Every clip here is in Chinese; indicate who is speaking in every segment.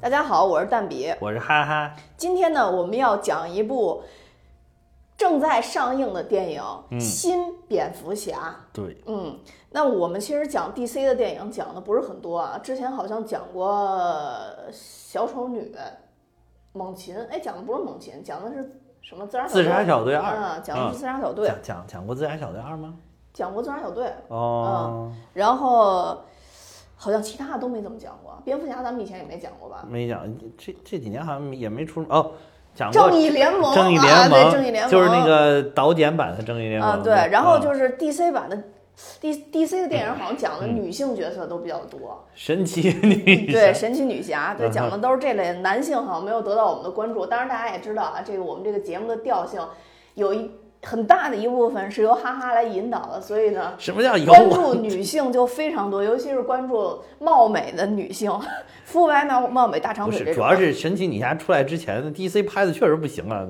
Speaker 1: 大家好，我是蛋比。
Speaker 2: 我是哈哈，
Speaker 1: 今天呢，我们要讲一部正在上映的电影《
Speaker 2: 嗯
Speaker 1: 新蝙蝠侠》。
Speaker 2: 对，
Speaker 1: 嗯，那我们其实讲 DC 的电影讲的不是很多啊，之前好像讲过呃小丑女、猛禽，哎，讲的不是猛禽，讲的是什么自杀
Speaker 2: 自杀小队二嗯
Speaker 1: 啊，讲的是自杀小队，
Speaker 2: 讲讲讲过自杀小队二吗？
Speaker 1: 讲过自杀小队，
Speaker 2: 哦，
Speaker 1: 然后好像其他的都没怎么讲过，蝙蝠侠咱们以前也没讲过吧？
Speaker 2: 没讲，这这几年好像也没出哦，讲过
Speaker 1: 正义联盟，
Speaker 2: 正义
Speaker 1: 啊
Speaker 2: 联
Speaker 1: 对
Speaker 2: 盟，
Speaker 1: 正义联盟
Speaker 2: 就是那个导演版的正义联盟。
Speaker 1: 啊，对，然后
Speaker 2: 嗯
Speaker 1: 就是 DC 版的 D DC 的电影好像讲的女性角色都比较多，
Speaker 2: 神奇女
Speaker 1: 嗯对，
Speaker 2: 侠，
Speaker 1: 神奇女侠，对，
Speaker 2: 嗯嗯哼
Speaker 1: 讲的都是这类，男性好像没有得到我们的关注。当然，大家也知道啊，这个我们这个节目的调性有一很大的一部分是由哈哈来引导的，所以呢。
Speaker 2: 什么叫有啊
Speaker 1: 关注
Speaker 2: 我？
Speaker 1: 女性就非常多，尤其是关注貌美的女性， 肤白貌貌美大长
Speaker 2: 不
Speaker 1: 腿
Speaker 2: 是，
Speaker 1: 这
Speaker 2: 主
Speaker 1: 种。
Speaker 2: 要是神奇女侠出来之前，DC 拍的确实不行啊。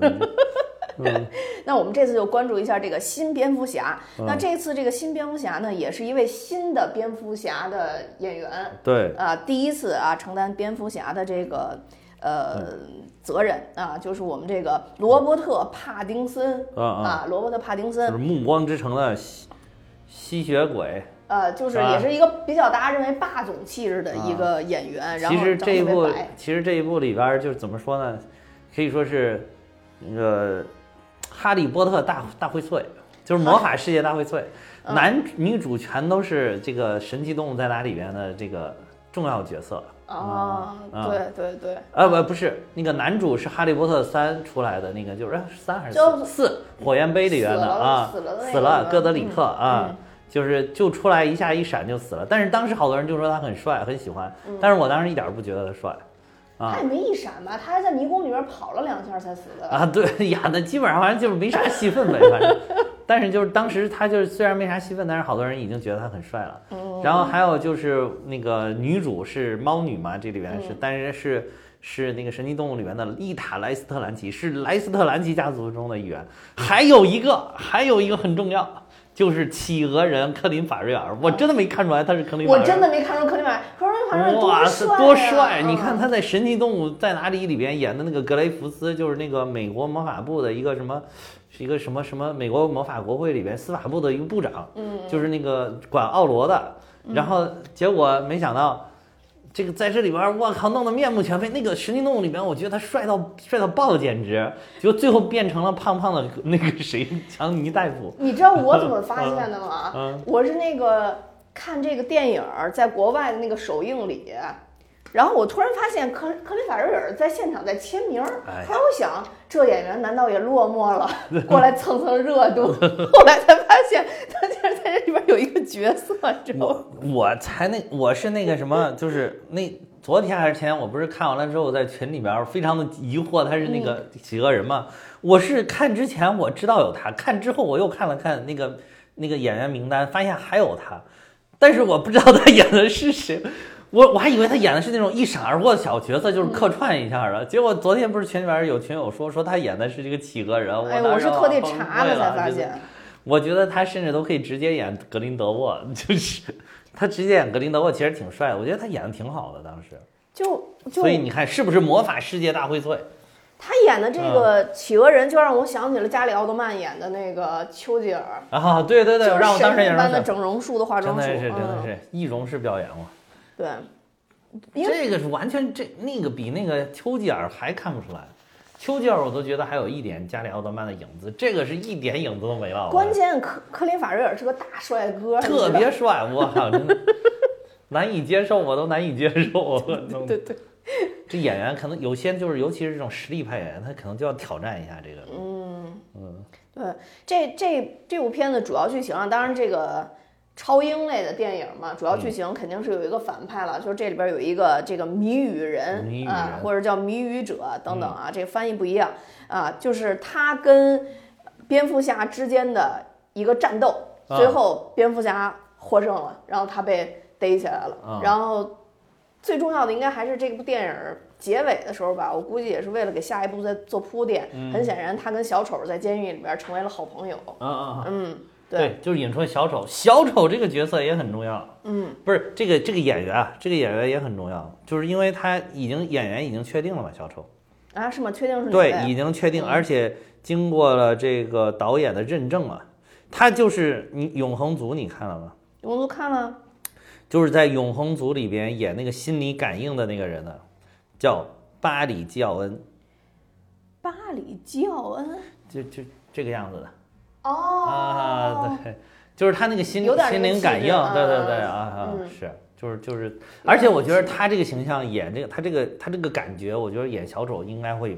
Speaker 1: 那我们这次就关注一下这个新蝙蝠侠。
Speaker 2: 嗯
Speaker 1: 那这次这个新蝙蝠侠呢，也是一位新的蝙蝠侠的演员，
Speaker 2: 对，
Speaker 1: 啊，第一次啊承担蝙蝠侠的这个呃
Speaker 2: 嗯
Speaker 1: 责任啊，就是我们这个罗伯特·帕丁森
Speaker 2: 嗯嗯，
Speaker 1: 啊，罗伯特·帕丁
Speaker 2: 就
Speaker 1: 森
Speaker 2: 是，暮光之城的吸吸血鬼。
Speaker 1: 呃，就是
Speaker 2: 啊
Speaker 1: 也是一个比较大家认为霸总气质的一个演员，然后
Speaker 2: 其实
Speaker 1: 长
Speaker 2: 这
Speaker 1: 得
Speaker 2: 一
Speaker 1: 特别
Speaker 2: 部
Speaker 1: 白，
Speaker 2: 其实这一部里边儿就是怎么说呢，可以说是那个《哈利波特大大荟萃》，就是魔法世界大荟萃，
Speaker 1: 嗯
Speaker 2: 男女主全都是这个《神奇动物在哪里》里边的这个重要角色。
Speaker 1: 啊，
Speaker 2: 啊
Speaker 1: 对对对，
Speaker 2: 啊不不是，那个男主是《哈利波特三》出来的那个，就是哎是三还是
Speaker 1: 就
Speaker 2: 四？四火焰杯里边
Speaker 1: 死
Speaker 2: 的
Speaker 1: 了
Speaker 2: 啊，
Speaker 1: 死了的那
Speaker 2: 死
Speaker 1: 个
Speaker 2: 了
Speaker 1: 人
Speaker 2: 戈德里克
Speaker 1: 嗯
Speaker 2: 啊
Speaker 1: 嗯，
Speaker 2: 就是就出来一下一闪就死了。但是当时好多人就说他很帅，很喜欢，但是我当时一点儿不觉得他帅。啊
Speaker 1: 嗯他也没一闪吧，他还在迷宫里面跑了两下才死的。
Speaker 2: 啊，对 呀，那基本上反正就是没啥戏份呗，反正。但是就是当时他就是虽然没啥戏份，但是好多人已经觉得他很帅了。
Speaker 1: 哦
Speaker 2: 然后还有就是那个女主是猫女嘛，这里边
Speaker 1: 嗯
Speaker 2: 是，但是是是那个神奇动物里面的丽塔莱斯特兰奇，是莱斯特兰奇家族中的一员。还有一个，还有一个很重要，就是企鹅人克林法瑞尔，我真的没看出来他是克林法
Speaker 1: 我
Speaker 2: 瑞尔。
Speaker 1: 真的没看出克里马，克里马上
Speaker 2: 哇
Speaker 1: 帅
Speaker 2: 塞，
Speaker 1: 啊！
Speaker 2: 多帅！你看
Speaker 1: 嗯
Speaker 2: 他在《神奇动物在哪里》里边演的那个格雷福斯，就是那个美国魔法部的一个什么，是一个什么什么美国魔法国会里边司法部的一个部长，
Speaker 1: 嗯，
Speaker 2: 就是那个管奥罗的。然后结果没想到，这个在这里边儿，我靠，弄得面目全非。那个《神奇动物》里边，我觉得他帅到帅到爆，简直！结果最后变成了胖胖的那个谁，强尼大夫。
Speaker 1: 你知道我怎么发现的吗？
Speaker 2: 嗯
Speaker 1: 我是那个看这个电影儿在国外的那个首映礼，然后我突然发现克克里法瑞尔在现场在签名儿，
Speaker 2: 哎呀
Speaker 1: 后来我想这演员难道也落寞了，过来蹭蹭热度？ 后来才发现他竟然在这里边有一个角色，知道吗？
Speaker 2: 我我才那我是那个什么，就是那昨天还是前天，我不是看完了之后，我在群里边儿非常的疑惑，他是那个
Speaker 1: 嗯
Speaker 2: 企鹅人嘛？我是看之前我知道有他，看之后我又看了看那个那个演员名单，发现还有他，但是我不知道他 演的是谁。我我还以为他演的是那种一闪而过的小角色，就是
Speaker 1: 嗯
Speaker 2: 客串一下的。结果昨天不是群里边儿有群友说说他演的是这个企鹅人，
Speaker 1: 哎，
Speaker 2: 当
Speaker 1: 我
Speaker 2: 时
Speaker 1: 是特地
Speaker 2: 崩
Speaker 1: 查
Speaker 2: 溃
Speaker 1: 了
Speaker 2: 了
Speaker 1: 才发
Speaker 2: 就是
Speaker 1: 现，
Speaker 2: 我觉得他甚至都可以直接演格林德沃， 就是他直接演格林德沃其实挺帅的，我觉得他演的挺好的当时。
Speaker 1: 就就
Speaker 2: 所以你看是不是魔法世界大荟萃？
Speaker 1: 他演的这
Speaker 2: 嗯
Speaker 1: 个企鹅人，就让我想起了加里奥德曼演的那个丘吉尔，
Speaker 2: 啊，对对对，
Speaker 1: 就是
Speaker 2: 让我当时
Speaker 1: 神
Speaker 2: 也
Speaker 1: 一般的
Speaker 2: 是
Speaker 1: 整容术的化
Speaker 2: 真
Speaker 1: 妆
Speaker 2: 的
Speaker 1: 术，
Speaker 2: 是真的
Speaker 1: 嗯
Speaker 2: 是易容式表演嘛，
Speaker 1: 对。因为
Speaker 2: 这个是完全这那个比那个丘吉尔还看不出来。丘吉尔我都觉得还有一点加里奥德曼的影子，这个是一点影子都没了。
Speaker 1: 关键科科林法瑞尔是个大帅哥，
Speaker 2: 特
Speaker 1: 你知
Speaker 2: 别帅，我靠，真的难以接受，我都难以接受，我
Speaker 1: 道
Speaker 2: 弄
Speaker 1: 对对，
Speaker 2: 这演员可能有些就是，尤其是这种实力派演员，他可能就要挑战一下这个。
Speaker 1: 嗯这这这部片子主要剧情啊，当然这个超英类的电影嘛，主要
Speaker 2: 嗯
Speaker 1: 剧情肯定是有一个反派了，就是这里边有一个这个谜语人
Speaker 2: 谜语人嗯
Speaker 1: 啊，或者叫谜语者等等啊，这翻译不一样啊，就是他跟蝙蝠侠之间的一个战斗，
Speaker 2: 啊
Speaker 1: 最后蝙蝠侠获胜了，然后他被逮起来了，
Speaker 2: 啊
Speaker 1: 然后最重要的应该还是这部电影结尾的时候吧，我估计也是为了给下一部在做铺垫。很显然，他跟小丑在监狱里边成为了好朋友。
Speaker 2: 嗯啊啊！
Speaker 1: 嗯，对，
Speaker 2: 就是引出了小丑。小丑这个角色也很重要，
Speaker 1: 嗯，
Speaker 2: 不是这个这个演员啊，这个演员也很重要，就是因为他已经演员已经确定了嘛，小丑。
Speaker 1: 啊，是吗？确定是你
Speaker 2: 对，
Speaker 1: 呗
Speaker 2: 已经确定，
Speaker 1: 嗯
Speaker 2: 而且经过了这个导演的认证了。他就是你《永恒族》，你看了吗？
Speaker 1: 我都看了，
Speaker 2: 就是在《永恒族》里边演那个心理感应的那个人呢，叫巴里基奥恩，
Speaker 1: 巴里基奥恩
Speaker 2: 就就这个样子的、
Speaker 1: 哦，
Speaker 2: 啊，对，就是他那个心
Speaker 1: 有点那
Speaker 2: 心
Speaker 1: 个
Speaker 2: 灵
Speaker 1: 气
Speaker 2: 感
Speaker 1: 质
Speaker 2: 应，
Speaker 1: 啊
Speaker 2: 对对对啊啊，
Speaker 1: 嗯
Speaker 2: 是。就是就是，
Speaker 1: 点
Speaker 2: 而且我觉得
Speaker 1: 气质
Speaker 2: 他这个形象演这个，他这个他这个感觉，我觉得演小丑应该会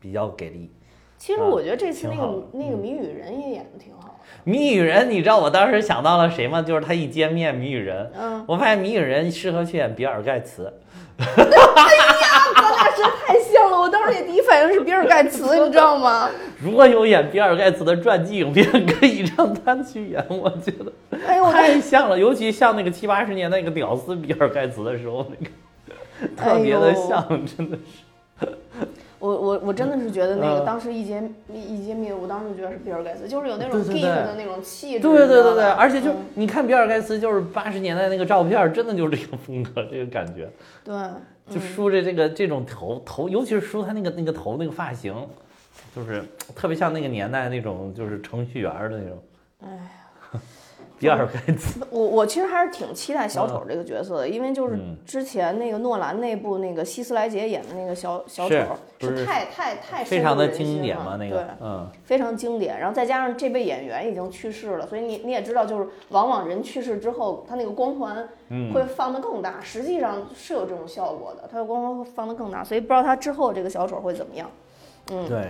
Speaker 2: 比较给力。
Speaker 1: 其实
Speaker 2: 啊
Speaker 1: 我觉得这次那
Speaker 2: 挺
Speaker 1: 个、
Speaker 2: 好的嗯
Speaker 1: 那个谜语人也演的挺好
Speaker 2: 谜语人，你知道我当时想到了谁吗？就是他一见面，谜语人
Speaker 1: 的，，嗯，
Speaker 2: 我发现谜语人适合去演比尔盖茨，
Speaker 1: 咱俩真太像了，我当时也第一反应是比尔盖茨，你知道 吗？
Speaker 2: 如果有演比尔盖茨的传记影片，可以让他去演，我觉得
Speaker 1: 哎呦，我
Speaker 2: 太像了，尤其像那个七八十年代那个屌丝比尔盖茨的时候，那个
Speaker 1: 哎呦
Speaker 2: 特别的像，真的是。
Speaker 1: 我我我真的是觉得那个
Speaker 2: 嗯
Speaker 1: 当时一揭一揭秘，我当时觉得是比尔盖茨，就是有那种
Speaker 2: 对
Speaker 1: geek
Speaker 2: 对对
Speaker 1: 的那种气质，
Speaker 2: 对对对对对，
Speaker 1: 而
Speaker 2: 而且就你看比尔盖茨，就是八十年代那个照片，真的就是这个风格，这个感觉，
Speaker 1: 对，
Speaker 2: 就梳着这个这种头头，尤其是梳他那个那个头那个发型，就是特别像那个年代那种就是程序员的那种。
Speaker 1: 哎，
Speaker 2: 比尔盖茨。
Speaker 1: 我我其实还是挺期待小丑这个角色的，因为就是
Speaker 2: 嗯
Speaker 1: 之前那个诺兰那部那个希斯莱杰演的那个小小丑
Speaker 2: 是不是
Speaker 1: 太太太
Speaker 2: 非
Speaker 1: 深入
Speaker 2: 常的
Speaker 1: 人心
Speaker 2: 经典
Speaker 1: 了
Speaker 2: 嘛，
Speaker 1: 对
Speaker 2: 那个，嗯，
Speaker 1: 非常经典，然后再加上这位演员已经去世了，所以你你也知道，就是往往人去世之后，他那个光环会放得更大，实际上是有这种效果的，他的光环会放得更大，所以不知道他之后这个小丑会怎么样。
Speaker 2: 对，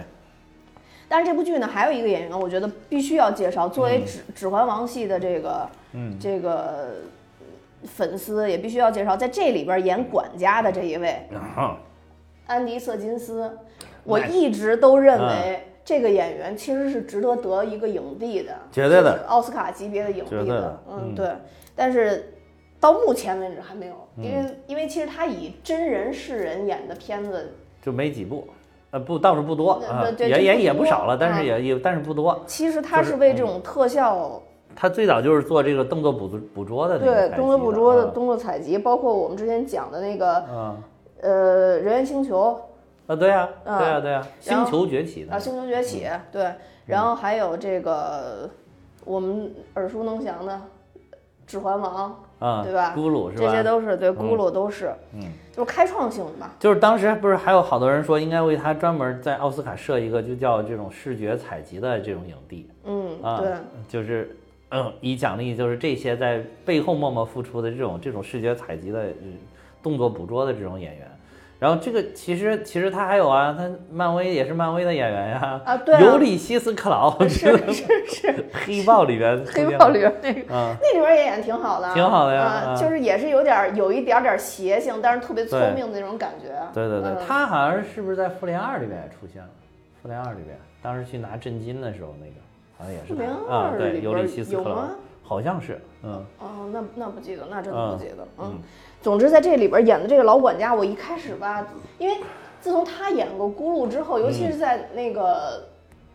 Speaker 1: 但是这部剧呢，还有一个演员，我觉得必须要介绍，作为指《指环王》系的这个，嗯，这个粉丝也必须要介绍，在这里边演管家的这一位，
Speaker 2: 然后
Speaker 1: 安迪·瑟金斯，我
Speaker 2: 那
Speaker 1: 一直都认
Speaker 2: 哎嗯
Speaker 1: 为这个演员其实是值得得一个影帝的，
Speaker 2: 绝对的，
Speaker 1: 奥斯卡级别的影帝
Speaker 2: 绝对的
Speaker 1: 嗯，对。但是到目前为止还没有，
Speaker 2: 嗯
Speaker 1: 因为因为其实他以真人示人演的片子，
Speaker 2: 就没几部，呃，不倒是不多，
Speaker 1: 对
Speaker 2: 啊
Speaker 1: 对对
Speaker 2: 也
Speaker 1: 就
Speaker 2: 也
Speaker 1: 不
Speaker 2: 也不
Speaker 1: 多
Speaker 2: 少了，但
Speaker 1: 啊
Speaker 2: 是也也但是不多。
Speaker 1: 其实他
Speaker 2: 就是嗯
Speaker 1: 是为这种特效
Speaker 2: 他最早就是做这个动作捕捉捕捉的那个
Speaker 1: 对
Speaker 2: 采
Speaker 1: 动作
Speaker 2: 集
Speaker 1: 捕捉的
Speaker 2: 啊
Speaker 1: 动作采集，包括我们之前讲的那个
Speaker 2: 嗯
Speaker 1: 呃《人猿星球
Speaker 2: 啊，对呀，对
Speaker 1: 嗯
Speaker 2: 呀，对呀，
Speaker 1: 然
Speaker 2: 星
Speaker 1: 后
Speaker 2: 球崛起
Speaker 1: 啊，《
Speaker 2: 的，
Speaker 1: 星球崛起》
Speaker 2: 嗯
Speaker 1: 对，然后还有这个我们耳熟能详的《指环王》，
Speaker 2: 啊，
Speaker 1: 对吧
Speaker 2: 咕噜是
Speaker 1: 这些
Speaker 2: 吧？
Speaker 1: 都是对咕噜都是，嗯，就是开创性的吧。
Speaker 2: 就是当时不是还有好多人说应该为他专门在奥斯卡设一个就叫这种视觉采集的这种影帝
Speaker 1: 嗯，
Speaker 2: 啊
Speaker 1: 对，，
Speaker 2: 就是嗯，以奖励就是这些在背后默默付出的这种这种视觉采集的、嗯动作捕捉的这种演员。然后这个其实其实他还有啊，他漫威也是漫威的演员呀，
Speaker 1: 啊对啊
Speaker 2: 尤里西斯·克劳，
Speaker 1: 是是是，
Speaker 2: 黑豹里边出现
Speaker 1: 黑
Speaker 2: 了，
Speaker 1: 豹里边那个。
Speaker 2: 啊，
Speaker 1: 那里边也演挺好的啊，
Speaker 2: 挺好的呀
Speaker 1: 啊
Speaker 2: 啊
Speaker 1: 就是也是有点儿有一点点儿邪性，但是特别聪
Speaker 2: 对
Speaker 1: 明的那种感觉。
Speaker 2: 对对对，
Speaker 1: 嗯
Speaker 2: 他好像是不是在《复联二》里边也出现了，《复联二》里边当时去拿震金的时候，那个好像也是
Speaker 1: 复联
Speaker 2: 他
Speaker 1: 二
Speaker 2: 啊，对，
Speaker 1: 里
Speaker 2: 尤
Speaker 1: 边
Speaker 2: 里西斯·
Speaker 1: 有
Speaker 2: 克劳
Speaker 1: 吗，
Speaker 2: 好像是，嗯，
Speaker 1: 哦，那那不记得，那真的
Speaker 2: 嗯
Speaker 1: 不记得。嗯，总之在这里边演的这个老管家，我一开始吧，因为自从他演过咕噜之后，尤
Speaker 2: 嗯
Speaker 1: 其是在那个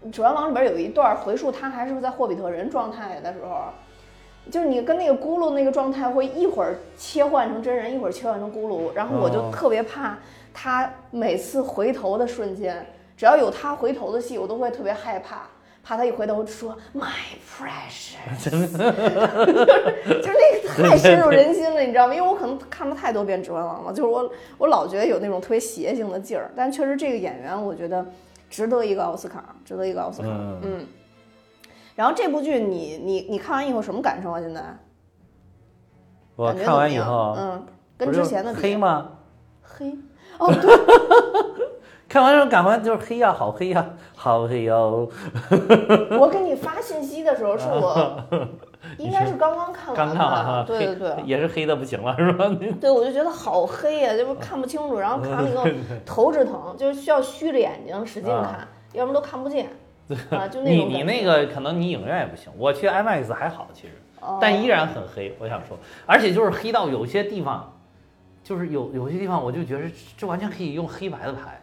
Speaker 1: 《指环王》里边有一段回溯他还是在霍比特人状态的时候，就是你跟那个咕噜那个状态会一会儿切换成真人，一会儿切换成咕噜，然后我就
Speaker 2: 哦
Speaker 1: 特别怕他每次回头的瞬间，只要有他回头的戏，我都会特别害怕。怕他一回头说 “My precious”，就是那个太深入人心了，你知道吗？因为我可能看了太多遍《指环王》了，就是我我老觉得有那种特别邪性的劲儿，但确实这个演员我觉得值得一个奥斯卡，值得一个奥斯卡。
Speaker 2: 嗯
Speaker 1: 嗯然后这部剧你你你看完以后什么感受啊？现在
Speaker 2: 我
Speaker 1: 感觉
Speaker 2: 看
Speaker 1: 怎么
Speaker 2: 完以
Speaker 1: 样？
Speaker 2: 后，
Speaker 1: 嗯，
Speaker 2: 不
Speaker 1: 跟
Speaker 2: 是
Speaker 1: 之前的比
Speaker 2: 黑吗？
Speaker 1: 黑
Speaker 2: 看完之后感觉就是黑呀、好黑呀、好黑哟、
Speaker 1: 我给你发信息的时候，是 我应该是刚刚看
Speaker 2: 刚
Speaker 1: 完
Speaker 2: 看完
Speaker 1: 吧
Speaker 2: 哈，？
Speaker 1: 对对对
Speaker 2: 啊黑，也是黑的不行了，是吧？
Speaker 1: 对我就觉得好黑呀、就是看不清楚。然后
Speaker 2: 嗯
Speaker 1: 卡米给 我头直疼，就是需要虚着眼睛使劲看，要不然都看不 见啊，就那
Speaker 2: 啊你
Speaker 1: 种
Speaker 2: 你
Speaker 1: 感
Speaker 2: 那
Speaker 1: 觉。
Speaker 2: 个可能你影院也不行，我去 IMAX 还好其实，
Speaker 1: 哦
Speaker 2: 但依然很黑。我想说，而且就是黑到有些地方，就是有有些地方我就觉得这完全可以用黑白 的拍，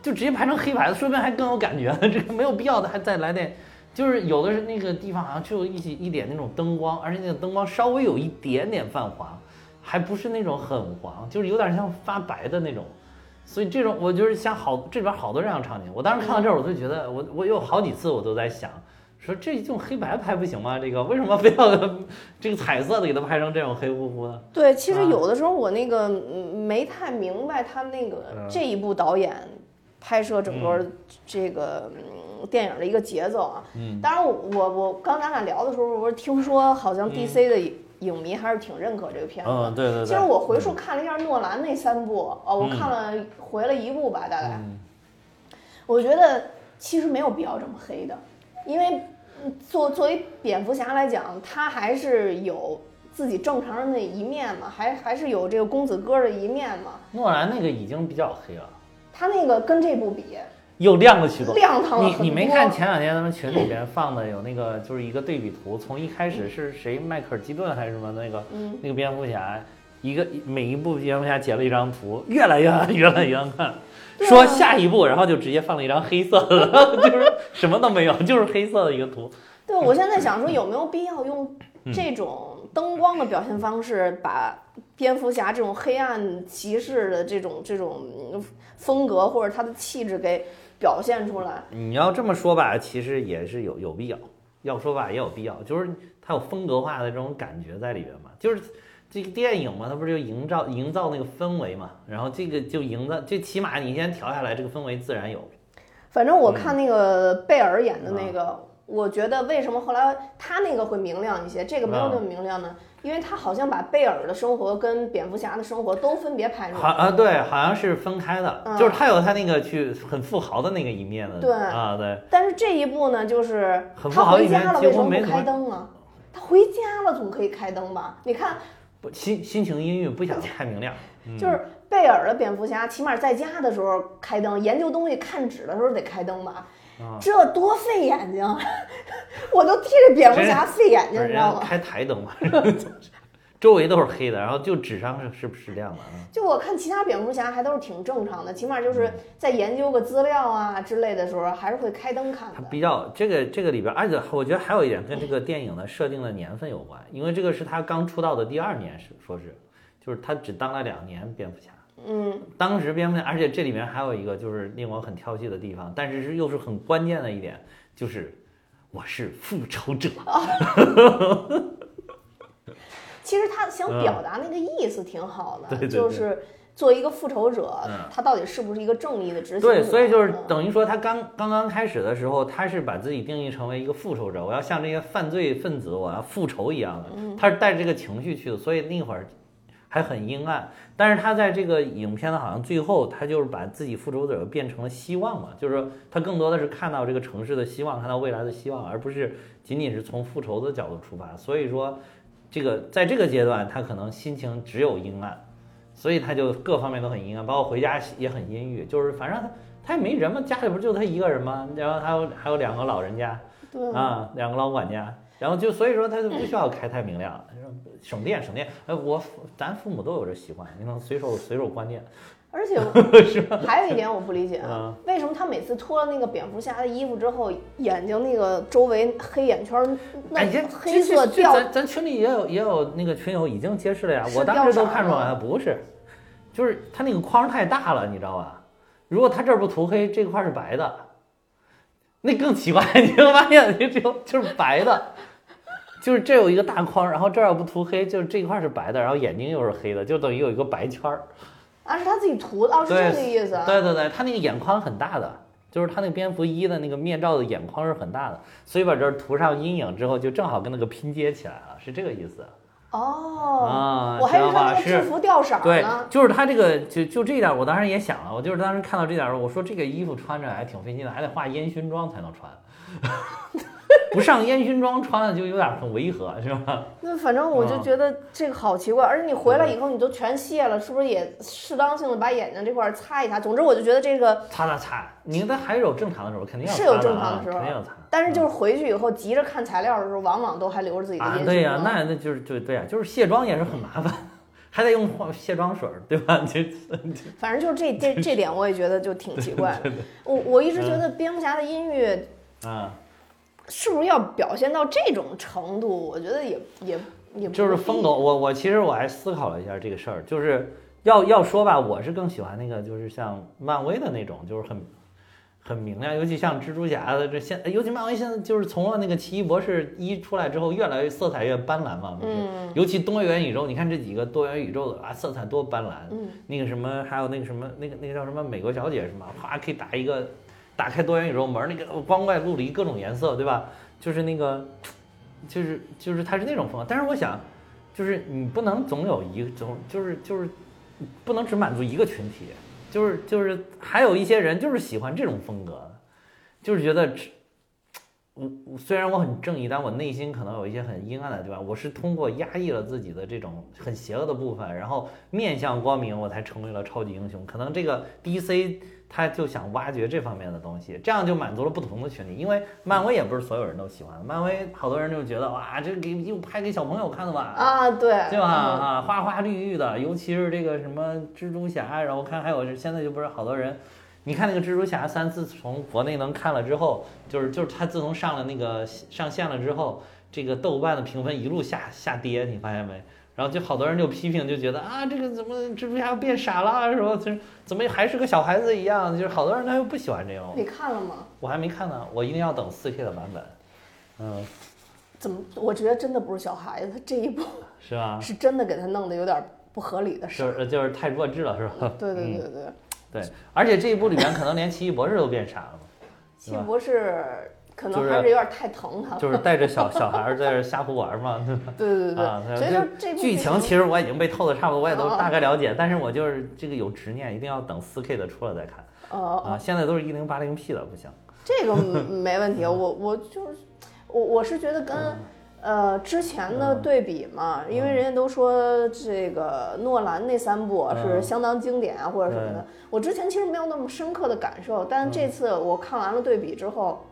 Speaker 2: 就直接拍成黑白的，说不定还更有感觉。这个没有必要的还再来点。就是有的是那个地方好像就一起一点那种灯光，而且那个灯光稍微有一点点泛黄，还不是那种很黄，就是有点像发白的那种。所以这种我就是像好这里边好多这样的场景，我当时看到这儿我就觉得我我有好几次我都在想，说这用黑白拍不行吗？这个为什么非要 这个彩色的给它拍成这种黑乎乎的？
Speaker 1: 对，其
Speaker 2: 啊
Speaker 1: 实有的时候我那个嗯没太明白他那个、
Speaker 2: 嗯
Speaker 1: 这一部导演拍摄整个这个、嗯电影的一个节奏啊。
Speaker 2: 嗯，
Speaker 1: 当然我，我我刚咱俩聊的时候，我不是听说好像
Speaker 2: 嗯
Speaker 1: DC 的影迷还是挺认可这个片子。
Speaker 2: 嗯，对对对。
Speaker 1: 其实我回溯看了一下诺兰那三部，哦，我看了回了一部吧，大概。
Speaker 2: 嗯
Speaker 1: 我觉得其实没有必要这么黑的，因为嗯作作为蝙蝠侠来讲，他还是有自己正常人的一面嘛，还还是有这个公子哥的一面嘛。
Speaker 2: 诺兰那个已经比较黑了，
Speaker 1: 他那个跟这部比，
Speaker 2: 又亮了许多。
Speaker 1: 亮堂了
Speaker 2: 你
Speaker 1: 很多。
Speaker 2: 你没看前两天咱们群里边放的有那个就是一个对比图，从一开始是谁迈克尔基顿还是什么那个
Speaker 1: 嗯，
Speaker 2: 那个蝙蝠侠，一个每一部蝙蝠侠截了一张图，越来越暗，越来越暗。
Speaker 1: 对啊
Speaker 2: 说下一步，然后就直接放了一张黑色的， 就是什么都没有，就是黑色的一个图。
Speaker 1: 对，我现在想说有没有必要用
Speaker 2: 嗯
Speaker 1: 这种灯光的表现方式，把蝙蝠侠这种黑暗骑士的这种这种嗯风格或者他的气质给表现出来？
Speaker 2: 你要这么说吧，其实也是有有必要，要说吧也有必要，就是它有风格化的这种感觉在里边嘛，就是。这个电影嘛，它不是就营造营造那个氛围嘛？然后这个就营造，最起码你先调下来，这个氛围自然有。
Speaker 1: 反正
Speaker 2: 嗯
Speaker 1: 我看那个贝尔演的那个，我觉得为什么后来他那个会明亮一些，这个没
Speaker 2: 嗯
Speaker 1: 有那么明亮呢？因为他好像把贝尔的生活跟蝙蝠侠的生活都分别拍出
Speaker 2: 好
Speaker 1: 来。
Speaker 2: 啊，对，好像是分开的，
Speaker 1: 嗯
Speaker 2: 就是他有他那个去很富豪的那个一面的，
Speaker 1: 对
Speaker 2: 啊，对，
Speaker 1: 但是这一部呢，就是
Speaker 2: 很不
Speaker 1: 他
Speaker 2: 好
Speaker 1: 回
Speaker 2: 一点
Speaker 1: 家了，
Speaker 2: 几
Speaker 1: 为
Speaker 2: 乎
Speaker 1: 什么
Speaker 2: 没
Speaker 1: 不
Speaker 2: 怎么
Speaker 1: 开灯啊？他回家了，总可以开灯吧？你看，
Speaker 2: 不心心情阴郁，不想太明 亮，嗯
Speaker 1: 就是贝尔的蝙蝠侠，起码在家的时候开灯，研究东西看纸的时候得开灯吧？
Speaker 2: 啊，
Speaker 1: 这多费眼睛，啊我都替这蝙蝠侠费眼睛，你
Speaker 2: 人
Speaker 1: 知道
Speaker 2: 家
Speaker 1: 吗？
Speaker 2: 开台灯嘛， 周围都是黑的，然后就纸上是是不是亮的啊？
Speaker 1: 就我看其他蝙蝠侠还都是挺正常的，起码
Speaker 2: 嗯
Speaker 1: 就是在研究个资料啊之类的时候，还是会开灯看
Speaker 2: 它
Speaker 1: 的。
Speaker 2: 比较这个这个里边，而且我觉得还有一点跟这个电影的设定的年份有关，因为这个是他刚出道的第二年，是说是，就是他只当了两年蝙蝠侠。
Speaker 1: 嗯，
Speaker 2: 当时蝙蝠侠，而且这里面还有一个就是令我很挑剔的地方，但是是又是很关键的一点，就是我是复仇者。
Speaker 1: 其实他想表达那个意思挺好的，
Speaker 2: 嗯嗯对对对
Speaker 1: 就是做一个复仇者，
Speaker 2: 嗯
Speaker 1: 他到底是不是一个正义的执行者？
Speaker 2: 对，所以就是
Speaker 1: 嗯
Speaker 2: 等于说他刚刚刚开始的时候，他是把自己定义成为一个复仇者，我要像这些犯罪分子，我要复仇一样的，
Speaker 1: 嗯
Speaker 2: 他是带着这个情绪去的，所以那会儿还很阴暗。但是他在这个影片的好像最后，他就是把自己复仇者变成了希望嘛，就是说他更多的是看到这个城市的希望，看到未来的希望，而不是仅仅是从复仇的角度出发。所以说，这个在这个阶段，他可能心情只有阴暗。所以他就各方面都很阴暗，包括回家也很阴郁，就是反正他他也没人嘛，家里不是就他一个人吗？然后还有还有两个老人家
Speaker 1: 对
Speaker 2: 啊，两个老管家，然后就所以说他就不需要开太明亮了，省电省电。哎，我咱父母都有这习惯，你能随手随手关电，
Speaker 1: 而且 还有一点我不理解
Speaker 2: 嗯
Speaker 1: 啊，为什么他每次脱了那个蝙蝠侠的衣服之后，眼睛那个周围黑眼圈那
Speaker 2: 哎，这
Speaker 1: 黑色
Speaker 2: 这这
Speaker 1: 掉
Speaker 2: 咱咱群里也有也有那个群友已经揭示了呀，
Speaker 1: 是
Speaker 2: 我当时都
Speaker 1: 掉色儿
Speaker 2: 看出来
Speaker 1: 吗
Speaker 2: 了，不是，就是他那个框太大了，你知道吧？如果他这儿不涂黑，这块儿是白的，那更奇怪， 你就发现你只有就是白的，就是这有一个大框，然后这儿要不涂黑，就是这一块儿是白的，然后眼睛又是黑的，就等于有一个白圈儿。
Speaker 1: 啊，是他自己涂的，哦，是
Speaker 2: 对
Speaker 1: 这个意思啊。
Speaker 2: 对对对，他那个眼眶很大的，就是他那个蝙蝠一的那个面罩的眼眶是很大的，所以把这儿涂上阴影之后，就正好跟那个拼接起来了，是这个意思
Speaker 1: 哦，
Speaker 2: 啊？
Speaker 1: 我还
Speaker 2: 知
Speaker 1: 以为
Speaker 2: 道
Speaker 1: 他
Speaker 2: 吧？
Speaker 1: 那个制
Speaker 2: 是。
Speaker 1: 服掉色儿
Speaker 2: 对
Speaker 1: 呢。，
Speaker 2: 就是他这个，就就这一点，我当时也想了，我就是当时看到这点儿，我说这个衣服穿着还挺费劲的，还得化烟熏妆才能穿， 不上烟熏妆穿了就有点很违和，是吧？
Speaker 1: 那反正我
Speaker 2: 嗯
Speaker 1: 就觉得这个好奇怪，而且你回来以后你都全卸了，是不是也适当性的把眼睛这块儿擦一擦？总之我就觉得这个，
Speaker 2: 擦擦擦，你那还是有正常的时候，肯定要擦
Speaker 1: 是
Speaker 2: 的
Speaker 1: 有
Speaker 2: 啊，
Speaker 1: 正常的时候
Speaker 2: 肯定要擦。
Speaker 1: 但是就是回去以后急着看材料的时候，往往都还留着自己的
Speaker 2: 啊
Speaker 1: 烟，
Speaker 2: 对
Speaker 1: 熏
Speaker 2: 呀、
Speaker 1: 妆。
Speaker 2: 那那就是就对呀、就是卸妆也是很麻烦， 还得用化卸妆水儿，对吧？就
Speaker 1: 反正就是这这这
Speaker 2: 嗯
Speaker 1: 点，我也觉得就挺奇怪的。我我一直觉得蝙蝠侠的音乐
Speaker 2: 啊，
Speaker 1: 是不是要表现到这种程度？我觉得也也也不
Speaker 2: 就是
Speaker 1: 必
Speaker 2: 疯狗，我我其实我还思考了一下这个事儿，就是要要说吧，我是更喜欢那个，就是像漫威的那种，就是很很明亮，尤其像蜘蛛侠的这现，尤其漫威现在就是从了那个奇异博士一出来之后，越来越色彩越斑斓嘛，不是？
Speaker 1: 嗯
Speaker 2: 尤其多元宇宙，你看这几个多元宇宙的啊，色彩多斑斓。
Speaker 1: 嗯
Speaker 2: 那个什么，还有那个什么，那个那个叫什么美国小姐是吗？哗，可以打一个，打开多元宇宙门，那个呃光怪陆离，各种颜色，对吧？就是那个，就是就是它是那种风格。但是我想，就是你不能总有一个总就是就是，不能只满足一个群体，就是就是还有一些人就是喜欢这种风格，就是觉得只。我我虽然我很正义，但我内心可能有一些很阴暗的地方。我是通过压抑了自己的这种很邪恶的部分，然后面向光明，我才成为了超级英雄。可能这个 DC 他就想挖掘这方面的东西，这样就满足了不同的群体。因为漫威也不是所有人都喜欢，漫威好多人就觉得哇，这给又拍给小朋友看的吧，
Speaker 1: 啊，对
Speaker 2: 对吧？？啊，花花绿绿的，尤其是这个什么蜘蛛侠，然后我看还有是现在就不是好多人，你看那个蜘蛛侠三，自从国内能看了之后，就是就是他自从上了那个上线了之后，这个豆瓣的评分一路下下跌，你发现没？然后就好多人就批评，就觉得啊，这个怎么蜘蛛侠变傻了，什么就是怎么还是个小孩子一样？就是好多人他又不喜欢这
Speaker 1: 嗯
Speaker 2: 种，
Speaker 1: 你看了吗？
Speaker 2: 我还没看呢，我一定要等四 K 的版本，嗯，
Speaker 1: 怎么？我觉得真的不是小孩子，这一部
Speaker 2: 是吧？
Speaker 1: 是真的给他弄得有点不合理的事
Speaker 2: 就
Speaker 1: 儿。
Speaker 2: 是就是太弱智了，是吧？
Speaker 1: 对
Speaker 2: 嗯
Speaker 1: 对对对，
Speaker 2: 对，而且这一部里面可能连奇异博士都变傻了嘛，
Speaker 1: 奇异博士可
Speaker 2: 就
Speaker 1: 能
Speaker 2: 是
Speaker 1: 还是有点太疼他了。
Speaker 2: 就是带 着小小孩儿在这儿瞎胡玩儿嘛，对吧？
Speaker 1: 对对对
Speaker 2: 啊
Speaker 1: 对，所以说这部
Speaker 2: 剧
Speaker 1: 剧
Speaker 2: 情其实我已经被透的差不多，我也都
Speaker 1: 哦哦
Speaker 2: 大概了解，但是我就是这个有执念，一定要等4 K 的出了再看
Speaker 1: 呃呃
Speaker 2: 啊！现在都是一零八零 P 的，不行。
Speaker 1: 这个没问题，我我就是我我是觉得跟、
Speaker 2: 嗯
Speaker 1: 呃之前的对比嘛，因为人家都说这个诺兰那三部啊是
Speaker 2: 嗯
Speaker 1: 相当经典啊或者什么的，我之前其实没有那么深刻的感受，
Speaker 2: 嗯
Speaker 1: 但这次我看完了对比之后，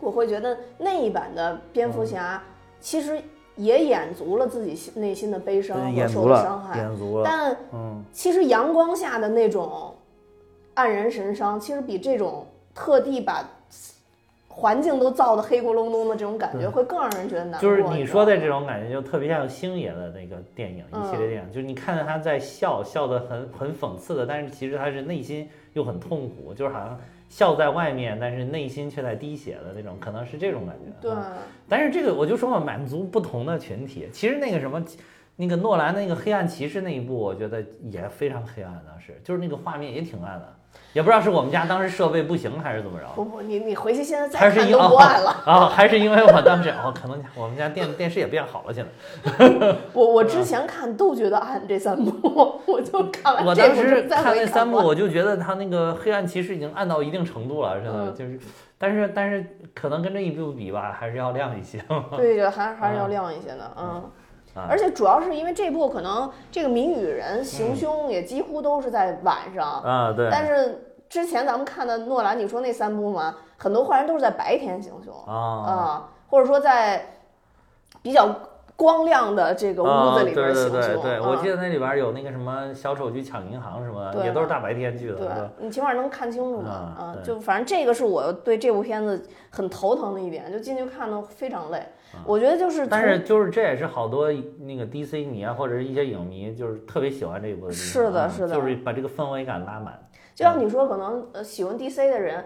Speaker 1: 我会觉得那一版的蝙
Speaker 2: 嗯
Speaker 1: 蝠侠其实也演足了自己心内心的悲伤和受的伤害，
Speaker 2: 足，
Speaker 1: 但
Speaker 2: 嗯，
Speaker 1: 其实阳光下的那种黯然神伤，其实比这种特地把环境都造的黑咕隆咚的这种感觉，会更让人觉得难过。
Speaker 2: 就是你说的
Speaker 1: 知
Speaker 2: 这种感觉，就特别像星爷的那个电影，一系
Speaker 1: 嗯
Speaker 2: 列电影，就是你看着他在笑，笑得很很讽刺的，但是其实他是内心又很痛苦，就是好像笑在外面，但是内心却在滴血的那种，可能是这种感觉。
Speaker 1: 道
Speaker 2: 嗯
Speaker 1: 吗
Speaker 2: 但是这个我就说嘛，满足不同的群体。其实那个什么，那个诺兰那个《黑暗骑士》那一部，我觉得也非常黑暗，当时就是那个画面也挺暗的，也不知道是我们家当时设备不行还是怎么着
Speaker 1: 对，。不不，你你回去现在
Speaker 2: 还
Speaker 1: 再
Speaker 2: 是
Speaker 1: 看
Speaker 2: 因
Speaker 1: 都
Speaker 2: 哦
Speaker 1: 不暗 了。
Speaker 2: 啊、还是因为我当时哦，可能我们家电电视也变好了，现在。
Speaker 1: 我我之前看都觉得暗这三部，我就看完
Speaker 2: 我
Speaker 1: 这
Speaker 2: 当
Speaker 1: 部
Speaker 2: 时
Speaker 1: 就再
Speaker 2: 看
Speaker 1: 回
Speaker 2: 那三部，
Speaker 1: 完
Speaker 2: 我就觉得他那个黑暗骑士已经暗到一定程度了，真的
Speaker 1: 嗯
Speaker 2: 就是，但是但是可能跟这一部比吧，还是要亮一些
Speaker 1: 对对，还还是要亮一些的，嗯。
Speaker 2: 啊
Speaker 1: 而且主要是因为这部可能这个谜语
Speaker 2: 嗯
Speaker 1: 人行凶也几乎都是在晚上，
Speaker 2: 啊，对
Speaker 1: 但是之前咱们看的诺兰，你说那三部嘛，很多坏人都是在白天行凶
Speaker 2: 啊，
Speaker 1: 啊、或者说在比较光亮的这个屋子里边行
Speaker 2: 啊、对对
Speaker 1: 凶。
Speaker 2: 对对，我记
Speaker 1: 得。
Speaker 2: 得那里边有那个什么小丑去抢银行什么，
Speaker 1: 对
Speaker 2: 也都是大白天去的，
Speaker 1: 对
Speaker 2: 是吧？
Speaker 1: 你起码能看清楚嘛
Speaker 2: 啊
Speaker 1: 啊！
Speaker 2: 对
Speaker 1: 就反正这个是我对这部片子很头疼的一点，就进去看的非常累。我觉得就是，
Speaker 2: 啊但是就是这也是好多那个 DC 迷啊，或者是一些影迷，就是特别喜欢这一部的地方
Speaker 1: 是的
Speaker 2: 啊
Speaker 1: 是的
Speaker 2: 就是把这个氛围感拉满。
Speaker 1: 就像你说，可能呃喜欢 DC 的人，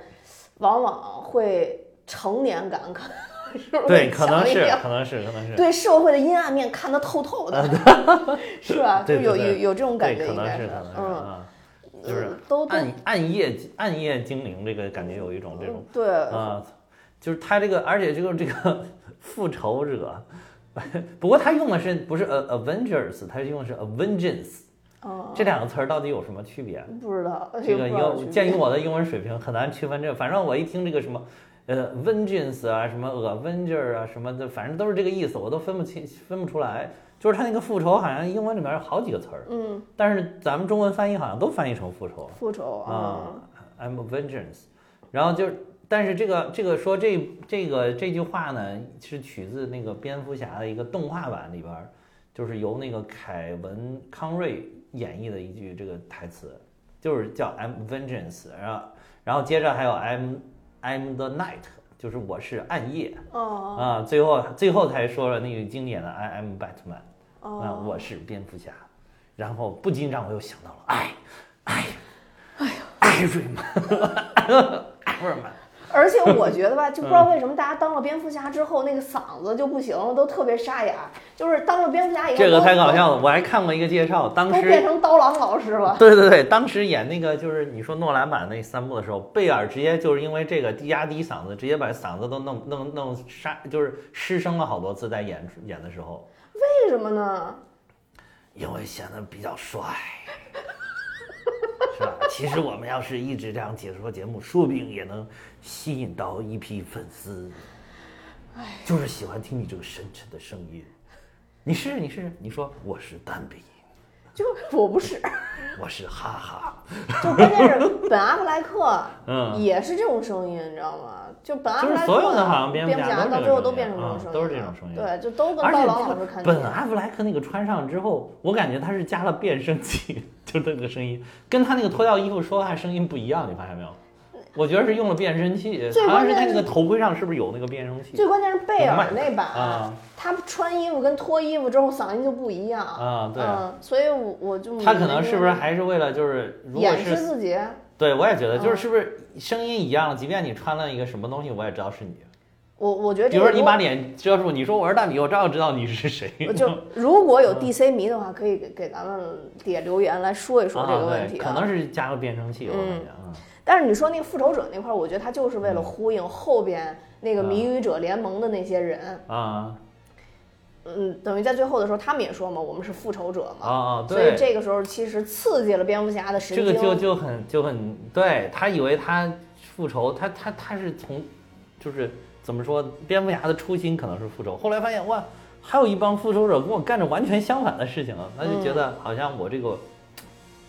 Speaker 1: 往往会成年感可能是不是
Speaker 2: 对，
Speaker 1: 会
Speaker 2: 可能
Speaker 1: 强一
Speaker 2: 是
Speaker 1: 点，
Speaker 2: 可能是，可能是。啊
Speaker 1: 对社会的阴暗面看得透透的， 是吧？就
Speaker 2: 对
Speaker 1: 是有
Speaker 2: 对
Speaker 1: 有
Speaker 2: 对
Speaker 1: 有这种感觉，
Speaker 2: 对，可
Speaker 1: 应
Speaker 2: 能
Speaker 1: 该
Speaker 2: 是，可能是
Speaker 1: 嗯，
Speaker 2: 啊，就是
Speaker 1: 嗯都都
Speaker 2: 暗暗夜暗夜精灵这个感觉有一种这种
Speaker 1: 对，
Speaker 2: 啊，就是他这个，而且这个这个 复仇者， 不过他用的是不是呃 Avengers，他用的是 Avengers
Speaker 1: 嗯，
Speaker 2: 这两个词儿到底有什么区别？啊
Speaker 1: 不知道
Speaker 2: 这个
Speaker 1: 要
Speaker 2: 英鉴于我的英文水平很难区分这个，反正我一听这个什么。呃，vengeance 啊，什么 avenger 啊，什么的，反正都是这个意思，我都分不清、分不出来。就是他那个复仇，好像英文里面有好几个词儿，
Speaker 1: 嗯，
Speaker 2: 但是咱们中文翻译好像都翻译成复仇。
Speaker 1: 复仇
Speaker 2: 啊
Speaker 1: 啊，
Speaker 2: ，I'm a vengeance。然后就是，但是这个这个说这这个这句话呢，是取自那个蝙蝠侠的一个动画版里边儿，就是由那个凯文康瑞演绎的一句这个台词，就是叫 I'm vengeance。然后然后接着还有 I'm I'm the night，就是我是暗夜
Speaker 1: 哦
Speaker 2: 啊，最后最后才说了那个经典的 I am Batman 啊，
Speaker 1: 哦，
Speaker 2: 我是蝙蝠侠，然后不禁让我又想到了爱，爱，哎呀，艾瑞曼，艾瑞曼，
Speaker 1: 而且我觉得吧，就不知
Speaker 2: 嗯
Speaker 1: 道为什么大家当了蝙蝠侠之后，那个嗓子就不行了，都特别沙哑。就是当了蝙蝠侠以后，
Speaker 2: 这个太搞
Speaker 1: 都
Speaker 2: 笑了，我还看过一个介绍，当
Speaker 1: 都变
Speaker 2: 时。
Speaker 1: 成刀郎老师了。
Speaker 2: 对对对，当时演那个就是你说诺兰版那三部的时候，贝尔直接就是因为这个低压低嗓子，直接把嗓子都弄弄弄沙，就是失声了好多次，在演演的时候。
Speaker 1: 为什么呢？
Speaker 2: 因为显得比较帅，是吧？ 其实我们要是一直这样解说节目，说不定也能吸引到一批粉丝。就是喜欢听你这个深沉的声音。你是你是你说我是蛋比，
Speaker 1: 就我不是，
Speaker 2: 我是哈哈，
Speaker 1: 就关键是本阿弗莱克，
Speaker 2: 嗯
Speaker 1: 也是这种声音，你知道吗？就本阿弗
Speaker 2: 就是
Speaker 1: 莱克，
Speaker 2: 所有的好像蝙
Speaker 1: 蝙
Speaker 2: 蝠
Speaker 1: 蝠
Speaker 2: 侠
Speaker 1: 侠
Speaker 2: 都
Speaker 1: 到
Speaker 2: 是这
Speaker 1: 最后
Speaker 2: 个
Speaker 1: 都
Speaker 2: 声
Speaker 1: 变成
Speaker 2: 音
Speaker 1: 这种
Speaker 2: 啊
Speaker 1: 声音了，
Speaker 2: 都是这种声音
Speaker 1: 对，就都跟
Speaker 2: 而
Speaker 1: 刀
Speaker 2: 且
Speaker 1: 郎
Speaker 2: 这
Speaker 1: 老师
Speaker 2: 个
Speaker 1: 看
Speaker 2: 本
Speaker 1: 齐
Speaker 2: 阿弗莱克那个穿上之后，我感觉他是加了变声器，就那个声音，跟他那个脱掉衣服说话声音不一样，你发现没有？我觉得是用了变声器，
Speaker 1: 最
Speaker 2: 好像
Speaker 1: 关
Speaker 2: 是他
Speaker 1: 键
Speaker 2: 那
Speaker 1: 是
Speaker 2: 个头盔上是不是有那个变声器
Speaker 1: 最关键是贝尔那版，
Speaker 2: 啊
Speaker 1: 他穿衣服跟脱衣服之后嗓音就不一样。
Speaker 2: 啊？对，
Speaker 1: 嗯，所以我我就嗯
Speaker 2: 他可能是不是还是为了就是，如果
Speaker 1: 掩饰
Speaker 2: 是
Speaker 1: 自己？
Speaker 2: 对我也觉得就是
Speaker 1: 嗯
Speaker 2: 是不是声音一样，即便你穿了一个什么东西，我也知道是你。
Speaker 1: 我我觉得
Speaker 2: 比
Speaker 1: 这
Speaker 2: 如
Speaker 1: 个
Speaker 2: 说你把脸遮住，你说我是大米，我照样知道你是谁。
Speaker 1: 如就如果
Speaker 2: 嗯
Speaker 1: 有 DC 迷的话，可以给给咱们底下留言来说一说这个问题、嗯
Speaker 2: 啊对可能是加了变声器，我感觉啊。
Speaker 1: 但是你说那个复仇者那块儿，我觉得他就是
Speaker 2: 嗯
Speaker 1: 为了呼应后边那个谜语者联盟的那些人，
Speaker 2: 啊
Speaker 1: 嗯，等于在最后的时候他们也说嘛，我们是复仇者嘛，
Speaker 2: 啊！
Speaker 1: 所以
Speaker 2: 对，
Speaker 1: 这个时候其实刺激了蝙蝠侠的神
Speaker 2: 这
Speaker 1: 经。
Speaker 2: 个就就很就很对他以为他复仇，他他他是从就是怎么说，蝙蝠侠的初心可能是复仇，后来发现哇，还有一帮复仇者跟我干着完全相反的事情啊，他就觉得好像我这
Speaker 1: 嗯
Speaker 2: 个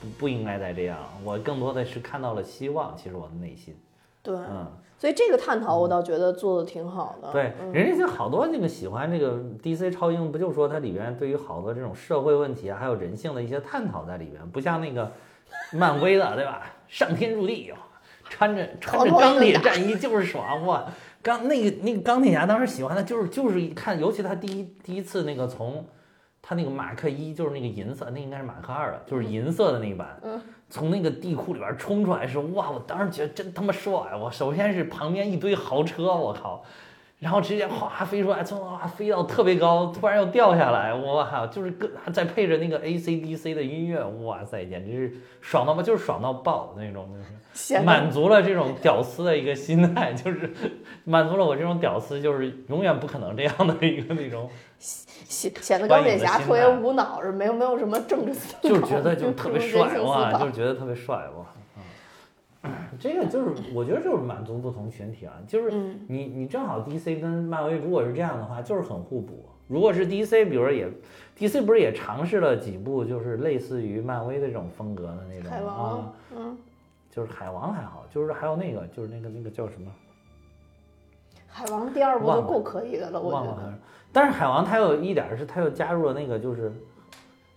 Speaker 2: 不不应该再这样，我更多的是看到了希望，其实我的内心，
Speaker 1: 对，
Speaker 2: 嗯。
Speaker 1: 所以这个探讨我倒觉得做的挺好的。嗯
Speaker 2: 对，人家就好多那个喜欢这个 DC 超英，不就说它里边对于好多这种社会问题啊，还有人性的一些探讨在里边，不像那个漫威的，对吧？上天入地，哦穿着穿着
Speaker 1: 哐哐
Speaker 2: 钢铁
Speaker 1: 就打
Speaker 2: 战衣就是爽哇！钢那个那个钢铁侠当时喜欢的就是就是一看，尤其他第一第一次那个从他那个马克一就是那个银色，那应该是马克二了，就是银色的那一版，从那个地库里边冲出来的时候，哇！我当时觉得真他妈帅！我首先是旁边一堆豪车，我靠，然后直接哗飞出来，从哇飞到特别高，突然又掉下来，哇！就是跟再配着那个 A C D C 的音乐，哇塞，简直是爽到爆，就是爽到爆的那种，就是。
Speaker 1: 显得
Speaker 2: 满足了这种屌丝的一个心态，就是满足了我这种屌丝，就是永远不可能这样的一个那种，
Speaker 1: 显显得
Speaker 2: 观
Speaker 1: 钢铁
Speaker 2: 影的
Speaker 1: 侠
Speaker 2: 心
Speaker 1: 特别
Speaker 2: 态
Speaker 1: 无脑似的，没有没有什么政治思考，
Speaker 2: 就是觉得就特别帅哇，
Speaker 1: 哇
Speaker 2: 就！是觉得特别帅哇。嗯，这个就是我觉得就是满足不同群体啊，就是
Speaker 1: 嗯
Speaker 2: 你你正好 DC 跟漫威如果是这样的话，就是很互补。如果是 DC，比如说也 DC 不是也尝试了几部就是类似于漫威的这种风格的那种
Speaker 1: 海
Speaker 2: 啊，
Speaker 1: 王，嗯，
Speaker 2: 就是海王还好，就是还有那个就是那个那个叫什么？
Speaker 1: 海王第二部
Speaker 2: 忘
Speaker 1: 就
Speaker 2: 了
Speaker 1: 够可以的了，我觉
Speaker 2: 忘了好
Speaker 1: 得
Speaker 2: 像是。但是海王他有一点儿是，他又加入了那个就是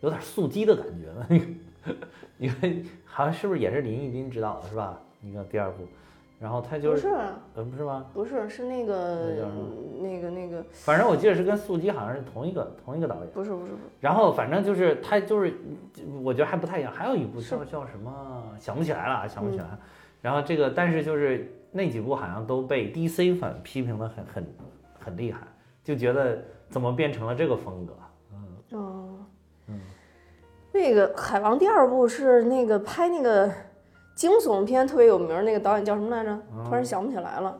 Speaker 2: 有点速激的感觉了，那个因为好像是不是也是林奕斌执导的是吧？那个第二部，然后他就
Speaker 1: 不
Speaker 2: 是
Speaker 1: 是
Speaker 2: 呃不是吗？
Speaker 1: 不是是那
Speaker 2: 那叫
Speaker 1: 个
Speaker 2: 什
Speaker 1: 那个那个
Speaker 2: 反正我记得是跟速激好像是同一个同一个导演。
Speaker 1: 不是不是不是
Speaker 2: 然后反正就是他就是，我觉得还不太一样。还有一部
Speaker 1: 是嗯
Speaker 2: 叫叫什么想不起来了，啊想不起来。然后这个但是就是那几部好像都被 DC 粉批评的很很很厉害，就觉得怎么变成了这个风格。
Speaker 1: 哦，那个海王第二部是那个拍那个惊悚片特别有名儿，那个导演叫什么来着？
Speaker 2: 嗯
Speaker 1: 突然想不起来了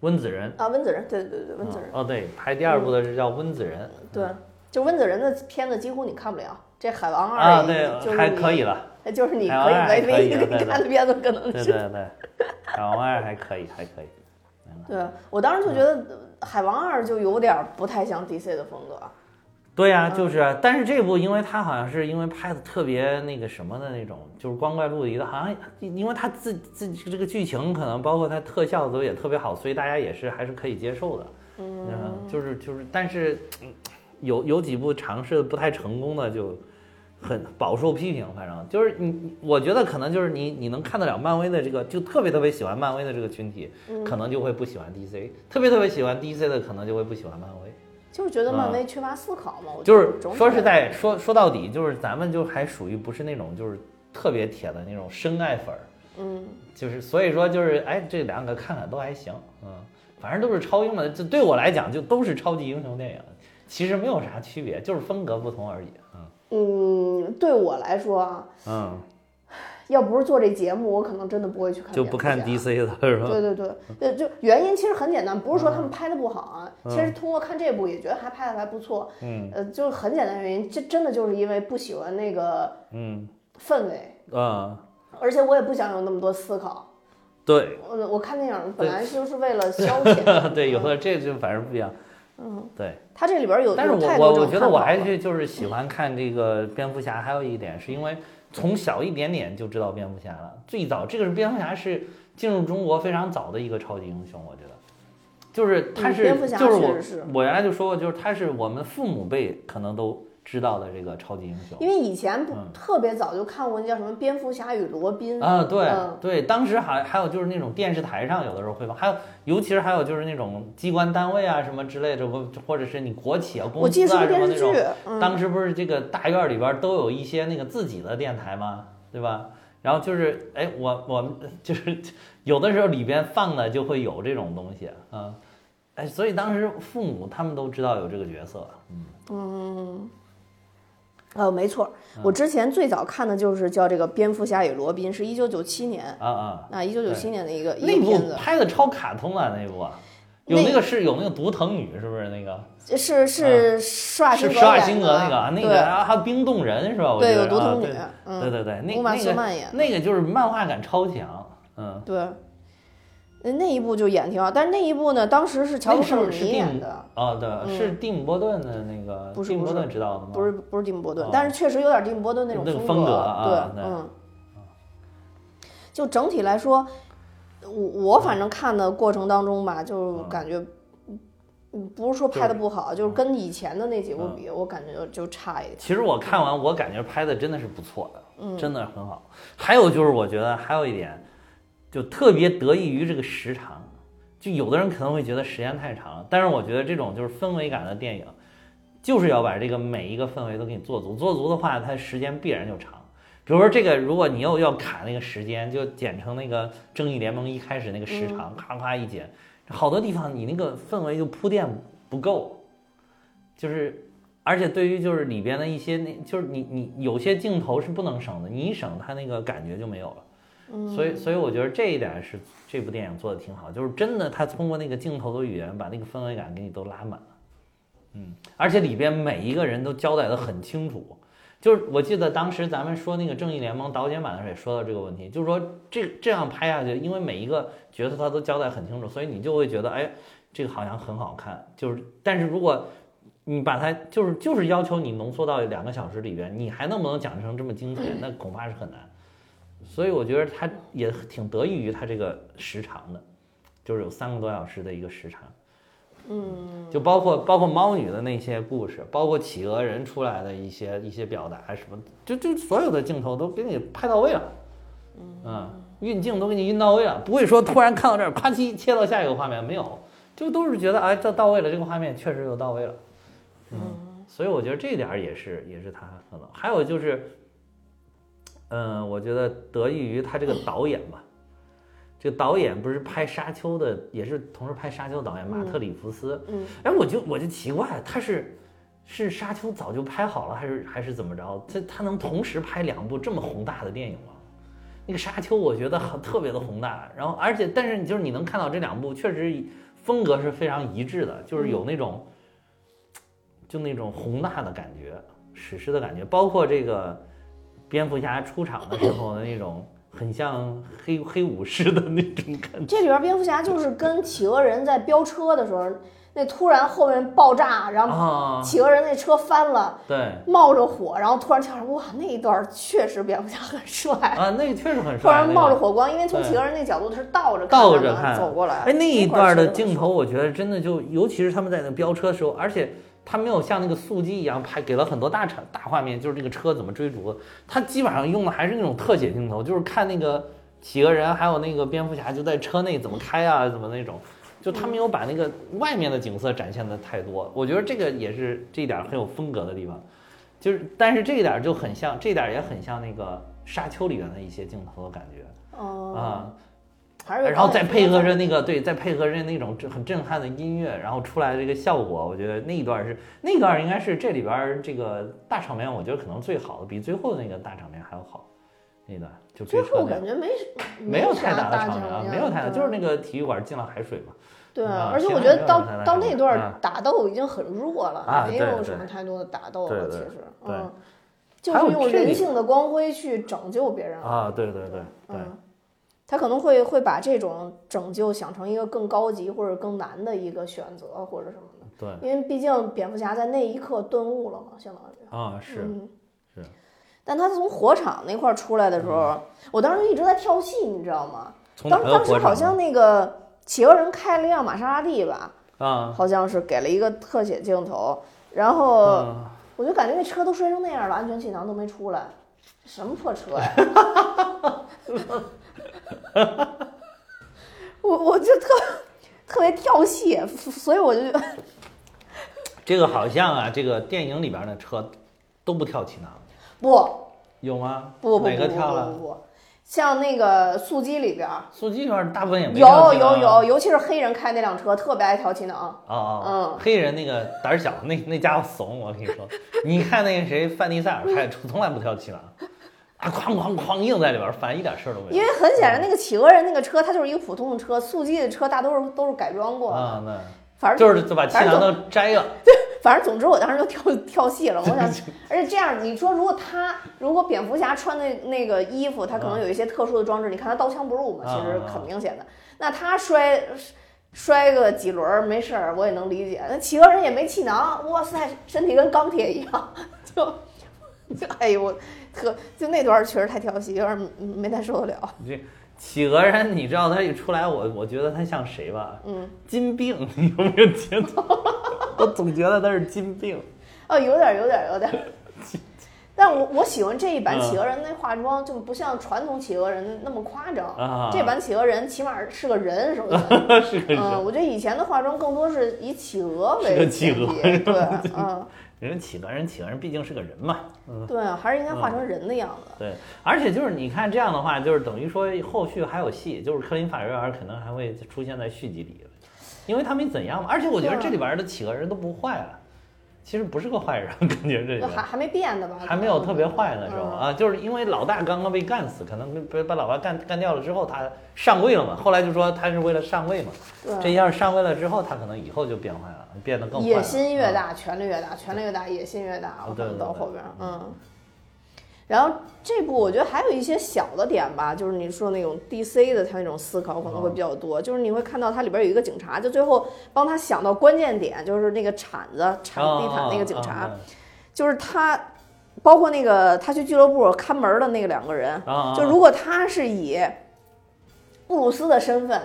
Speaker 2: 温子仁，
Speaker 1: 啊，温子仁，对对对对，温子仁，
Speaker 2: 哦，对，拍第二部的是叫温子仁，
Speaker 1: 对，就温子仁的片子几乎你看不了，这海王嗯二
Speaker 2: 啊，
Speaker 1: 就是
Speaker 2: 对，还
Speaker 1: 你
Speaker 2: 可以了，
Speaker 1: 哎就是你
Speaker 2: 海
Speaker 1: 可
Speaker 2: 王二还
Speaker 1: 以唯唯一一
Speaker 2: 可以
Speaker 1: 个
Speaker 2: 对
Speaker 1: 你看的片子，可能
Speaker 2: 对对
Speaker 1: 是。
Speaker 2: 对， 海王二还可以，还可以，
Speaker 1: 对我当时就觉得呃海王二就有点不太像 DC 的风格，
Speaker 2: 对呀、就是啊，但是这部因为他好像是因为拍的特别那个什么的那种，就是光怪陆离的，好像因为他自自己这个剧情可能包括他特效都也特别好，所以大家也是还是可以接受的，嗯，就是就是，但是嗯有有几部尝试的不太成功的就很饱受批评，反正就是你，我觉得可能就是你，你能看得了漫威的这个，就特别特别喜欢漫威的这个群体，可能就会不喜欢 DC，特别特别喜欢 DC 的，可能就会不喜欢漫威。
Speaker 1: 就是觉得漫威缺乏思考嘛。我
Speaker 2: 嗯就
Speaker 1: 觉
Speaker 2: 是
Speaker 1: 得总体
Speaker 2: 说实
Speaker 1: 来
Speaker 2: 在说说到底，就是咱们就还属于不是那种就是特别铁的那种深爱粉儿，
Speaker 1: 嗯，
Speaker 2: 就是所以说就是哎，这两个看看都还行，嗯，反正都是超英的，这对我来讲就都是超级英雄电影，其实没有啥区别，就是风格不同而已，嗯
Speaker 1: 嗯，对我来说啊，
Speaker 2: 嗯，
Speaker 1: 要不是做这节目，我可能真的不会去看。
Speaker 2: 就不看。DC 的是吧？嗯
Speaker 1: 对对对，呃，就原因其实很简单，不是说他们拍的不好啊，其实通过看这部也觉得还拍的还不错，
Speaker 2: 嗯
Speaker 1: 呃，就是很简单原因，这真的就是因为不喜欢那个
Speaker 2: 嗯
Speaker 1: 氛围，
Speaker 2: 啊，
Speaker 1: 而且我也不想有那么多思考，
Speaker 2: 对，
Speaker 1: 我我看电影本来就是为了消遣
Speaker 2: 对，有的这就反正不一样，
Speaker 1: 嗯，
Speaker 2: 对。
Speaker 1: 它这里边有，
Speaker 2: 但是
Speaker 1: 有
Speaker 2: 我
Speaker 1: 太多
Speaker 2: 我我
Speaker 1: 种
Speaker 2: 觉得
Speaker 1: 看
Speaker 2: 我
Speaker 1: 法
Speaker 2: 还
Speaker 1: 了嗯
Speaker 2: 是就是喜欢看这个蝙蝠侠，还有一点是因为从小一点点就知道蝙蝠侠了。最早这个是蝙蝠侠是进入中国非常早的一个超级英雄，我觉得，就是他
Speaker 1: 嗯
Speaker 2: 是、
Speaker 1: 蝙蝠侠
Speaker 2: 就是
Speaker 1: 确
Speaker 2: 我
Speaker 1: 实是
Speaker 2: 我原来就说过，就是他是我们父母辈可能都知道的这个超级英雄。
Speaker 1: 因为以前不
Speaker 2: 嗯
Speaker 1: 特别早就看过那叫什么《蝙蝠侠与罗宾》
Speaker 2: 啊，对
Speaker 1: 嗯
Speaker 2: 对，当时还还有就是那种电视台上有的时候会放，还有尤其是还有就是那种机关单位啊什么之类的，或或者是你国企啊、
Speaker 1: 我
Speaker 2: 公
Speaker 1: 记得
Speaker 2: 司
Speaker 1: 是
Speaker 2: 啊
Speaker 1: 个
Speaker 2: 什么
Speaker 1: 电视
Speaker 2: 那种
Speaker 1: 剧，嗯，
Speaker 2: 当时不是这个大院里边都有一些那个自己的电台吗？对吧？然后就是，哎，我我们就是有的时候里边放的就会有这种东西啊，哎，所以当时父母他们都知道有这个角色，
Speaker 1: 呃，没错儿，
Speaker 2: 嗯
Speaker 1: 我之前最早看的就是叫这个《蝙蝠侠与罗宾》，是一九九七年，
Speaker 2: 啊啊，
Speaker 1: 啊，一九九七年的一个一
Speaker 2: 那
Speaker 1: 个片
Speaker 2: 部
Speaker 1: 子，
Speaker 2: 拍的超卡通啊，那部啊有那个是有那个独藤女是不是那个？
Speaker 1: 是是施瓦
Speaker 2: 嗯是
Speaker 1: 辛
Speaker 2: 施
Speaker 1: 格
Speaker 2: 瓦
Speaker 1: 演
Speaker 2: 辛格
Speaker 1: 的
Speaker 2: 那个啊，那个
Speaker 1: 对
Speaker 2: 啊还有冰冻人是吧？我觉
Speaker 1: 对，
Speaker 2: 得
Speaker 1: 有独
Speaker 2: 啊
Speaker 1: 童女
Speaker 2: 对，对
Speaker 1: 嗯，
Speaker 2: 对对，那
Speaker 1: 乌玛
Speaker 2: 那
Speaker 1: 苏
Speaker 2: 个
Speaker 1: 曼演，
Speaker 2: 那个就是漫画感超强，嗯，
Speaker 1: 对，呃那一部就演挺好，但是那一部呢，当时是乔布
Speaker 2: 那是
Speaker 1: 克鲁
Speaker 2: 是
Speaker 1: 尼
Speaker 2: 蒂姆
Speaker 1: 演的，嗯
Speaker 2: 哦，对，是蒂姆·波顿的那个，
Speaker 1: 不是
Speaker 2: 蒂姆·
Speaker 1: 不
Speaker 2: 波
Speaker 1: 是
Speaker 2: 顿指导的吗？
Speaker 1: 不是不是蒂姆·波顿
Speaker 2: 哦，
Speaker 1: 但是确实有点蒂姆·波顿那种
Speaker 2: 那个
Speaker 1: 格，
Speaker 2: 风格啊
Speaker 1: 对，
Speaker 2: 对
Speaker 1: 嗯，就整体来说，我我反正看的过程当中吧，就
Speaker 2: 嗯
Speaker 1: 感觉。嗯不是说拍的不好，就是跟以前的那几部比，我感觉就差一点。
Speaker 2: 嗯
Speaker 1: 嗯
Speaker 2: 其实我看完，我感觉拍的真的是不错的，真的很好。还有就是，我觉得还有一点，就特别得益于这个时长。就有的人可能会觉得时间太长了，但是我觉得这种就是氛围感的电影，就是要把这个每一个氛围都给你做足。做足的话，它时间必然就长。比如说这个，如果你又要卡那个时间，就剪成那个《正义联盟》一开始那个时
Speaker 1: 嗯
Speaker 2: 长，咔咔一剪，好多地方你那个氛围就铺垫不够，就是而且对于就是里边的一些那，就是你你有些镜头是不能省的，你一省它那个感觉就没有了。所以所以我觉得这一点是这部电影做的挺好，就是真的它通过那个镜头的语言把那个氛围感给你都拉满了。嗯，而且里边每一个人都交代的很清楚。就是我记得当时咱们说那个《正义联盟》导演版的时候也说到这个问题，就是说这这样拍下去，因为每一个角色他都交代很清楚，所以你就会觉得哎，这个好像很好看。就是但是如果你把它就是就是要求你浓缩到两个小时里边，你还能不能讲成这么精彩？那恐怕是很难。所以我觉得它也挺得益于它这个时长的，就是有三个多小时的一个时长。嗯，就包括包括猫女的那些故事，包括企鹅人出来的一些一些表达什么，就就所有的镜头都给你拍到位了，嗯，运镜都给你运到位了，不会说突然看到这儿，啪叽切到下一个画面，没有，就都是觉得哎这到位了，这个画面确实又到位了。
Speaker 1: 哦
Speaker 2: 所以我觉得这一点儿也是也是他可能。还有就是，嗯，我觉得得益于他这个导演吧，这个导演不是拍《沙丘》的，也是同时拍《沙丘》导演马特·里弗斯。
Speaker 1: 嗯，
Speaker 2: 哎，我就我就奇怪，他是是《沙丘》早就拍好了，还是还是怎么着？他他能同时拍两部这么宏大的电影吗？那个《沙丘》我觉得很特别的宏大，然后而且但是你就是你能看到这两部确实风格是非常一致的，就是
Speaker 1: 嗯
Speaker 2: 有那种、就那种宏大的感觉、史诗的感觉，包括这个蝙蝠侠出场的时候的那种很像黑黑武士的那种感觉。
Speaker 1: 这里边蝙蝠侠就是跟企鹅人在飙车的时候，那突然后面爆炸，然后
Speaker 2: 啊，
Speaker 1: 企鹅人那车翻了，
Speaker 2: 对，
Speaker 1: 冒着火，然后突然跳上，哇，那一段确实蝙蝠侠很帅，
Speaker 2: 啊，那个确实很
Speaker 1: 突
Speaker 2: 帅。
Speaker 1: 然
Speaker 2: 那
Speaker 1: 冒
Speaker 2: 个
Speaker 1: 着火光，因为从
Speaker 2: 对
Speaker 1: 企鹅人那角度他是倒着
Speaker 2: 倒
Speaker 1: 看
Speaker 2: 着
Speaker 1: 的
Speaker 2: 看
Speaker 1: 走过来，
Speaker 2: 哎，那一
Speaker 1: 块
Speaker 2: 段
Speaker 1: 儿
Speaker 2: 的
Speaker 1: 确实很
Speaker 2: 镜头，我觉得真的就，尤其是他们在那飙车的时候，而且他没有像那个速激一样拍给了很多大场大画面，就是这个车怎么追逐，他基本上用的还是那种特写镜头，就是看那个企鹅人还有那个蝙蝠侠就在车内怎么开啊，怎么那种，就他没有把那个外面的景色展现的太多，我觉得这个也是这一点很有风格的地方，就是但是这一点就很像，这一点也很像那个沙丘里面的一些镜头的感觉
Speaker 1: 哦，
Speaker 2: 啊。
Speaker 1: 还是有
Speaker 2: 然后
Speaker 1: 导
Speaker 2: 再
Speaker 1: 演
Speaker 2: 配合
Speaker 1: 风格
Speaker 2: 着那个对，再配合着那种震很震撼的音乐，然后出来的这个效果，我觉得那一段是那一段应该是这里边儿这个大场面，我觉得可能最好的，比最后的那个大场面还要好。那一段就追
Speaker 1: 最
Speaker 2: 车
Speaker 1: 后
Speaker 2: 那
Speaker 1: 感
Speaker 2: 个，
Speaker 1: 觉没
Speaker 2: 没有太
Speaker 1: 啥
Speaker 2: 大的
Speaker 1: 场嗯
Speaker 2: 场面啊，没有太大，
Speaker 1: 对
Speaker 2: 就是那个体育馆进了海水嘛。
Speaker 1: 对，
Speaker 2: 啊
Speaker 1: 而且
Speaker 2: 其
Speaker 1: 我
Speaker 2: 他
Speaker 1: 觉
Speaker 2: 没
Speaker 1: 得
Speaker 2: 有
Speaker 1: 到
Speaker 2: 太大
Speaker 1: 到
Speaker 2: 场
Speaker 1: 那
Speaker 2: 面啊
Speaker 1: 段打斗已经很弱了，
Speaker 2: 啊
Speaker 1: 没
Speaker 2: 对
Speaker 1: 有
Speaker 2: 对
Speaker 1: 什么太多的打斗
Speaker 2: 对
Speaker 1: 了，其
Speaker 2: 对
Speaker 1: 实，
Speaker 2: 对
Speaker 1: 嗯，就
Speaker 2: 还
Speaker 1: 是
Speaker 2: 有
Speaker 1: 用
Speaker 2: 这里
Speaker 1: 人性的光辉去拯救别人，
Speaker 2: 啊，对对对对，
Speaker 1: 嗯，他可能会会把这种拯救想成一个更高级或者更难的一个选择或者什么的，
Speaker 2: 对
Speaker 1: 因为毕竟蝙蝠侠在那一刻顿悟了嘛，相当于
Speaker 2: 啊是，
Speaker 1: 嗯
Speaker 2: 是嗯
Speaker 1: 但他从火场那块儿出来的时候，我当时一直在跳戏，你知道吗？
Speaker 2: 从哪
Speaker 1: 当
Speaker 2: 个
Speaker 1: 当时
Speaker 2: 火
Speaker 1: 好
Speaker 2: 场
Speaker 1: 像那个企鹅人开了一辆玛莎拉蒂吧，
Speaker 2: 啊，
Speaker 1: 好像是给了一个特写镜头，然后
Speaker 2: 嗯
Speaker 1: 我就感觉那车都摔成那样了，安全气囊都没出来，什么破车呀！ 我我就特特别跳戏，所以我就
Speaker 2: 这个好像啊，这个电影里边的车都不跳气囊，
Speaker 1: 不不
Speaker 2: 有吗？
Speaker 1: 不不
Speaker 2: 哪
Speaker 1: 不
Speaker 2: 个
Speaker 1: 不
Speaker 2: 跳了
Speaker 1: 不？不，像那个速激里边儿
Speaker 2: 速激里边大部分也没
Speaker 1: 有
Speaker 2: 跳气
Speaker 1: 有
Speaker 2: 囊啊
Speaker 1: 有，尤其是黑人开那辆车特别爱跳气囊，
Speaker 2: 哦哦，
Speaker 1: 嗯
Speaker 2: 黑人那个胆儿小，那那家伙怂，我跟 你说，你看那个谁范迪塞尔开，从来不跳气囊，啊，哐哐哐硬在里边翻，一点事儿都没
Speaker 1: 因
Speaker 2: 有。
Speaker 1: 为很显
Speaker 2: 嗯
Speaker 1: 然那个企鹅人那个车它就是一个普通的车，速激的车大多数都是改装过的，
Speaker 2: 啊，那
Speaker 1: 反正
Speaker 2: 就是就把气囊都摘了。
Speaker 1: 反正总之我当时就跳 跳戏了，我想，而且这样你说，如果他如果蝙蝠侠穿的那个衣服，他可能有一些特殊的装置，你看他刀枪不入嘛，其实很明显的。那他摔摔个几轮儿没事儿，我也能理解。那企鹅人也没气囊，哇塞，身体跟钢铁一样，就 就哎呦我特就那段儿确实太跳戏，有点儿没太受得了。
Speaker 2: 你这企鹅人，你知道他一出来，我我觉得他像谁吧？
Speaker 1: 嗯，
Speaker 2: 金病，你有没有觉 得？我总觉得他是金病。
Speaker 1: 哦，有点儿，有点儿，有 点儿。但我我喜欢这一版
Speaker 2: 嗯
Speaker 1: 企鹅人那化妆，就是不像传统企鹅人那么夸张。
Speaker 2: 啊
Speaker 1: 这版企鹅人起码是个人，首 先，
Speaker 2: 是个人，
Speaker 1: 嗯，我觉得以前的化妆更多是以企鹅
Speaker 2: 是个
Speaker 1: 为
Speaker 2: 企鹅
Speaker 1: 前提对，嗯，
Speaker 2: 人企鹅人，企鹅人毕竟是个人嘛。
Speaker 1: 对，啊还是应该
Speaker 2: 嗯
Speaker 1: 画成人的样子。
Speaker 2: 对，而且就是你看这样的话，就是等于说后续还有戏，就是科林法瑞尔可能还会出现在续集里，因为他没怎样嘛。而且我觉得
Speaker 1: 对啊
Speaker 2: 这里边的企鹅人都不坏啊，其实不是个坏人， 感觉这里
Speaker 1: 就
Speaker 2: 边
Speaker 1: 还还没变的吧？
Speaker 2: 还没有特别坏呢，
Speaker 1: 嗯
Speaker 2: 是吧？啊，就是因为老大刚刚被干死，可能被把老大干干掉了之后，他上位了嘛。后来就说他是为了上位嘛，这
Speaker 1: 对，
Speaker 2: 要是上位了之后，他可能以后就变坏了，变得更坏了
Speaker 1: 野心越
Speaker 2: 啊
Speaker 1: 大，权力越大，权力越大，野心越大。我
Speaker 2: 对
Speaker 1: 看
Speaker 2: 对
Speaker 1: 到
Speaker 2: 对
Speaker 1: 后边儿，嗯。然后这部我觉得还有一些小的点吧，就是你说那种 DC 的它那种思考可
Speaker 2: 嗯
Speaker 1: 能会比较多，就是你会看到它里边有一个警察，就最后帮他想到关键点，就是那个铲子
Speaker 2: 嗯
Speaker 1: 铲地毯
Speaker 2: 哦
Speaker 1: 那个警察，就是他，包括那个他去俱乐部看门的那个两个人，
Speaker 2: 啊啊啊
Speaker 1: 就如果他是以布鲁斯的身份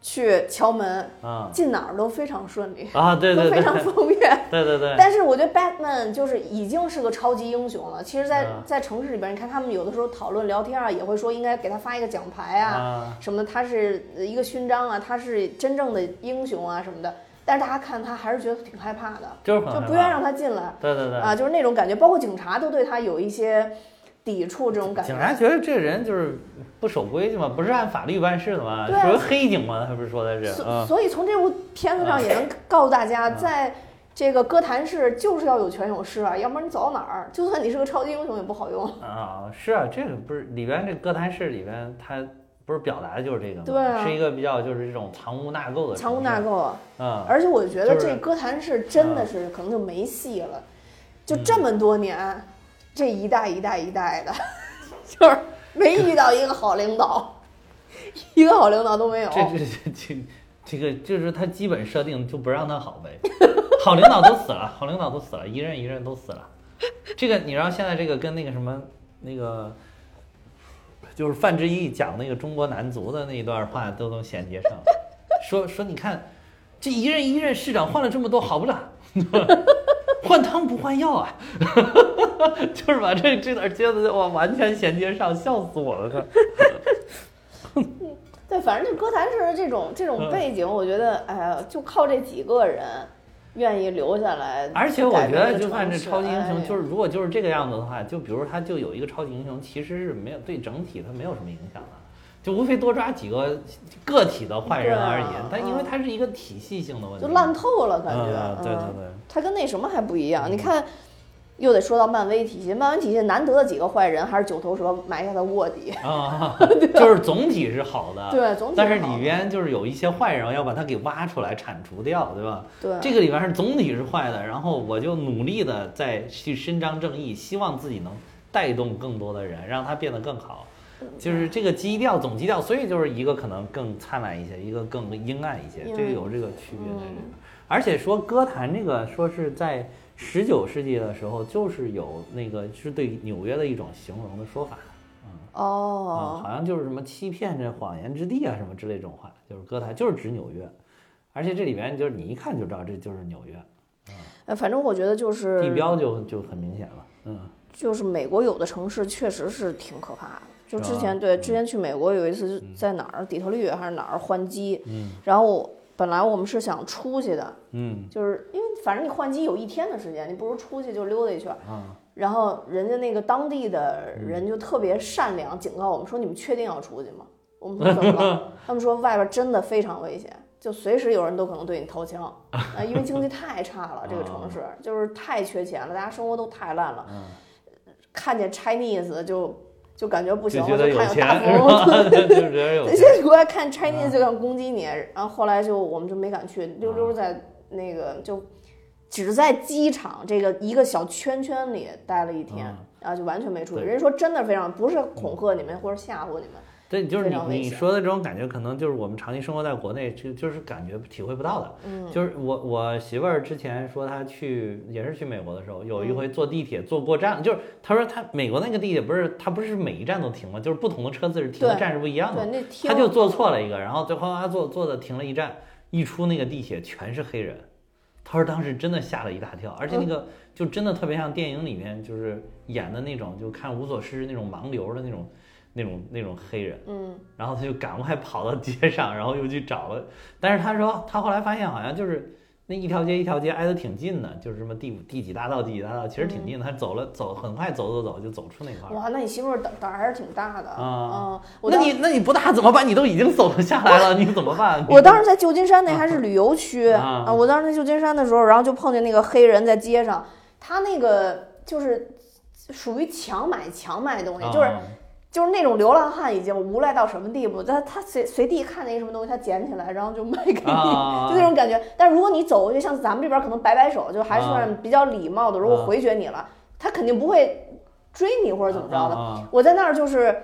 Speaker 1: 去敲门，
Speaker 2: 啊
Speaker 1: 进哪儿都非常顺利，
Speaker 2: 啊，对对
Speaker 1: 都
Speaker 2: 对
Speaker 1: 非 常方便。
Speaker 2: 对对对，
Speaker 1: 但是我觉得 Batman 就是已经是个超级英雄了。其实在，在
Speaker 2: 嗯
Speaker 1: 城市里边，你看他们有的时候讨论聊天啊，也会说应该给他发一个奖牌啊，
Speaker 2: 啊
Speaker 1: 什么他是一个勋章啊，他是真正的英雄啊什么的。但是大家看他还是觉得挺害怕的，
Speaker 2: 就是嗯很
Speaker 1: 就
Speaker 2: 害
Speaker 1: 不愿
Speaker 2: 怕
Speaker 1: 意让他进来
Speaker 2: 对对对
Speaker 1: 啊，就是那种感觉。包括警察都对他有一些抵触，这种感觉。
Speaker 2: 警察觉得这人就是不守规矩嘛，不是按法律办事的嘛，
Speaker 1: 对啊
Speaker 2: 属于黑警嘛，他不是说的是，
Speaker 1: 所
Speaker 2: 嗯，
Speaker 1: 所以从这部片子上也能告诉大家，
Speaker 2: 嗯
Speaker 1: 在这个哥谭市就是要有权有势啊，要不然你走到哪儿，就算你是个超级英雄也不好用。
Speaker 2: 啊，是啊，这个不是里边这哥谭市里边他不是表达的就是这个吗？
Speaker 1: 对啊
Speaker 2: 是一个比较就是这种藏污纳垢的
Speaker 1: 藏污纳
Speaker 2: 垢，
Speaker 1: 垢啊，
Speaker 2: 嗯，
Speaker 1: 而且我觉得
Speaker 2: 就是
Speaker 1: 这哥谭市真的是可能就没戏了，就这么多年，这一代一代一代的， 就是没遇到一个好领导， 一个好领导都没有。
Speaker 2: 这这这这这个就是他基本设定就不让他好呗， 好领导都死了，好领导都死了，一任一任都死了，这个你知道现在这个跟那个什么那个。就是范志毅讲那个中国男足的那一段话都能衔接上，说说你看，这一任一任市长换了这么多，好不了， 换汤不换药啊， 就是把这这段接的我完全衔接上，笑死我了！
Speaker 1: 对，反正就歌坛式的这种这
Speaker 2: 嗯
Speaker 1: 种背景，我觉得，哎呀，就靠这几个人愿意留下来。
Speaker 2: 而且我
Speaker 1: 改
Speaker 2: 觉
Speaker 1: 变
Speaker 2: 得，
Speaker 1: 个
Speaker 2: 就算
Speaker 1: 城
Speaker 2: 是
Speaker 1: 市
Speaker 2: 超级英雄，
Speaker 1: 哎
Speaker 2: 就是如果就是这个样子的话，就比如他就有一个超级英雄，其实是没有对整体他没有什么影响的，就无非多抓几个个体的坏人而已
Speaker 1: 对啊。
Speaker 2: 但因为它是一个体系性的问题，
Speaker 1: 就烂透了，感觉。
Speaker 2: 嗯对对对嗯
Speaker 1: 它跟那什么还不一样。你看，又得说到漫威体系，漫威体系难得的几个坏人还是九头蛇埋下的卧底。
Speaker 2: 啊，就是总体是好的，
Speaker 1: 对总体
Speaker 2: 啊但是
Speaker 1: 是好
Speaker 2: 里
Speaker 1: 的
Speaker 2: 边就是有一些坏人，要把他给挖出来铲除掉，对吧？
Speaker 1: 对
Speaker 2: 这个里边是总体是坏的，然后我就努力的在去伸张正义，希望自己能带动更多的人，让他变得更好。就是这个基调，总基调，所以就是一个可能更灿烂一些，一个更阴暗一些，
Speaker 1: 阴暗
Speaker 2: 这个有这个区别在这里。而且说歌坛这个，说是在十九世纪的时候，就是有那个是对纽约的一种形容的说法。啊，
Speaker 1: 哦，
Speaker 2: 好像就是什么欺骗这谎言之地啊什么之类这种话，就是歌坛就是指纽约，而且这里边就是你一看就知道这就是纽约，
Speaker 1: 呃反正我觉得就是
Speaker 2: 地标就就很明显了，嗯，
Speaker 1: 就是美国有的城市确实是挺可怕的。就是之
Speaker 2: 吧
Speaker 1: 前对之前去美国有一次在哪儿底特律还是哪儿换机，
Speaker 2: 嗯
Speaker 1: 然后本来我们是想出去的，
Speaker 2: 嗯
Speaker 1: 就是因为反正你换机有一天的时间，你不如出去就溜达一圈儿。
Speaker 2: 啊
Speaker 1: 然后人家那个当地的人就特别善良，警告我们说：“你们确定要出去吗？”我们说怎么 了？他们说外边真的非常危险，就随时有人都可能对你掏枪啊！因为经济太差了，这个城
Speaker 2: 啊
Speaker 1: 市就是太缺钱了，大家生活都太烂了，
Speaker 2: 嗯，
Speaker 1: 看见 Chinese 就就感觉不行
Speaker 2: 就
Speaker 1: 了，就
Speaker 2: 觉得有
Speaker 1: 看见大
Speaker 2: 钱
Speaker 1: 富
Speaker 2: 是
Speaker 1: 翁。
Speaker 2: 吧？就觉得有
Speaker 1: 那
Speaker 2: 钱，嗯
Speaker 1: 些国外看 Chinese 就想攻击你，然后后来就我们就没敢去，溜
Speaker 2: 嗯
Speaker 1: 溜在那个就只在机场这个一个小圈圈里待了一天，
Speaker 2: 嗯
Speaker 1: 然后就完全没出去。
Speaker 2: 对
Speaker 1: 人说真的非常不是恐吓你们或者吓唬你们，
Speaker 2: 对，就是
Speaker 1: 非
Speaker 2: 你
Speaker 1: 常危
Speaker 2: 你
Speaker 1: 险
Speaker 2: 说的这种感觉，可能就是我们长期生活在国内，就就是感觉体会不到的。
Speaker 1: 嗯，
Speaker 2: 就是我我媳妇儿之前说她去也是去美国的时候，有
Speaker 1: 嗯
Speaker 2: 一回坐地铁坐过站，就是她说她美国那个地铁不是它不是每一站都停吗？就是不同的车次是停的
Speaker 1: 对
Speaker 2: 站是不一样
Speaker 1: 对，
Speaker 2: 的，
Speaker 1: 那听
Speaker 2: 她就坐错了一个，然后就哗哗哗坐坐的停了一站，一出那个地铁全是黑人，她说当时真的吓了一大跳，而且那
Speaker 1: 嗯
Speaker 2: 个就真的特别像电影里面就是演的那种，就看无所事事那种盲流的那种那种那种黑人。
Speaker 1: 嗯，
Speaker 2: 然后他就赶快跑到街上，然后又去找了。但是他说，他后来发现好像就是那一条街一条街挨得挺近的，就是什么第五第几大道第几大道，其实挺
Speaker 1: 嗯
Speaker 2: 近的。他走了走，很快走走走就走出那块儿。
Speaker 1: 哇，那你媳妇儿胆胆儿还是挺大的
Speaker 2: 啊
Speaker 1: 嗯，我
Speaker 2: 那
Speaker 1: 当
Speaker 2: 你那你不大怎么办？你都已经走了下来了，你怎么办？
Speaker 1: 我当时在旧金山那还是旅游区
Speaker 2: 啊
Speaker 1: 我当时在旧金山的时候，然后就碰见那个黑人在街上，他那个就是属于强买强卖东西，
Speaker 2: 啊
Speaker 1: 就是就是那种流浪汉已经无赖到什么地步，他他随随地看见一个什么东西，他捡起来然后就卖给你，
Speaker 2: 啊
Speaker 1: 就那种感觉。但如果你走过去，像咱们这边可能摆摆手，就还是算比较礼貌的，如果
Speaker 2: 啊
Speaker 1: 回绝你了，他肯定不会追你或者怎么着的。
Speaker 2: 啊
Speaker 1: 我在那儿就是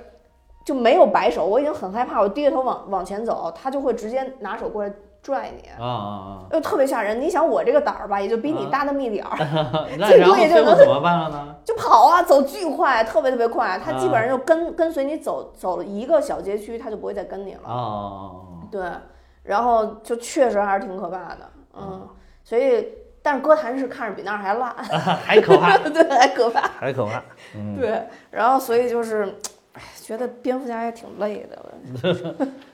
Speaker 1: 就没有摆手，我已经很害怕，我低着头往往前走，他就会直接拿手过来拽你，
Speaker 2: 啊啊
Speaker 1: 就特别吓人。你想我这个胆儿吧，也就比你
Speaker 2: 啊
Speaker 1: 大那么一点儿，
Speaker 2: 啊！那
Speaker 1: 最
Speaker 2: 然后
Speaker 1: 多也就
Speaker 2: 最后
Speaker 1: 能
Speaker 2: 怎么办了呢？
Speaker 1: 就跑啊，走巨快，特别特别
Speaker 2: 啊
Speaker 1: 快。他基本上就跟、跟随你走走了一个小街区，他就不会再跟你了。
Speaker 2: 哦，
Speaker 1: 对，然后就确实还是挺可怕的，嗯，所以但是歌坛是看着比那儿还烂，
Speaker 2: 还可 怕，
Speaker 1: 对，还可怕，
Speaker 2: 还可怕。嗯，
Speaker 1: 对，然后所以就是，哎，觉得蝙蝠侠也挺累的，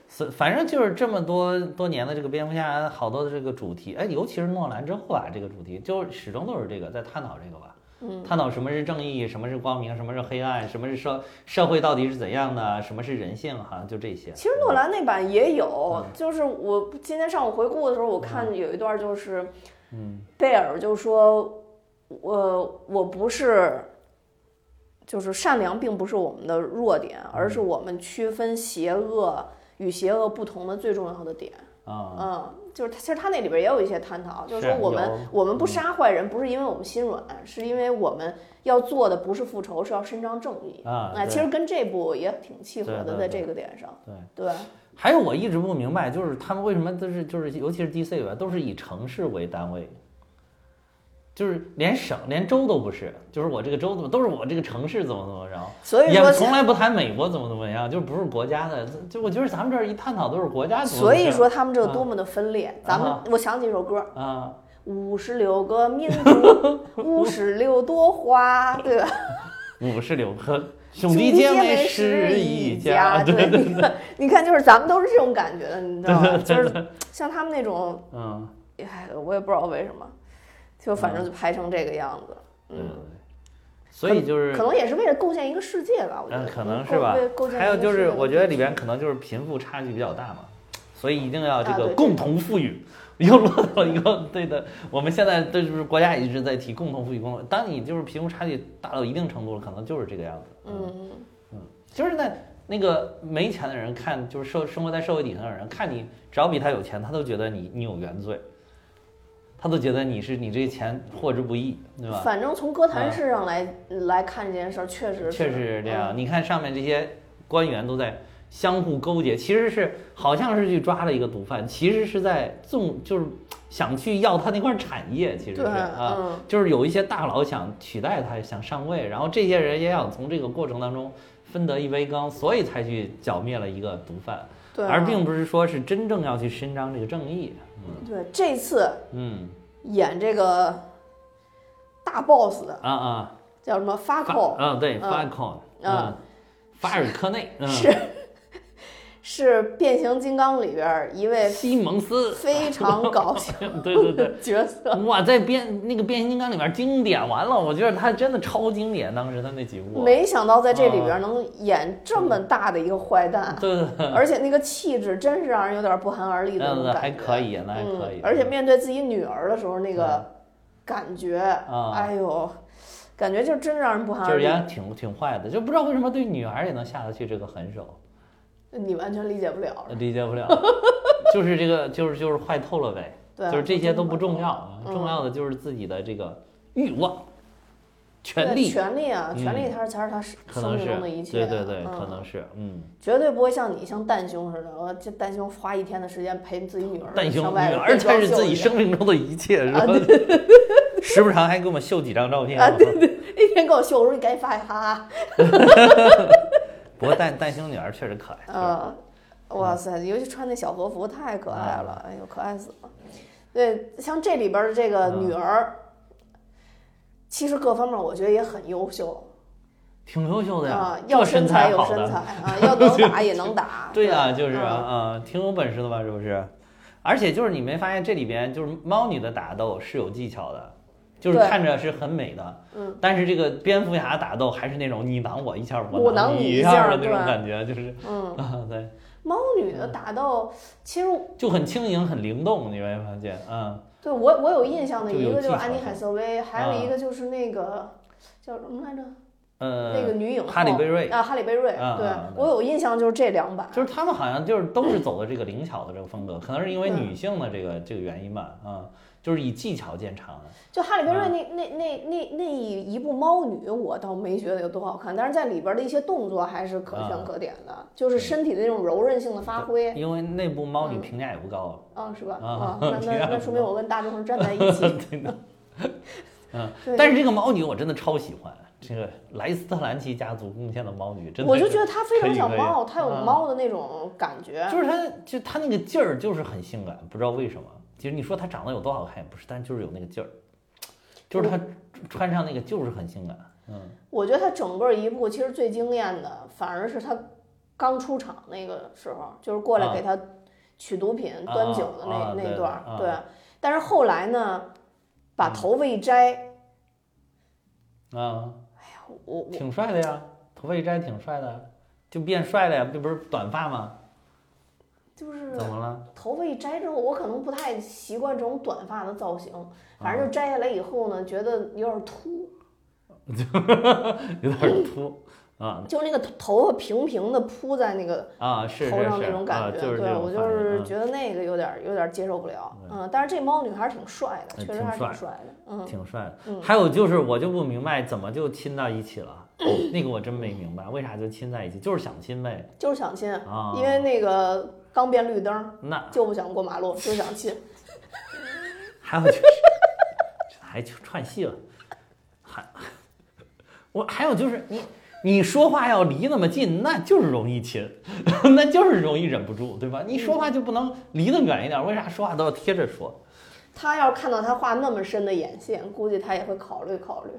Speaker 2: 所反正就是这么多多年的这个蝙蝠侠，好多的这个主题，哎，尤其是诺兰之后吧，这个主题就是始终都是这个在探讨这个吧，
Speaker 1: 嗯，
Speaker 2: 探讨什么是正义，什么是光明，什么是黑暗，什么是社社会到底是怎样的，什么是人性，好像就这些。
Speaker 1: 其实诺兰那版也有，就是我今天上午回顾的时候，我看有一段就是，嗯，贝尔就说，我我不是，就是善良并不是我们的弱点，而是我们区分邪恶与邪恶不同的最重要的点。
Speaker 2: 啊、
Speaker 1: 嗯，就是他，其实他那里边也有一些探讨，就是说
Speaker 2: 是
Speaker 1: 我们
Speaker 2: 有嗯
Speaker 1: 我们不杀坏人，不是因为我们心软，是因为我们要做的不是复仇，是要伸张正义哎
Speaker 2: 啊
Speaker 1: 那其
Speaker 2: 对
Speaker 1: 实跟这部也挺契合
Speaker 2: 对
Speaker 1: 的，
Speaker 2: 对
Speaker 1: 在
Speaker 2: 对
Speaker 1: 这个点上，
Speaker 2: 对
Speaker 1: 对，
Speaker 2: 还有我一直不明白，就是他们为什么都是就是尤其是 DC 里边都是以城市为单位，就是连省连州都不是，就是我这个州怎么都是我这个城市怎么怎么着。
Speaker 1: 所以
Speaker 2: 也
Speaker 1: 说
Speaker 2: 从来不谈美国怎么怎么样，就不是国家的，就我觉得咱们这儿一探讨都是国家怎么怎
Speaker 1: 所
Speaker 2: 么
Speaker 1: 以
Speaker 2: 样
Speaker 1: 说他们这有
Speaker 2: 啊
Speaker 1: 多么的分裂。咱们
Speaker 2: 啊
Speaker 1: 我想起一首歌，
Speaker 2: 啊
Speaker 1: 五十六个民 族，五十六朵花，对吧？
Speaker 2: 五十六个兄
Speaker 1: 兄
Speaker 2: 弟姐
Speaker 1: 姐
Speaker 2: 妹
Speaker 1: 是
Speaker 2: 是
Speaker 1: 一
Speaker 2: 一家，
Speaker 1: 对，你看， 你看，就是咱们都是这种感觉的，你知道吧？就是像他们那种，
Speaker 2: 嗯，
Speaker 1: 哎，我也不知道为什么，就反正就拍成这个样子，嗯
Speaker 2: 对对对。所以就是
Speaker 1: 可能也是为了构建一个世界吧，我觉
Speaker 2: 嗯，
Speaker 1: 得
Speaker 2: 可能
Speaker 1: 构
Speaker 2: 是吧
Speaker 1: 为了构。建
Speaker 2: 还
Speaker 1: 一
Speaker 2: 有
Speaker 1: 个嗯
Speaker 2: 就
Speaker 1: 世
Speaker 2: 是，
Speaker 1: 界
Speaker 2: 我觉得里边可能就是贫富差距比较大嘛，所以一定要这
Speaker 1: 啊
Speaker 2: 个
Speaker 1: 对
Speaker 2: 共同富裕，又落到一个对的。我们现在对就是国家一直在提共同富裕，共同。当你就是贫富差距大到一定程度了，可能就是这个样子。
Speaker 1: 嗯，
Speaker 2: 就是那那个没钱的人看，就是社生活在社会底层的人看你，只要比他有钱，他都觉得你你有原罪，他都觉得你是你这钱获之不易，对吧？嗯
Speaker 1: 反正从歌坛式上来来看这件事儿，确实
Speaker 2: 确实是这样。
Speaker 1: 嗯
Speaker 2: 你看上面这些官员都在相互勾结，其实是好像是去抓了一个毒贩，其实是在纵，就是想去要他那块产业，其实
Speaker 1: 对，
Speaker 2: 是啊。
Speaker 1: 嗯，
Speaker 2: 就是有一些大佬想取代他，想上位，然后这些人也想从这个过程当中分得一杯羹，所以才去剿灭了一个毒贩，
Speaker 1: 对啊，
Speaker 2: 而并不是说是真正要去伸张这个正义。
Speaker 1: 对这次
Speaker 2: 嗯
Speaker 1: 演这个大 boss 的
Speaker 2: 啊啊，
Speaker 1: 叫什么发
Speaker 2: 法
Speaker 1: 寇，
Speaker 2: 啊对，
Speaker 1: 嗯
Speaker 2: 法寇，
Speaker 1: 嗯
Speaker 2: 嗯，法尔科内，嗯，
Speaker 1: 是是变形金刚里边儿一位
Speaker 2: 西 蒙斯，
Speaker 1: 非常搞笑
Speaker 2: 对对对。
Speaker 1: 的角色。
Speaker 2: 哇，在变那个变形金刚里面经典完了，我觉得他真的超经典，当时他那几部，
Speaker 1: 没想到在这
Speaker 2: 啊
Speaker 1: 里边儿能演这
Speaker 2: 嗯
Speaker 1: 么大的一个坏蛋，
Speaker 2: 对对对，
Speaker 1: 而且那个气质真是让人有点不寒而栗的那
Speaker 2: 那
Speaker 1: 种
Speaker 2: 嗯那
Speaker 1: 感觉。
Speaker 2: 还可以，那还可以嗯
Speaker 1: 嗯，，而且面对自己女儿的时候，那个感觉，
Speaker 2: 啊
Speaker 1: 哎呦，感觉就真让人不寒
Speaker 2: 就
Speaker 1: 而
Speaker 2: 是
Speaker 1: 栗。
Speaker 2: 也挺挺坏的，就不知道为什么对女孩也能下得去这个狠手，
Speaker 1: 你完全理解不了，
Speaker 2: 理解不 了，就是这个就是就是坏透了呗，
Speaker 1: 对，啊
Speaker 2: 就是这些都不重要，
Speaker 1: 嗯
Speaker 2: 啊，重要的就是自己的这个欲望、权
Speaker 1: 对
Speaker 2: 利，
Speaker 1: 权利啊，权利
Speaker 2: 嗯
Speaker 1: 它是才是他
Speaker 2: 可
Speaker 1: 生
Speaker 2: 能是
Speaker 1: 命中的一切
Speaker 2: 对
Speaker 1: 啊，
Speaker 2: 对对，
Speaker 1: 嗯
Speaker 2: 可能是，嗯，
Speaker 1: 绝对不会像你像蛋兄似的，我这蛋兄花一天的时间陪自己女儿
Speaker 2: 但行，
Speaker 1: 上
Speaker 2: 女
Speaker 1: 外边
Speaker 2: 儿才是
Speaker 1: 装修
Speaker 2: 自己
Speaker 1: 一
Speaker 2: 生命中的一切，是吧
Speaker 1: 啊？
Speaker 2: 时不常还给我们秀几张照片，
Speaker 1: 啊对天一天给我秀，我说你赶紧发啊一哈，
Speaker 2: 不过蛋蛋星女儿确实可爱，确实
Speaker 1: 嗯，哇塞，尤其穿那小和服太可爱
Speaker 2: 啊
Speaker 1: 了，哎呦可爱死了。对，像这里边的这个
Speaker 2: 啊
Speaker 1: 女儿，其实各方面我觉得也很优秀
Speaker 2: 挺优秀的呀
Speaker 1: 啊，，要
Speaker 2: 这身
Speaker 1: 身材有
Speaker 2: 好
Speaker 1: 身
Speaker 2: 的，。
Speaker 1: 材啊，要能打也能打
Speaker 2: 对呀，就是啊，
Speaker 1: 嗯
Speaker 2: 啊，挺有本事的嘛，是不是？而且就是你没发现这里边就是猫女的打斗是有技巧的，就是
Speaker 1: 对
Speaker 2: 看着是很美的，
Speaker 1: 嗯，
Speaker 2: 但是这个蝙蝠侠打斗还是那种你挡我一下，
Speaker 1: 我
Speaker 2: 挡
Speaker 1: 挡你
Speaker 2: 一
Speaker 1: 一下
Speaker 2: 的那
Speaker 1: 对
Speaker 2: 种
Speaker 1: 吧
Speaker 2: 感觉，就是
Speaker 1: 嗯，
Speaker 2: 啊，对，
Speaker 1: 猫女
Speaker 2: 嗯
Speaker 1: 的打斗，其实
Speaker 2: 就很轻盈，很灵动，你没发现？嗯，
Speaker 1: 对我我有印象的
Speaker 2: 就
Speaker 1: 一
Speaker 2: 有
Speaker 1: 个就
Speaker 2: 技
Speaker 1: 是
Speaker 2: 巧
Speaker 1: 安妮
Speaker 2: 性
Speaker 1: 海瑟薇，还有
Speaker 2: 啊
Speaker 1: 一个就是那个叫什么来着？那个
Speaker 2: 呃，
Speaker 1: 女影后
Speaker 2: 哈利贝瑞
Speaker 1: 啊，哈利贝瑞，
Speaker 2: 啊
Speaker 1: 对
Speaker 2: 啊啊
Speaker 1: 我有印象就是这两版。
Speaker 2: 就是他们好像就是 都是走的这个灵巧的这个风格，可能是因为
Speaker 1: 嗯
Speaker 2: 女性的这个这个原因吧，啊，就是以技巧见长的。
Speaker 1: 就哈利贝瑞
Speaker 2: 啊
Speaker 1: 那、那那那那一部猫女，我倒没觉得有多好看，但是在里边的一些动作还是可
Speaker 2: 啊
Speaker 1: 圈可点的，就是身体的那种柔韧性的发挥，
Speaker 2: 因为那部猫女
Speaker 1: 嗯
Speaker 2: 评价也不高，
Speaker 1: 啊，是吧？
Speaker 2: 嗯 啊
Speaker 1: 那那那说明我跟大众是站 在一起。
Speaker 2: 对的， 嗯，
Speaker 1: 对
Speaker 2: 但是这个猫女我真的超喜欢，这个莱斯特兰奇家族贡献的猫女，真的，
Speaker 1: 我就觉得它非常像猫，
Speaker 2: 可以啊
Speaker 1: 它有猫的那种感觉。
Speaker 2: 就是她，就她那个劲儿就是很性感，不知道为什么。其实你说她长得有多好看也不是，但就是有那个劲儿，就是她穿上那个就是很性感，嗯，
Speaker 1: 我觉得它整个一部其实最惊艳的，反而是它刚出场那个时候，就是过来给他取毒品、
Speaker 2: 啊
Speaker 1: 端酒的那、
Speaker 2: 啊对
Speaker 1: 那段儿
Speaker 2: 啊嗯
Speaker 1: 对。但是后来呢，把头发一摘，哎
Speaker 2: 啊，
Speaker 1: 我我
Speaker 2: 挺帅的呀，头发一摘挺帅的，就变帅了呀，这不是短发吗？
Speaker 1: 就是
Speaker 2: 怎么了？
Speaker 1: 头发一摘之后，我可能不太习惯这种短发的造型，反
Speaker 2: 啊
Speaker 1: 正就摘下来以后呢，觉得有点秃，
Speaker 2: 有点秃啊
Speaker 1: 就那个头头发平平的铺在那个
Speaker 2: 啊，是
Speaker 1: 嗯
Speaker 2: 是
Speaker 1: 头上
Speaker 2: 是
Speaker 1: 那种
Speaker 2: 啊
Speaker 1: 感觉，
Speaker 2: 就是这
Speaker 1: 对
Speaker 2: 种
Speaker 1: 我就
Speaker 2: 发型
Speaker 1: 是
Speaker 2: 嗯
Speaker 1: 觉得那个有点有点接受不了，嗯，但是这猫女还是挺帅的，
Speaker 2: 哎
Speaker 1: 确实
Speaker 2: 挺
Speaker 1: 还是挺
Speaker 2: 帅
Speaker 1: 帅的，嗯，
Speaker 2: 挺帅的。
Speaker 1: 嗯
Speaker 2: 还有就是，我就不明白怎么就亲到一起了，那个我真没明白，为啥就亲在一起，就是想亲呗
Speaker 1: 就是想亲，
Speaker 2: 啊。
Speaker 1: 因为那个刚变绿灯
Speaker 2: 那
Speaker 1: 就不想过马路，就想 亲，
Speaker 2: 还有就是，这还就串戏了，还我还有就是你你说话要离那么近，那就是容易亲， 那就是容易忍不住，对吧？你说话就不能离得远一点，为啥说话都要贴着说？
Speaker 1: 他要是看到他画那么深的眼线，估计他也会考虑考虑。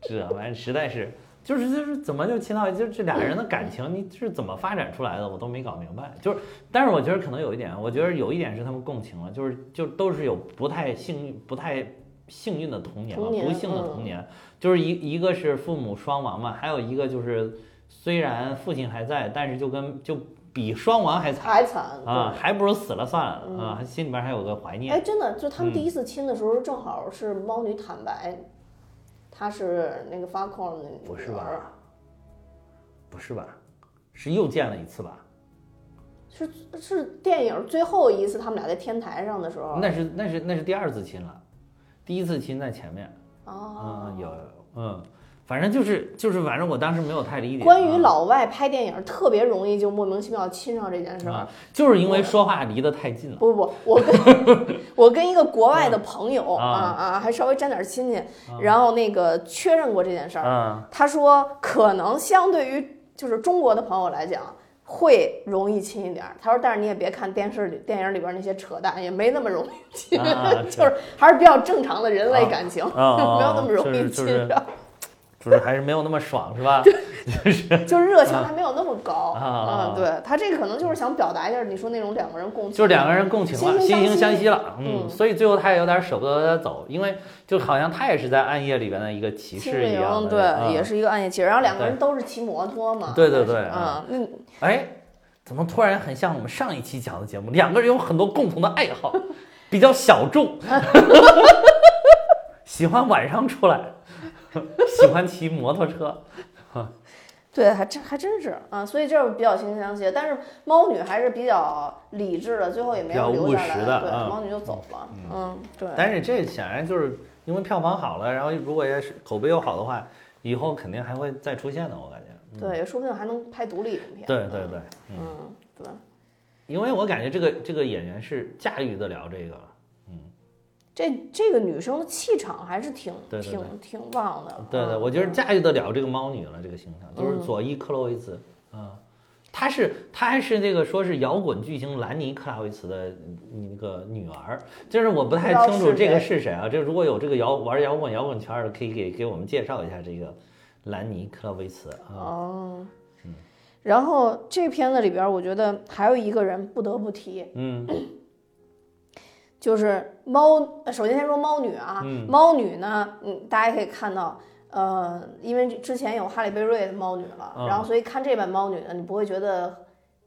Speaker 2: 这玩意儿实在是，就是就是怎么就秦到就是这俩人的感情你是怎么发展出来的，我都没搞明白。就是，但是我觉得可能有一点，我觉得有一点是他们共情了，就是就都是有不太幸运、不太幸运的童年了，
Speaker 1: 童年
Speaker 2: 不幸的
Speaker 1: 嗯
Speaker 2: 童年，就是一一个是父母双亡嘛，还有一个就是虽然父亲还在，但是就跟就比双亡还惨
Speaker 1: 还惨
Speaker 2: 啊，还不如死了算了啊，心里边还有个怀念。
Speaker 1: 嗯哎，真的，就他们
Speaker 2: 嗯
Speaker 1: 第一次亲的时候，正好是猫女坦白，她是那个发控的女
Speaker 2: 不是
Speaker 1: 儿
Speaker 2: 吧？不是吧？是又见了一次吧？
Speaker 1: 是是电影最后一次他们俩在天台上的时候。
Speaker 2: 那是那是那是第二次亲了，第一次亲在前面啊、
Speaker 1: 哦，
Speaker 2: 有嗯，反正就是就是反正我当时没有太理解。
Speaker 1: 关于
Speaker 2: 啊
Speaker 1: 老外拍电影特别容易就莫名其妙亲上这件事儿。
Speaker 2: 啊，就是因为说话离得太近了。
Speaker 1: 不不不，我跟 我跟一个国外的朋友
Speaker 2: 啊
Speaker 1: 啊啊，还稍微沾点亲戚，然后那个确认过这件事儿。
Speaker 2: 嗯，
Speaker 1: 他说，可能相对于就是中国的朋友来讲，会容易亲一点儿。他说，但是你也别看电视里、电影里边那些扯淡，也没那么容易亲，
Speaker 2: 啊
Speaker 1: 就是还是比较正常的人类感情，
Speaker 2: 啊啊 啊
Speaker 1: 没有那么容易
Speaker 2: 就是就
Speaker 1: 亲
Speaker 2: 是
Speaker 1: 上，
Speaker 2: 就是还是没有那么爽是吧？
Speaker 1: 就是热情还没有那么高。
Speaker 2: 啊啊啊
Speaker 1: 嗯，
Speaker 2: 啊
Speaker 1: 对他这个可能就是想表达一下，你说那种两个人共情，
Speaker 2: 就是两个人共情了，
Speaker 1: 惺惺
Speaker 2: 惺
Speaker 1: 相惜
Speaker 2: 惺相惜了，嗯，
Speaker 1: 嗯
Speaker 2: 所以最后他也有点舍不得他走，因为就好像他也是在暗夜里边的一个骑
Speaker 1: 清
Speaker 2: 士一样
Speaker 1: 明，
Speaker 2: 的，
Speaker 1: 对，
Speaker 2: 嗯
Speaker 1: 也是一个暗夜骑士，然后两个人都是骑摩托嘛。
Speaker 2: 对对对啊
Speaker 1: 嗯，那
Speaker 2: 哎，怎么突然很像我们上一期讲的节目？两个人有很多共同的爱 好，比较小 众，喜欢晚上出来，喜欢骑摩托车。
Speaker 1: 对，还真还真是啊，所以这是比较惺惺相惜。但是猫女还是比较理智的，最后也没有
Speaker 2: 比较
Speaker 1: 留下
Speaker 2: 务
Speaker 1: 来
Speaker 2: 实，的
Speaker 1: 对，
Speaker 2: 嗯
Speaker 1: 猫女就走了。嗯，对，
Speaker 2: 但是这显然就是因为票房好了，然后如果也是口碑又好的话，以后肯定还会再出现的，我感觉。
Speaker 1: 对，也说不定还能拍独立影片。
Speaker 2: 对对对，
Speaker 1: 嗯，对，
Speaker 2: 因为我感觉这个这个演员是驾驭得了这个了。
Speaker 1: 这这个女生的气场还是挺
Speaker 2: 对对对
Speaker 1: 挺挺旺的。
Speaker 2: 对对，
Speaker 1: 嗯
Speaker 2: 我觉得驾驭得了这个猫女了，这个形象就是佐伊克洛维茨，嗯，她是她还是那个说是摇滚巨星兰尼克拉维茨的那个女儿，就是我不太清楚这个是谁啊，这如果有这个摇玩摇滚摇滚圈的，可以给给我们介绍一下这个兰尼克拉维茨啊，嗯
Speaker 1: 哦。然后这片子里边，我觉得还有一个人不得不提，
Speaker 2: 嗯
Speaker 1: 就是猫，呃首先先说猫女啊，猫女呢，嗯，大家可以看到，呃，因为之前有哈利贝瑞的猫女了，
Speaker 2: 嗯
Speaker 1: 然后所以看这版猫女呢，你不会觉得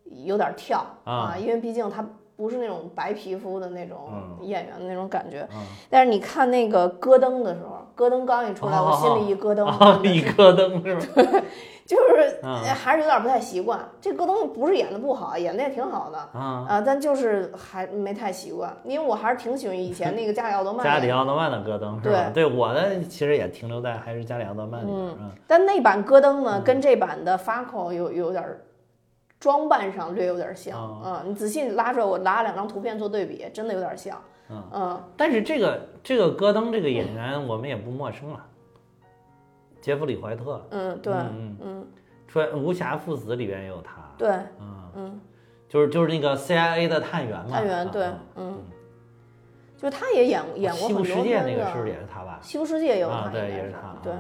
Speaker 1: 有点跳
Speaker 2: 啊
Speaker 1: 因为毕竟她不是那种白皮肤的那种演员的那种感觉。
Speaker 2: 嗯
Speaker 1: 但是你看那个戈登的时候，戈登刚一出来，
Speaker 2: 哦
Speaker 1: 我心里一 咯噔，
Speaker 2: 啊，里克登是吧？
Speaker 1: 就是、
Speaker 2: 嗯
Speaker 1: 呃还是有点不太习惯。这戈登不是演的不好，演的也挺好的。
Speaker 2: 啊，
Speaker 1: 啊，但就是还没太习惯，因为我还是挺喜欢以前那个加里奥德 曼
Speaker 2: 加
Speaker 1: 演
Speaker 2: 里
Speaker 1: 的。
Speaker 2: 奥德曼的戈登是吧？对，我的其实也停留在还是加里奥德曼里边，嗯
Speaker 1: 但那版戈登呢，跟这版的 f a c o 有有点儿装扮上略有点像，
Speaker 2: 哦
Speaker 1: 嗯，你仔细拉出来，我拿两张图片做对比，真的有点像，
Speaker 2: 嗯
Speaker 1: 嗯，
Speaker 2: 但是这个这个戈登这个演员我们也不陌生了，杰弗里怀特，
Speaker 1: 嗯，对，
Speaker 2: 嗯
Speaker 1: 嗯，
Speaker 2: 出来《无暇父子》里边也有他，
Speaker 1: 对，
Speaker 2: 嗯，
Speaker 1: 嗯，
Speaker 2: 就是就是那个 CIA 的探员嘛，
Speaker 1: 探员，对
Speaker 2: 啊，哦
Speaker 1: 嗯，就他也演演过
Speaker 2: 西
Speaker 1: 很
Speaker 2: 部
Speaker 1: 多
Speaker 2: 世界那
Speaker 1: 片
Speaker 2: 个是不是
Speaker 1: 子，
Speaker 2: 也是他吧？
Speaker 1: 西部世界也有他
Speaker 2: 啊，
Speaker 1: 应
Speaker 2: 对，
Speaker 1: 该
Speaker 2: 也
Speaker 1: 是
Speaker 2: 他，啊
Speaker 1: 对，。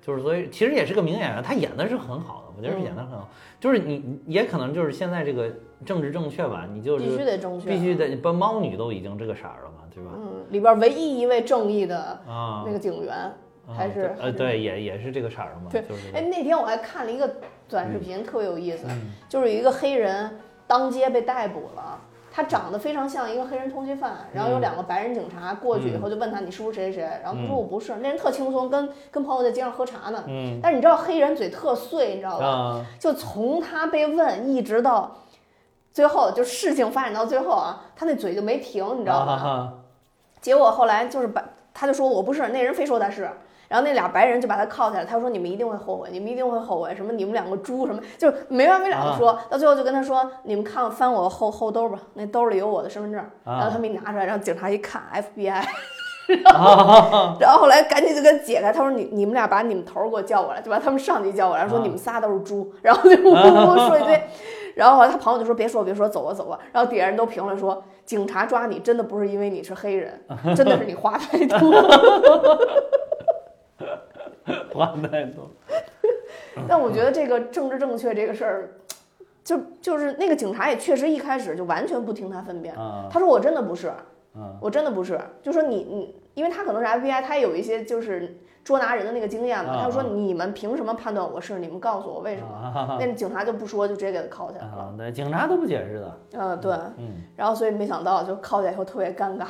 Speaker 2: 就是，所以其实也是个名演员，他演的是很好的，
Speaker 1: 嗯
Speaker 2: 我觉得是演的很好。就是你也可能就是现在这个政治正确吧，你就
Speaker 1: 必须
Speaker 2: 是
Speaker 1: 得正确，
Speaker 2: 必须，得把猫女都已经这个色儿了嘛，对吧？
Speaker 1: 嗯，里边唯一一位正义的
Speaker 2: 啊
Speaker 1: 那，个警员，
Speaker 2: 啊
Speaker 1: 还是
Speaker 2: 对呃对，也也是这个色儿了嘛，
Speaker 1: 对
Speaker 2: 就是
Speaker 1: 哎，那天我还看了一个短视
Speaker 2: 嗯
Speaker 1: 频，特别有意思，就是有一个黑人当街被逮捕了。他长得非常像一个黑人通缉犯，然后
Speaker 2: 嗯
Speaker 1: 有两个白人警察过去以后就问他你是不是谁谁谁，然后他说我不是，那人特轻松，跟跟朋友在街上喝茶呢。
Speaker 2: 嗯
Speaker 1: 但是你知道黑人嘴特碎，你知道吧？
Speaker 2: 啊，
Speaker 1: 就从他被问一直到最后，就事情发展到最后啊，他那嘴就没停，你知道吗？
Speaker 2: 啊哈哈
Speaker 1: 结果后来就是把他就说我不是，那人非说他是。然后那俩白人就把他铐起来，他说你们一定会后悔，你们一定会后悔，什么你们两个猪什么，就是没完没了的说，到最后就跟他说，你们看翻我后后兜吧，那兜里有我的身份证，然后他们一拿出来，让警察一看 FBI，然后后来赶紧就给解开，他说你你们俩把你们头儿给我叫过来，就把他们上级叫过来，说
Speaker 2: 啊
Speaker 1: 你们仨都是猪，然后就呜呜呜说一堆，然后他朋友就说别说别说，走吧走吧。然后底下人都评论说，警察抓你真的不是因为你是黑人，真的是你话太多了。
Speaker 2: 话太多。
Speaker 1: 但我觉得这个政治正确这个事儿，就就是那个警察也确实一开始就完全不听他分辨，
Speaker 2: 啊
Speaker 1: 他说我真的不是，
Speaker 2: 啊
Speaker 1: 我真的不是，就说你你，因为他可能是 FBI，他也有一些就是捉拿人的那个经验嘛，
Speaker 2: 啊
Speaker 1: 他就说
Speaker 2: 啊
Speaker 1: 你们凭什么判断我是？你们告诉我为什么？
Speaker 2: 啊
Speaker 1: 那警察就不说，就直接给他铐起来了。
Speaker 2: 啊！对，警察都不解释的。
Speaker 1: 嗯、对，
Speaker 2: 嗯，
Speaker 1: 然后所以没想到就铐起来以后特别尴尬。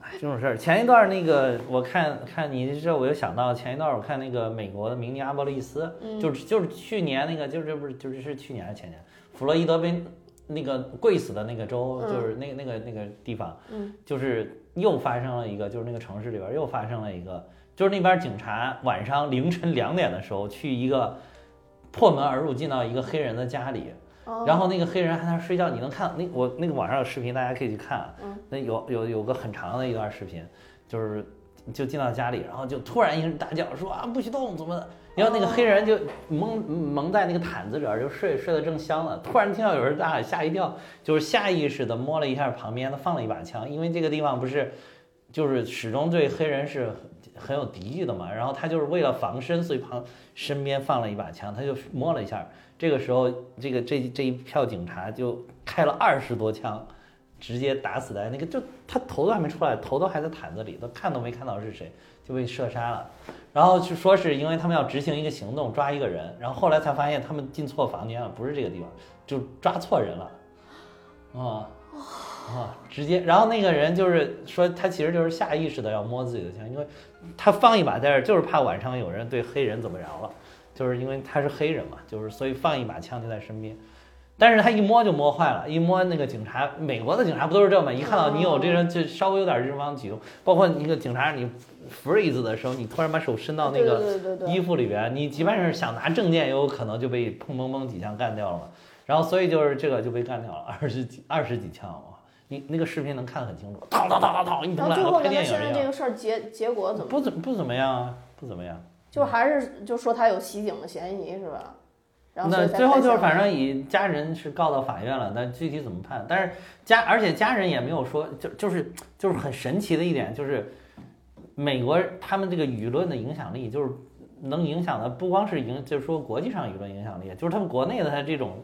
Speaker 2: 哎，这种事儿，前一段那个我看看你这，我又想到前一段我看那个美国的明尼阿波利斯，就是就是去年那个，就是这不是就是是去年还是前年，弗洛伊德被那个跪死的那个州，
Speaker 1: 嗯
Speaker 2: 就是那个那个那个地方，
Speaker 1: 嗯，
Speaker 2: 就是又发生了一个，就是那个城市里边又发生了一个，就是那边警察晚上凌晨两点的时候去一个破门而入进到一个黑人的家里，
Speaker 1: 哦
Speaker 2: 然后那个黑人还在那儿睡觉，你能看那我那个网上有视频，大家可以去看啊。
Speaker 1: 嗯
Speaker 2: 那有有有个很长的一段视频，就是就进到家里，然后就突然一声大叫说啊不许动怎么的，然后那个黑人就蒙蒙在那个毯子里边就睡睡得正香呢，突然听到有人大喊，吓一跳，就是下意识的摸了一下旁边，他放了一把枪，因为这个地方不是就是始终对黑人是很有敌意的嘛，然后他就是为了防身，所以旁身边放了一把枪，他就摸了一下。这个时候，这个这这一票警察就开了二十多枪，直接打死在那个，就他头都还没出来，头都还在毯子里，都看都没看到是谁，就被射杀了。然后就说是因为他们要执行一个行动，抓一个人，然后后来才发现他们进错房间了，不是这个地方，就抓错人了，啊、啊，直接，然后那个人就是说，他其实就是下意识的要摸自己的枪，因为他放一把在这儿，就是怕晚上有人对黑人怎么着了，就是因为他是黑人嘛，就是所以放一把枪就在身边。但是他一摸就摸坏了，一摸那个警察，美国的警察不都是这么？一看到你有这人，就稍微有点日方举动，包括那个警察你 freeze 的时候，你突然把手伸到那个
Speaker 1: 对对对对对，
Speaker 2: 衣服里边，你即便是想拿证件，也有可能就被砰砰砰几枪干掉了嘛。然后所以就是这个就被干掉了，二十几 二十几枪哇！你那个视频能看得很清楚，当当当当当，一
Speaker 1: 然
Speaker 2: 通
Speaker 1: 后
Speaker 2: 来
Speaker 1: 最
Speaker 2: 和
Speaker 1: 后
Speaker 2: 拍
Speaker 1: 跟他
Speaker 2: 电影
Speaker 1: 现在
Speaker 2: 一
Speaker 1: 这
Speaker 2: 样。
Speaker 1: 个事儿结结果怎么？
Speaker 2: 不怎不怎么样啊，不怎么样。
Speaker 1: 就还是就说他有袭警的嫌疑是吧？然后所
Speaker 2: 那
Speaker 1: 以才
Speaker 2: 最后就是
Speaker 1: 开枪
Speaker 2: 反正以家人是告到法院了，但具体怎么判？但是家而且家人也没有说，就就是就是很神奇的一点就是，美国他们这个舆论的影响力就是能影响的不光是影，就是说国际上舆论影响力，就是他们国内的他这种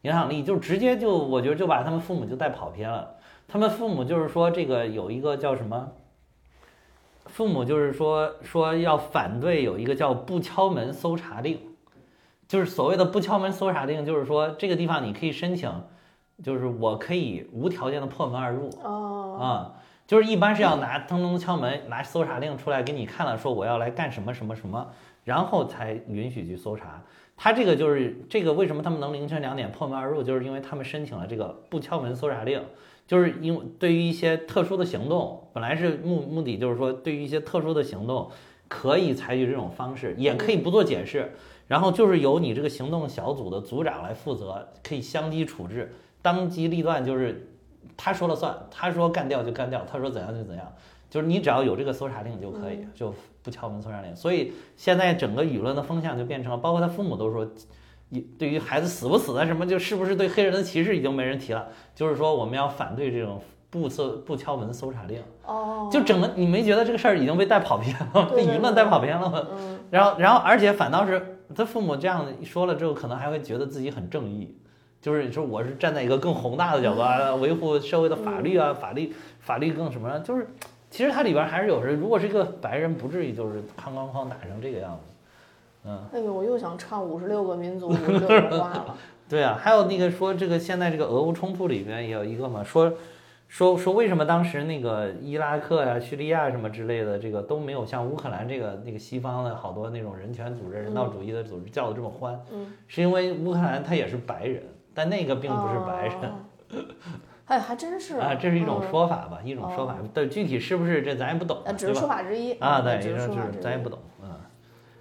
Speaker 2: 影响力，就直接就我觉得就把他们父母就带跑偏了。他们父母就是说这个有一个叫什么？父母就是说说要反对有一个叫不敲门搜查令，就是所谓的不敲门搜查令，就是说这个地方你可以申请，就是我可以无条件的破门而入
Speaker 1: 哦，
Speaker 2: 啊、就是一般是要拿噔噔敲门，拿搜查令出来给你看了，说我要来干什么什么什么，然后才允许去搜查。他这个就是这个为什么他们能凌晨两点破门而入，就是因为他们申请了这个不敲门搜查令，就是因为对于一些特殊的行动，本来是目目的就是说对于一些特殊的行动，可以采取这种方式，也可以不做解释，然后就是由你这个行动小组的组长来负责，可以相机处置，当机立断，就是他说了算，他说干掉就干掉，他说怎样就怎样，就是你只要有这个搜查令就可以，
Speaker 1: 嗯
Speaker 2: 就不敲门搜查令。所以现在整个舆论的风向就变成了，包括他父母都说。也对于孩子死不死的啊什么，就是不是对黑人的歧视已经没人提了，就是说我们要反对这种不搜不敲门搜查令，
Speaker 1: 哦，
Speaker 2: 就整个你没觉得这个事儿已经被带跑偏了吗，
Speaker 1: 对
Speaker 2: 被
Speaker 1: 对
Speaker 2: 舆论
Speaker 1: 对
Speaker 2: 带跑偏了吗？
Speaker 1: 嗯，
Speaker 2: 然后，然后，而且反倒是他父母这样说了之后，可能还会觉得自己很正义，就是你说我是站在一个更宏大的角度啊，维护社会的法律啊，法律法律更什么啊，就是其实它里边还是有人，如果是一个白人，不至于就是哐哐哐打成这个样子。嗯，
Speaker 1: 哎呦，我又想唱五十六个民族五十六个花 了。
Speaker 2: 对啊，还有那个说这个现在这个俄乌冲突里边也有一个嘛，说说说为什么当时那个伊拉克呀、叙利亚什么之类的，这个都没有像乌克兰这个那个西方的好多那种人权组织、人道主义的组织叫的这么欢，
Speaker 1: 嗯
Speaker 2: 是因为乌克兰它也是白人，但那个并不是白 人、
Speaker 1: 哦。哎，还真是
Speaker 2: 啊，这是一种
Speaker 1: 嗯
Speaker 2: 说法吧，一种说法，但具体是不是这咱也不懂，
Speaker 1: 呃，只
Speaker 2: 对
Speaker 1: 是
Speaker 2: 吧？
Speaker 1: 说法之一嗯
Speaker 2: 啊，对，
Speaker 1: 只
Speaker 2: 就是
Speaker 1: 说法之
Speaker 2: 是
Speaker 1: 一。
Speaker 2: 咱也不懂，嗯，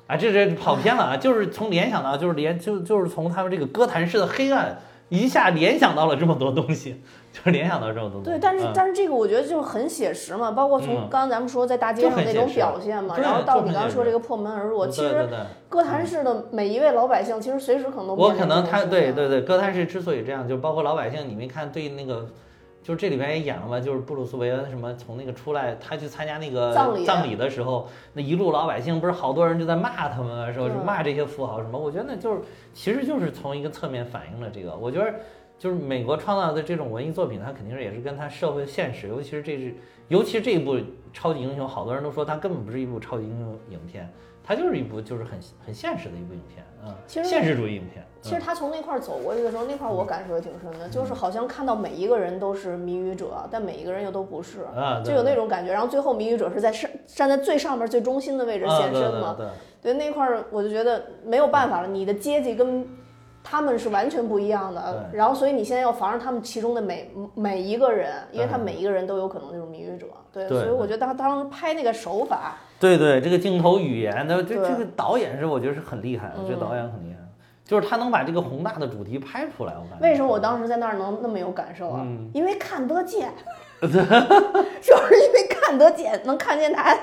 Speaker 2: 啊，这这跑偏了啊，就是从联想到，就是联就就是从他们这个哥谭市的黑暗一下联想到了这么多东西，就是联想到这么多东西。
Speaker 1: 对，但是
Speaker 2: 嗯
Speaker 1: 但是这个我觉得就是很写实嘛，包括从
Speaker 2: 嗯
Speaker 1: 刚刚咱们说在大街
Speaker 2: 就
Speaker 1: 上
Speaker 2: 很
Speaker 1: 那
Speaker 2: 写
Speaker 1: 种
Speaker 2: 实
Speaker 1: 表现嘛，
Speaker 2: 对
Speaker 1: 然后到
Speaker 2: 就
Speaker 1: 你
Speaker 2: 很
Speaker 1: 刚刚
Speaker 2: 写
Speaker 1: 说这
Speaker 2: 实嗯
Speaker 1: 个破门而入，其
Speaker 2: 对对
Speaker 1: 实
Speaker 2: 对
Speaker 1: 哥谭市的每一位老百姓，其实随时可能都
Speaker 2: 我
Speaker 1: 面
Speaker 2: 可
Speaker 1: 临
Speaker 2: 能
Speaker 1: 这种
Speaker 2: 他
Speaker 1: 事
Speaker 2: 对
Speaker 1: 情
Speaker 2: 对对，哥谭市之所以这样，就包括老百姓，你没看对那个，就是这里边也演了嘛，就是布鲁斯韦恩什么从那个出来，他去参加那个
Speaker 1: 葬礼
Speaker 2: 的时候，那一路老百姓不是好多人就在骂他们嘛，说是
Speaker 1: 对
Speaker 2: 骂这些富豪什么，我觉得那就是其实就是从一个侧面反映了这个，我觉得。就是美国创造的这种文艺作品，它肯定是也是跟它社会现实，尤其是这是，尤其是这一部超级英雄，好多人都说它根本不是一部超级英雄影片，它就是一部就是很很现实的一部影片，嗯，
Speaker 1: 其实
Speaker 2: 现实主义影片。
Speaker 1: 其实他从那块儿走过去的时候，那块儿我感受也挺深的，
Speaker 2: 嗯
Speaker 1: 就是好像看到每一个人都是谜语者，但每一个人又都不是，
Speaker 2: 啊，
Speaker 1: 就有那种感觉。然后最后谜语者是在上站在最上面最中心的位置现身嘛，
Speaker 2: 啊对，
Speaker 1: 对那块儿我就觉得没有办法了，你的阶级跟他们是完全不一样的。然后所以你现在要防着他们其中的每每一个人，因为他
Speaker 2: 嗯
Speaker 1: 每一个人都有可能就是谜语者，对，
Speaker 2: 对
Speaker 1: 所以我
Speaker 2: 对
Speaker 1: 觉得当当时拍那个手法，
Speaker 2: 对对，这个镜头语言，那这
Speaker 1: 对
Speaker 2: 这个导演是我觉得是很厉害的，啊这
Speaker 1: 嗯
Speaker 2: 导演很厉害，就是他能把这个宏大的主题拍出来，我感觉。嗯
Speaker 1: 为什么我当时在那儿能那么有感受啊？因为看得 见，主要是因为看得见，能看见他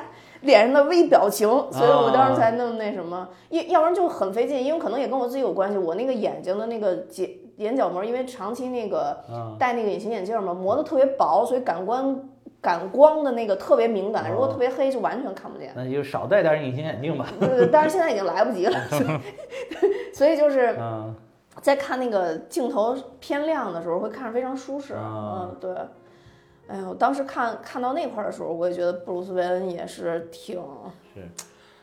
Speaker 1: 脸上的微表情，
Speaker 2: 啊
Speaker 1: 所以我当时才那么那什么，要、要不然就很费劲，因为可能也跟我自己有关系，我那个眼睛的那个结眼角膜，因为长期那个
Speaker 2: 嗯
Speaker 1: 戴那个隐形眼镜嘛，磨得特别薄，所以感官感光的那个特别敏
Speaker 2: 哦
Speaker 1: 感，如果特别黑就完全看不见。
Speaker 2: 那就少戴点隐形眼镜吧。
Speaker 1: 对对，但是现在已经来不及 了，所以所以就是
Speaker 2: 嗯，
Speaker 1: 在看那个镜头偏亮的时候，会看着非常舒适。
Speaker 2: 啊
Speaker 1: 嗯，对。哎呦，当时看看到那块儿的时候，我也觉得布鲁斯·韦恩也是挺
Speaker 2: 是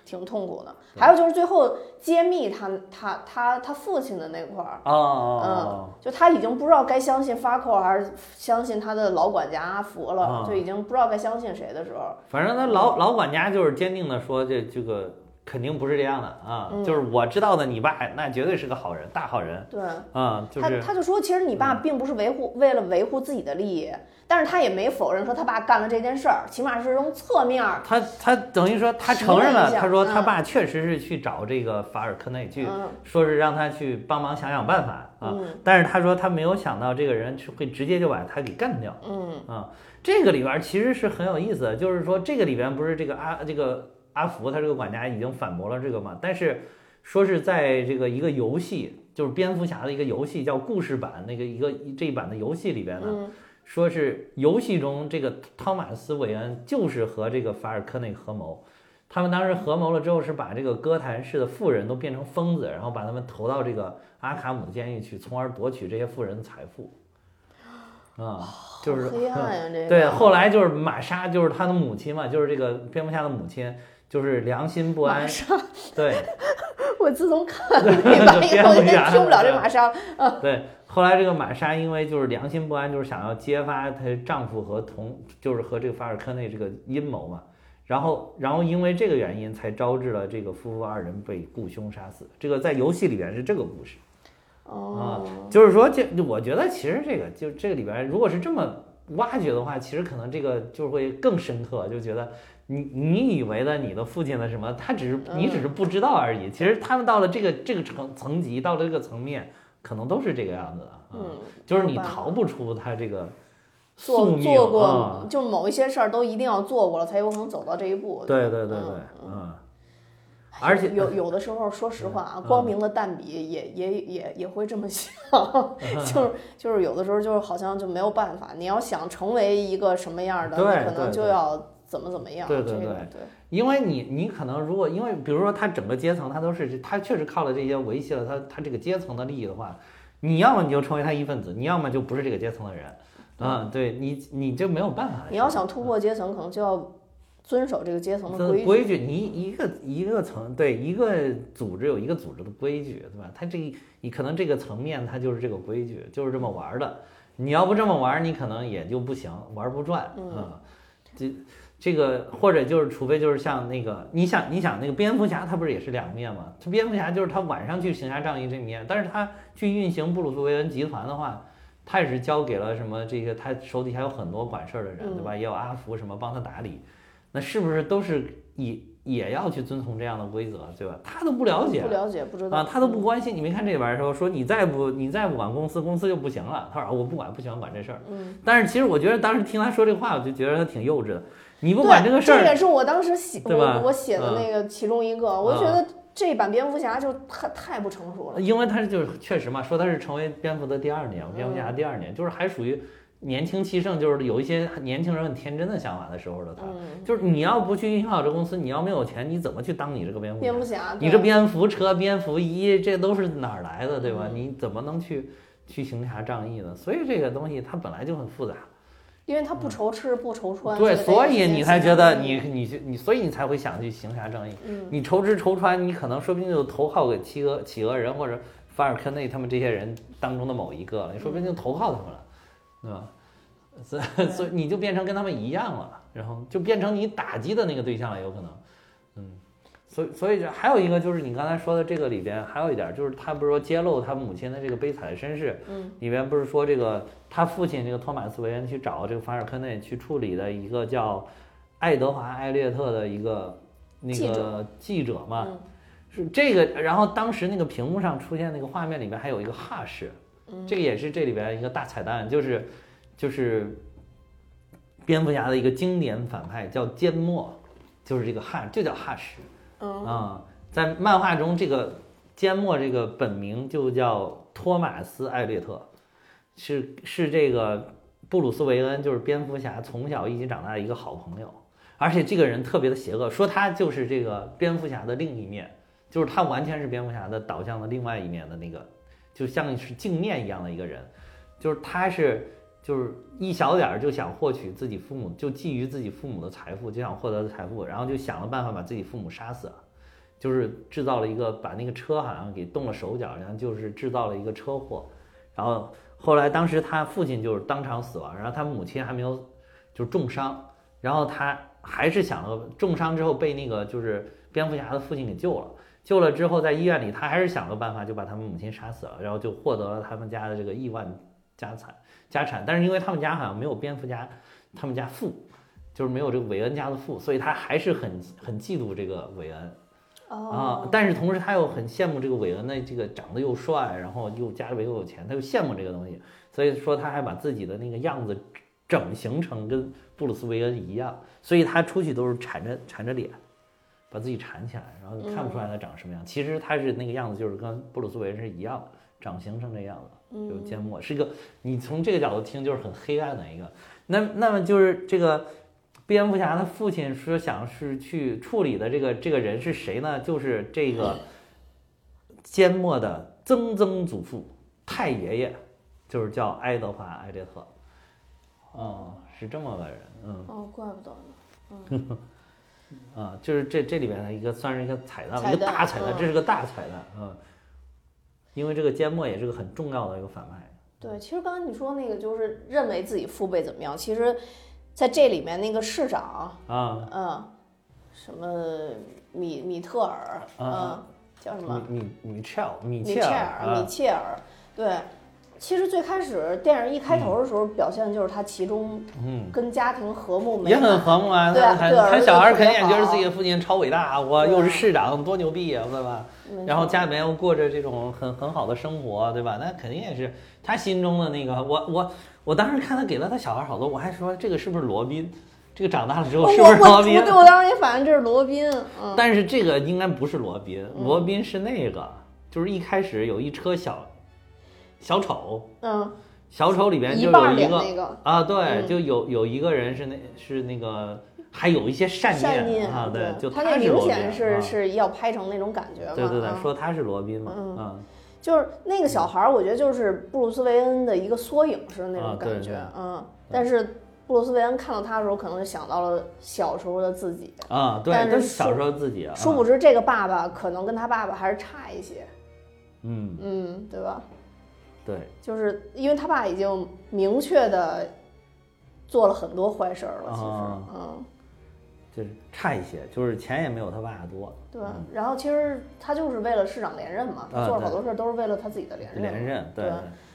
Speaker 1: 挺痛苦的。还有就是最后揭秘他他他他父亲的那块儿，
Speaker 2: 哦哦，
Speaker 1: 嗯，就他已经不知道该相信法寇还是相信他的老管家阿福了，
Speaker 2: 啊
Speaker 1: 就已经不知道该相信谁的时候，
Speaker 2: 反正他老老管家就是坚定的说这这个。肯定不是这样的啊，
Speaker 1: 嗯
Speaker 2: 就是我知道的，你爸那绝对是个好人，大好人
Speaker 1: 对。
Speaker 2: 啊、就
Speaker 1: 他
Speaker 2: 是嗯
Speaker 1: 他就说，其实你爸并不是维护为了维护自己的利益，但是他也没否认说他爸干了这件事儿，起码是从侧面儿
Speaker 2: 他他等于说他承认了，
Speaker 1: 提问一下
Speaker 2: 他说他
Speaker 1: 嗯
Speaker 2: 爸确实是去找这个法尔科内去，
Speaker 1: 嗯
Speaker 2: 说是让他去帮忙想想办法啊。
Speaker 1: 嗯
Speaker 2: 但是他说他没有想到这个人是会直接就把他给干掉
Speaker 1: 嗯
Speaker 2: 啊。这个里边其实是很有意思的，就是说这个里边不是这个阿这个阿福他这个管家已经反驳了这个嘛，但是说是在这个一个游戏，就是蝙蝠侠的一个游戏叫故事版那个一个这一版的游戏里边呢，
Speaker 1: 嗯
Speaker 2: 说是游戏中这个汤马斯·韦恩就是和这个法尔科内合谋，他们当时合谋了之后是把这个哥谭市的富人都变成疯子，然后把他们投到这个阿卡姆监狱去，从而夺取这些富人的财富。啊，就
Speaker 1: 好
Speaker 2: 是
Speaker 1: 黑暗呀、这个
Speaker 2: 对，后来就是玛莎，就是他的母亲嘛，就是这个蝙蝠侠的母亲，就是良心不安
Speaker 1: 玛。莎，
Speaker 2: 对，
Speaker 1: 我自从看 了那版以后，就
Speaker 2: 就变不一样了啊
Speaker 1: 听不了这玛莎了。
Speaker 2: 对，后来这个玛莎因为就是良心不安，就是想要揭发她丈夫和同就是和这个法尔科内这个阴谋嘛，然后然后因为这个原因才招致了这个夫妇二人被雇凶杀死。这个在游戏里边是这个故事啊
Speaker 1: 哦，，
Speaker 2: 就是说这我觉得其实这个就这个里边如果是这么挖掘的话，其实可能这个就会更深刻，就觉得。你你以为的你的父亲的什么，他只是你只是
Speaker 1: 嗯
Speaker 2: 不知道而已。其实他们到了这个这个层层级，到了这个层面，可能都是这个样子的。啊。
Speaker 1: 嗯，
Speaker 2: 就是你逃不出他这个宿
Speaker 1: 做
Speaker 2: 命
Speaker 1: 做过
Speaker 2: 啊，
Speaker 1: 就某一些事儿都一定要做过了，才有可能走到这一步。
Speaker 2: 对对对对
Speaker 1: 嗯，
Speaker 2: 嗯， 而且
Speaker 1: 有有的时候，说实话啊
Speaker 2: 嗯，
Speaker 1: 光明的蛋比也也也也会这么 想，就是就是有的时候就是好像就没有办法，你要想成为一个什么样的，
Speaker 2: 对
Speaker 1: 你可能
Speaker 2: 对
Speaker 1: 就
Speaker 2: 对
Speaker 1: 要怎么怎么样。
Speaker 2: 对对
Speaker 1: 这个
Speaker 2: 对因为你你可能如果因为比如说他整个阶层他都是他确实靠了这些维系了他他这个阶层的利益的话，你要么你就成为他一份子，你要么就不是这个阶层的人。啊，对你，你就没有办法。
Speaker 1: 你要想突破阶层，可能就要遵守这个阶层的
Speaker 2: 这
Speaker 1: 规
Speaker 2: 个
Speaker 1: 矩。
Speaker 2: 规矩，你一个一个层，对一个组织有一个组织的规矩，对吧？它这你可能这个层面它就是这个规矩，就是这么玩儿的。你要不这么玩儿，你可能也就不行，玩儿不转啊、
Speaker 1: 嗯
Speaker 2: 这这个或者就是，除非就是像那个，你想你想那个蝙蝠侠，他不是也是两面吗？他蝙蝠侠就是他晚上去行侠仗义这面，但是他去运行布鲁斯韦恩集团的话。他也是交给了什么这个，他手底
Speaker 1: 嗯
Speaker 2: 下有很多管事儿的人，对吧？也有阿福什么帮他打理，那是不是都是以也要去遵从这样的规则，对吧？他都不了解
Speaker 1: 不了解，嗯不知道
Speaker 2: 啊，他都不关心。你没看这里边儿说说你再不你再不管公司，公司就不行了。他说啊我不管，不喜欢管这事儿。
Speaker 1: 嗯，
Speaker 2: 但是其实我觉得当时听他说这话，我就觉得他挺幼稚的。你
Speaker 1: 对，
Speaker 2: 不管这个事儿，
Speaker 1: 也是我当时写
Speaker 2: 对吧嗯
Speaker 1: 我我写的那个其中一个，我就觉得这版蝙蝠侠就太太不成熟了。
Speaker 2: 因为他就是确实嘛，说他是成为蝙蝠的第二年，蝙蝠侠第二年，就是还属于年轻气盛，就是有一些年轻人很天真的想法的时候的他。
Speaker 1: 嗯，
Speaker 2: 就是你要不去营销这公司，你要没有钱，你怎么去当你这个蝙蝠侠
Speaker 1: 蝙？蝠侠，
Speaker 2: 你
Speaker 1: 啊对
Speaker 2: 这蝙蝠车、蝙蝠衣，这都是哪儿来的，对吧？你怎么能去去行侠仗义呢？所以这个东西它本来就很复杂，
Speaker 1: 因为他不愁吃不愁穿，
Speaker 2: 嗯对，
Speaker 1: 得
Speaker 2: 所以
Speaker 1: 有
Speaker 2: 你
Speaker 1: 时间
Speaker 2: 才
Speaker 1: 去
Speaker 2: 觉得
Speaker 1: 干
Speaker 2: 你你去你，所以你才会想去行侠仗义。
Speaker 1: 嗯
Speaker 2: 你愁吃愁穿，你可能说不定就投靠给企鹅企鹅人或者法尔科内他们这些人当中的某一个了，你说不定就投靠他们了，对吧？所以所以你就变成跟他们一样了，然后就变成你打击的那个对象了，有可能，嗯，所以所以这还有一个就是你刚才说的这个里边还有一点就是他不是说揭露他母亲的这个悲惨的身世，
Speaker 1: 嗯，
Speaker 2: 里边不是说这个他父亲这个托马斯韦恩去找这个法尔科内去处理的一个叫爱德华艾略特的一个那
Speaker 1: 记
Speaker 2: 个记者嘛，
Speaker 1: 嗯
Speaker 2: 是这个，然后当时那个屏幕上出现那个画面里面还有一个 hush，、这个也是这里边一个大彩蛋，就是就是蝙蝠侠的一个经典反派叫缄默，就是这个 hush 就叫 hush
Speaker 1: 嗯
Speaker 2: 啊、在漫画中这个缄默这个本名就叫托马斯艾略特，是是这个布鲁斯韦恩就是蝙蝠侠从小一起长大的一个好朋友，而且这个人特别的邪恶，说他就是这个蝙蝠侠的另一面。就是他完全是蝙蝠侠的导向的另外一面的那个，就像是镜面一样的一个人，就是他是就是一小点儿就想获取自己父母，就觊觎自己父母的财富，就想获得财富，然后就想了办法把自己父母杀死了，就是制造了一个把那个车好像给动了手脚，然后就是制造了一个车祸，然后后来当时他父亲就是当场死亡，然后他母亲还没有就是重伤，然后他还是想了重伤之后被那个就是蝙蝠侠的父亲给救了。救了之后，在医院里，他还是想了办法就把他们母亲杀死了，然后就获得了他们家的这个亿万家产家产。但是因为他们家好像没有蝙蝠侠，他们家富，就是没有这个韦恩家的富，所以他还是很很嫉妒这个韦恩啊
Speaker 1: 哦。，
Speaker 2: 但是同时他又很羡慕这个韦恩的这个长得又帅，然后又家里又有钱，他又羡慕这个东西，所以说他还把自己的那个样子整形成跟布鲁斯韦恩一样，所以他出去都是缠着缠着脸，把自己缠起来，然后看不出来他长什么样。其实他是那个样子，就是跟布鲁斯韦恩是一样的，长形成这样子，
Speaker 1: 嗯
Speaker 2: 就是缄默，是一个你从这个角度听就是很黑暗的一个。那那么就是这个蝙蝠侠的父亲说想是去处理的这个这个人是谁呢？就是这
Speaker 1: 哎
Speaker 2: 个缄默的曾曾祖父太爷爷，就是叫埃德华·埃略特。哦，是这么个人，嗯
Speaker 1: 哦，怪不得呢。
Speaker 2: 啊，就是这这里边的一个算是一个彩蛋吧，
Speaker 1: 彩
Speaker 2: 一个
Speaker 1: 蛋
Speaker 2: 大彩蛋，
Speaker 1: 嗯
Speaker 2: 这是个大彩蛋，嗯，因为这个缄默也是个很重要的一个反派，
Speaker 1: 对，其实刚刚你说那个就是认为自己父辈怎么样，其实在这里面那个市长，
Speaker 2: 啊
Speaker 1: 嗯，什么米米特尔，嗯
Speaker 2: 啊，
Speaker 1: 叫什么？
Speaker 2: 米米米切尔，米
Speaker 1: 米
Speaker 2: 切
Speaker 1: 切尔，米
Speaker 2: 啊，
Speaker 1: 切尔，对。其实最开始电影一开头的时候，表现的就是他其中
Speaker 2: 嗯。
Speaker 1: 跟家庭和睦美
Speaker 2: 也很
Speaker 1: 满，
Speaker 2: 和睦啊，
Speaker 1: 对
Speaker 2: 他
Speaker 1: 啊
Speaker 2: 他
Speaker 1: 对儿
Speaker 2: 他
Speaker 1: 子
Speaker 2: 小孩儿
Speaker 1: 特
Speaker 2: 肯
Speaker 1: 别
Speaker 2: 定也觉得
Speaker 1: 好
Speaker 2: 自己的父亲超伟大，我
Speaker 1: 对
Speaker 2: 又是
Speaker 1: 啊
Speaker 2: 市长，多牛逼呀，对吧？
Speaker 1: 没
Speaker 2: 然后
Speaker 1: 错
Speaker 2: 家里面又过着这种很很好的生活，对吧？那肯定也是他心中的那个。我我我当时看他给了他小孩好多，我还说这个是不是罗宾？这个长大了之后
Speaker 1: 哦
Speaker 2: 是
Speaker 1: 我
Speaker 2: 不是
Speaker 1: 我
Speaker 2: 罗
Speaker 1: 我
Speaker 2: 宾
Speaker 1: 对？我当时也反应这是罗宾，嗯，
Speaker 2: 但是这个应该不是罗宾，罗宾是那个，就是一开始有一车小小丑，
Speaker 1: 嗯，
Speaker 2: 小丑里边
Speaker 1: 一
Speaker 2: 就
Speaker 1: 半
Speaker 2: 有
Speaker 1: 儿
Speaker 2: 一
Speaker 1: 脸
Speaker 2: 个
Speaker 1: 那个，
Speaker 2: 啊，对，
Speaker 1: 嗯
Speaker 2: 就有有一个人是那是那个，还有一些善
Speaker 1: 善念
Speaker 2: 啊，对，就
Speaker 1: 他
Speaker 2: 是
Speaker 1: 那明
Speaker 2: 罗
Speaker 1: 显
Speaker 2: 宾啊
Speaker 1: 是是要拍成那种感觉嘛，
Speaker 2: 对对对
Speaker 1: 啊，
Speaker 2: 说他是罗宾嘛，
Speaker 1: 嗯
Speaker 2: 啊，
Speaker 1: 就是那个小孩儿，我觉得就是布鲁斯·韦恩的一个缩影似的那
Speaker 2: 啊
Speaker 1: 种
Speaker 2: 对
Speaker 1: 感觉
Speaker 2: 对，
Speaker 1: 嗯，但是布鲁斯·韦恩看到他的时候，可能就想到了小时候的自己，
Speaker 2: 啊，对，
Speaker 1: 但是
Speaker 2: 都是小时候自己啊，
Speaker 1: 殊不知这个爸爸可能跟他爸爸还是差一些，
Speaker 2: 嗯，
Speaker 1: 嗯，对吧？
Speaker 2: 对，
Speaker 1: 就是因为他爸已经明确的做了很多坏事儿了，其
Speaker 2: 啊
Speaker 1: 实，嗯。
Speaker 2: 就是差一些，就是钱也没有他爸多，
Speaker 1: 对，然后其实他就是为了市长连任嘛，
Speaker 2: 啊
Speaker 1: 他做了
Speaker 2: 对
Speaker 1: 好多事儿都是为了他自己的连任，
Speaker 2: 连任，对
Speaker 1: 对，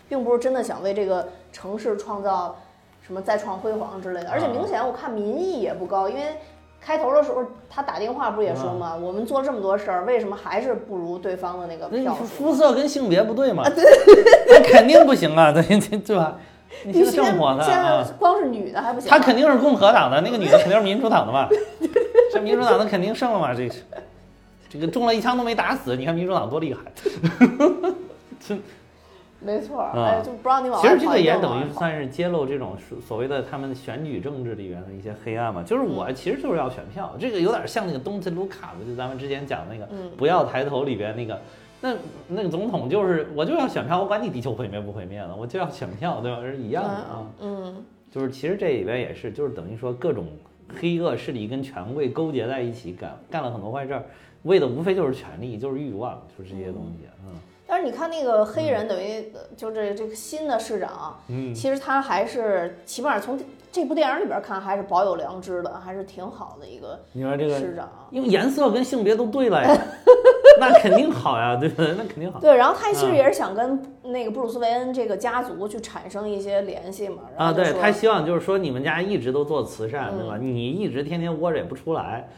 Speaker 1: 并不是真的想为这个
Speaker 2: 啊
Speaker 1: 城市创造什么再创辉煌之类的。而且明显我看民意也不高，因为开头的时候他打电话不是也说
Speaker 2: 啊
Speaker 1: 吗？我们做这么多事儿，为什么还是不如对方的那个
Speaker 2: 那你
Speaker 1: 票
Speaker 2: 说
Speaker 1: 数？啊
Speaker 2: 肤色跟性别不对嘛？ 那肯定不行啊，对对对吧？你
Speaker 1: 必
Speaker 2: 是
Speaker 1: 须得
Speaker 2: 正火的
Speaker 1: 现在
Speaker 2: 啊，
Speaker 1: 光是女的还不行吗？
Speaker 2: 他肯定是共和党的，那个女的肯定是民主党 的嘛，这民主党的肯定胜了嘛，这是这个中了一枪都没打死，你看民主党多厉害。
Speaker 1: 没错儿，
Speaker 2: 啊
Speaker 1: 哎，就不让你往
Speaker 2: 其
Speaker 1: 外
Speaker 2: 实这个
Speaker 1: 跑
Speaker 2: 也
Speaker 1: 你就往
Speaker 2: 等于
Speaker 1: 外跑
Speaker 2: 算是揭露这种所所谓的他们选举政治里边的一些黑暗嘛。就是
Speaker 1: 嗯
Speaker 2: 我其实就是要选票，这个有点像那个东特鲁卡嘛，就咱们之前讲那个
Speaker 1: 嗯
Speaker 2: “不要抬头”里边那个，那那个总统就是我就要选票，我管你地球毁灭不毁灭了，我就要选票，对吧？是一样的啊。
Speaker 1: 嗯，
Speaker 2: 就是其实这里边也是，就是等于说各种黑恶势力跟权贵勾结在一起干干了很多坏事儿，为的无非就是权力，就是欲望，就是这些东西。嗯
Speaker 1: 但是你看那个黑人，等于呃就这这个新的市长，
Speaker 2: 嗯，
Speaker 1: 其实他还是起码从这这部电影里边看，还是保有良知的，还是挺好的一个
Speaker 2: 你说这个啊
Speaker 1: 市长。
Speaker 2: 因为颜色跟性别都对了 呀，那肯定好呀，对不对？那肯定好。
Speaker 1: 对，然后他其实
Speaker 2: 嗯
Speaker 1: 也是想跟那个布鲁斯·韦恩这个家族去产生一些联系嘛，然
Speaker 2: 啊，
Speaker 1: 后就
Speaker 2: 对
Speaker 1: 说嗯
Speaker 2: 他希望就是说你们家一直都做慈善，对吧？你一直天天窝着也不出来，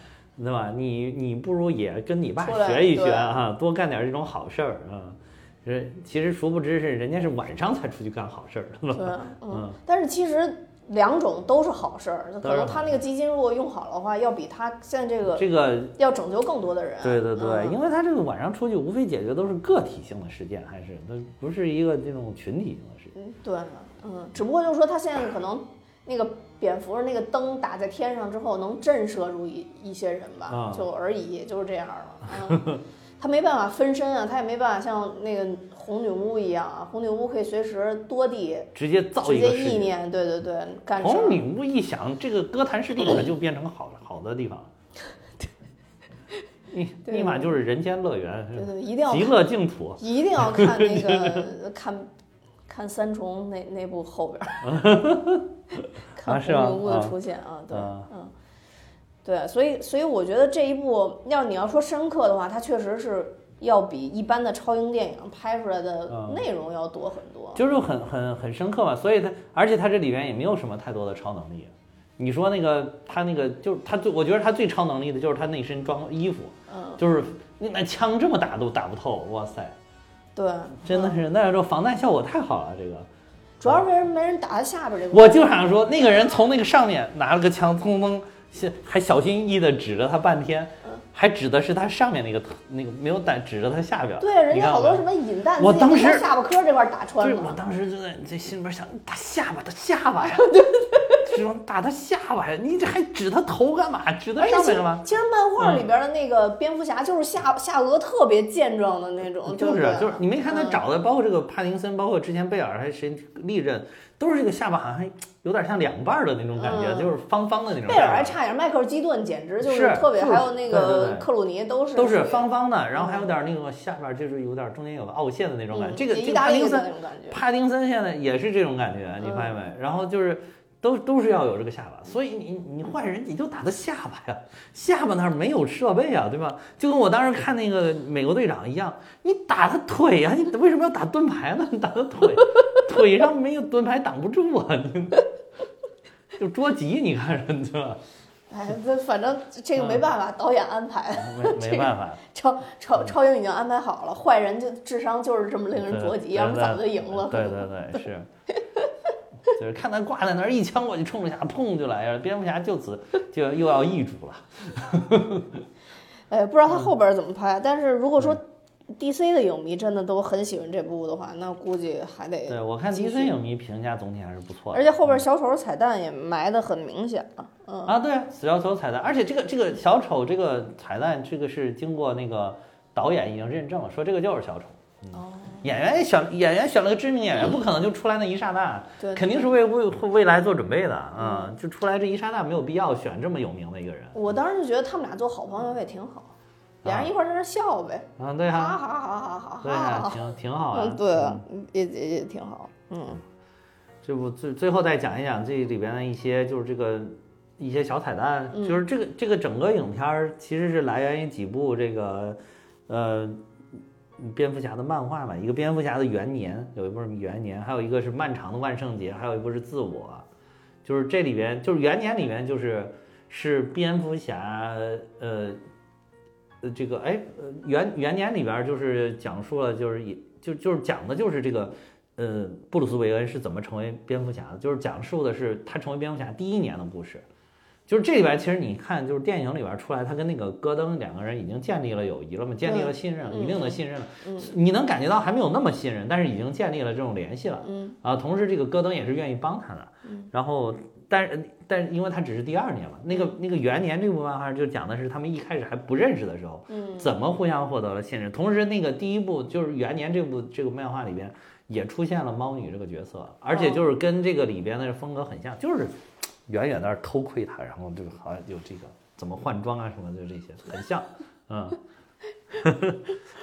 Speaker 2: 对吧？你你不如也跟你爸
Speaker 1: 出来
Speaker 2: 学一学
Speaker 1: 对
Speaker 2: 啊，多干点这种好事儿啊。是，其实殊不知是人家是晚上才出去干好事儿，是
Speaker 1: 对
Speaker 2: 吧？，
Speaker 1: 嗯，但是其实两种都是好事儿，就
Speaker 2: 当
Speaker 1: 可
Speaker 2: 然
Speaker 1: 能他那个基金如果用好了的话，要比他现在这个
Speaker 2: 这个
Speaker 1: 要拯救更多的人。
Speaker 2: 对对对，
Speaker 1: 嗯
Speaker 2: 因为他这个晚上出去无非解决都是个体性的事件，还是它不是一个这种群体性的事件。
Speaker 1: 嗯，对，嗯，只不过就是说他现在可能那个蝙蝠的那个灯打在天上之后，能震慑住一一些人吧，
Speaker 2: 啊
Speaker 1: 就而已，就是这样了。嗯他没办法分身啊，他也没办法像那个红女巫一样啊，红女巫可以随时多地
Speaker 2: 直接造
Speaker 1: 直
Speaker 2: 一个
Speaker 1: 接
Speaker 2: 事
Speaker 1: 意
Speaker 2: 件。
Speaker 1: 念，对对对，干事儿
Speaker 2: 红女巫一想，这个哥谭市立马就变成好好的 地方了，立
Speaker 1: 对
Speaker 2: 立马就是人间乐园，
Speaker 1: 对
Speaker 2: 是吧
Speaker 1: 对，一定要
Speaker 2: 极乐净土。
Speaker 1: 一定要看那 个看看三重那那部后边儿， 看
Speaker 2: 是吗
Speaker 1: 红女巫的
Speaker 2: 啊
Speaker 1: 出现啊，对，
Speaker 2: 啊
Speaker 1: 嗯，对，啊所以所以我觉得这一部要你要说深刻的话，它确实是要比一般的超英电影拍出来的
Speaker 2: 嗯
Speaker 1: 内容要多很多。
Speaker 2: 就是很很很深刻嘛，所以他，而且他这里边也没有什么太多的超能力。你说那个他那个就是他最，我觉得他最超能力的就是他那身装衣服，
Speaker 1: 嗯，
Speaker 2: 就是那那枪这么打都打不透，哇塞，
Speaker 1: 对，
Speaker 2: 真的
Speaker 1: 嗯
Speaker 2: 是那这防弹效果太好了，这个。
Speaker 1: 主要是没人没人打他下边这个。
Speaker 2: 我就想说，那个人从那个上面拿了个枪，砰砰，是还小心翼翼的指着他半天
Speaker 1: 嗯，
Speaker 2: 还指的是他上面那个那个没有打，指着他下边。
Speaker 1: 对，人
Speaker 2: 你看
Speaker 1: 家好多
Speaker 2: 我
Speaker 1: 什么引弹，
Speaker 2: 我
Speaker 1: 自己
Speaker 2: 当
Speaker 1: 给他
Speaker 2: 时
Speaker 1: 下巴颏儿这块儿打
Speaker 2: 就
Speaker 1: 穿
Speaker 2: 是
Speaker 1: 了。
Speaker 2: 我当时就在在心里边想，打下巴，他下 巴呀，这种打他下巴呀，你这还指他头干嘛？指他
Speaker 1: 而且
Speaker 2: 上
Speaker 1: 其
Speaker 2: 面
Speaker 1: 实
Speaker 2: 干 嘛？
Speaker 1: 其实漫
Speaker 2: 嗯
Speaker 1: 画里边的那个蝙蝠侠就是下下颚特别健壮的那种，
Speaker 2: 就
Speaker 1: 对
Speaker 2: 是啊
Speaker 1: 不对
Speaker 2: 就是，你没看他
Speaker 1: 嗯
Speaker 2: 找的，包括这个帕丁森，包括之前贝尔还是谁利刃，都是这个下巴好像还有点像两半儿的那种感觉，
Speaker 1: 嗯
Speaker 2: 就是方方的那种
Speaker 1: 贝
Speaker 2: 下巴。
Speaker 1: 尔还差点，迈克尔基顿简直就是特别，
Speaker 2: 就是
Speaker 1: 还有那
Speaker 2: 对
Speaker 1: 个
Speaker 2: 对对
Speaker 1: 克鲁尼都是嗯
Speaker 2: 都是
Speaker 1: 属于
Speaker 2: 方方的，然后还有点那个下边儿就是有点儿中间有个凹陷的那种感觉。
Speaker 1: 嗯
Speaker 2: 这个这
Speaker 1: 意
Speaker 2: 个
Speaker 1: 大
Speaker 2: 帕
Speaker 1: 利
Speaker 2: 丁
Speaker 1: 的
Speaker 2: 森，
Speaker 1: 那种感觉。
Speaker 2: 帕丁森现在也是这种感觉，你
Speaker 1: 嗯
Speaker 2: 发现没？然后就是都都是要有这个下巴，所以你你换人你就打他下巴呀，下巴那儿没有设备啊，对吧？就跟我当时看那个美国队长一样，你打他腿呀、你为什么要打盾牌呢？你 打他腿，腿上没有盾牌挡不住啊，你 就捉急，你看人对吧？
Speaker 1: 哎，这反正这
Speaker 2: 嗯
Speaker 1: 个没办法，导演安排，
Speaker 2: 没没办法。
Speaker 1: 超超超英已经安排好了，坏人就智商就是这么令人
Speaker 2: 嗯对
Speaker 1: 着急，要不
Speaker 2: 对
Speaker 1: 早就
Speaker 2: 对
Speaker 1: 赢了。
Speaker 2: 对对对，是， 就是看他挂在那儿，一枪我就冲着侠，砰就来了，蝙蝠侠就此就又要易主了。
Speaker 1: 哎，不
Speaker 2: 嗯
Speaker 1: 知道他后边怎么拍，啊但是如果说 DC 的影迷真的都很喜欢这部的话，那估计还得
Speaker 2: 对我看
Speaker 1: 继
Speaker 2: DC
Speaker 1: 续
Speaker 2: 影迷评价总体还是不错的，
Speaker 1: 而且后边小丑彩蛋也埋得很明显了，嗯，
Speaker 2: 啊，对啊，死小丑彩蛋，而且这个这个小丑这个彩蛋，这个是经过那个导演已经认证了，说这个就是小丑。嗯
Speaker 1: 哦，
Speaker 2: 演员也选演员选了个知名演员，不可能就出来那一刹那，
Speaker 1: 对，
Speaker 2: 肯定是为为未来做准备的啊、就出来这一刹那没有必要选这么有名的一个人
Speaker 1: 我当时就觉得他们俩做好朋友也挺好，俩人一块儿在那儿笑呗，
Speaker 2: 啊，对
Speaker 1: 哈
Speaker 2: 啊，
Speaker 1: 哈哈哈哈
Speaker 2: 对
Speaker 1: 哈
Speaker 2: 啊，
Speaker 1: 哈，
Speaker 2: 挺挺好啊，
Speaker 1: 嗯，对
Speaker 2: 嗯
Speaker 1: 啊，也也也挺好，嗯，
Speaker 2: 这不最最后再讲一讲这里边的一些就是这个一些小彩蛋，
Speaker 1: 嗯
Speaker 2: 就是这个这个整个影片儿其实是来源于几部这个呃蝙蝠侠的漫画嘛，一个蝙蝠侠的元年有一部是元年，还有一个是漫长的万圣节，还有一部是自我，就是这里边就是元年里面就是是蝙蝠侠，呃，呃，这个哎，呃元元年里边儿就是讲述了，就是也就就是讲的就是这个，呃，布鲁斯韦恩是怎么成为蝙蝠侠的，就是讲述的是他成为蝙蝠侠第一年的故事。就是这里边，其实你看，就是电影里边出来，他跟那个戈登两个人已经建立了友谊了嘛，建立了信任了，
Speaker 1: 嗯
Speaker 2: 一定的信任了。
Speaker 1: 嗯
Speaker 2: 你能感觉到还没有那么信任，但是已经建立了这种联系了。
Speaker 1: 嗯
Speaker 2: 啊，同时这个戈登也是愿意帮他的
Speaker 1: 嗯，
Speaker 2: 然后但是但是因为他只是第二年嘛，那个那个元年这部漫画就讲的是他们一开始还不认识的时候，
Speaker 1: 嗯
Speaker 2: 怎么互相获得了信任，同时那个第一部就是元年这部这个漫画里边也出现了猫女这个角色，而且就是跟这个里边的风格很像，就是远远在那儿偷窥他，然后就好像有这个怎么换装啊什么的，就这些很像，嗯。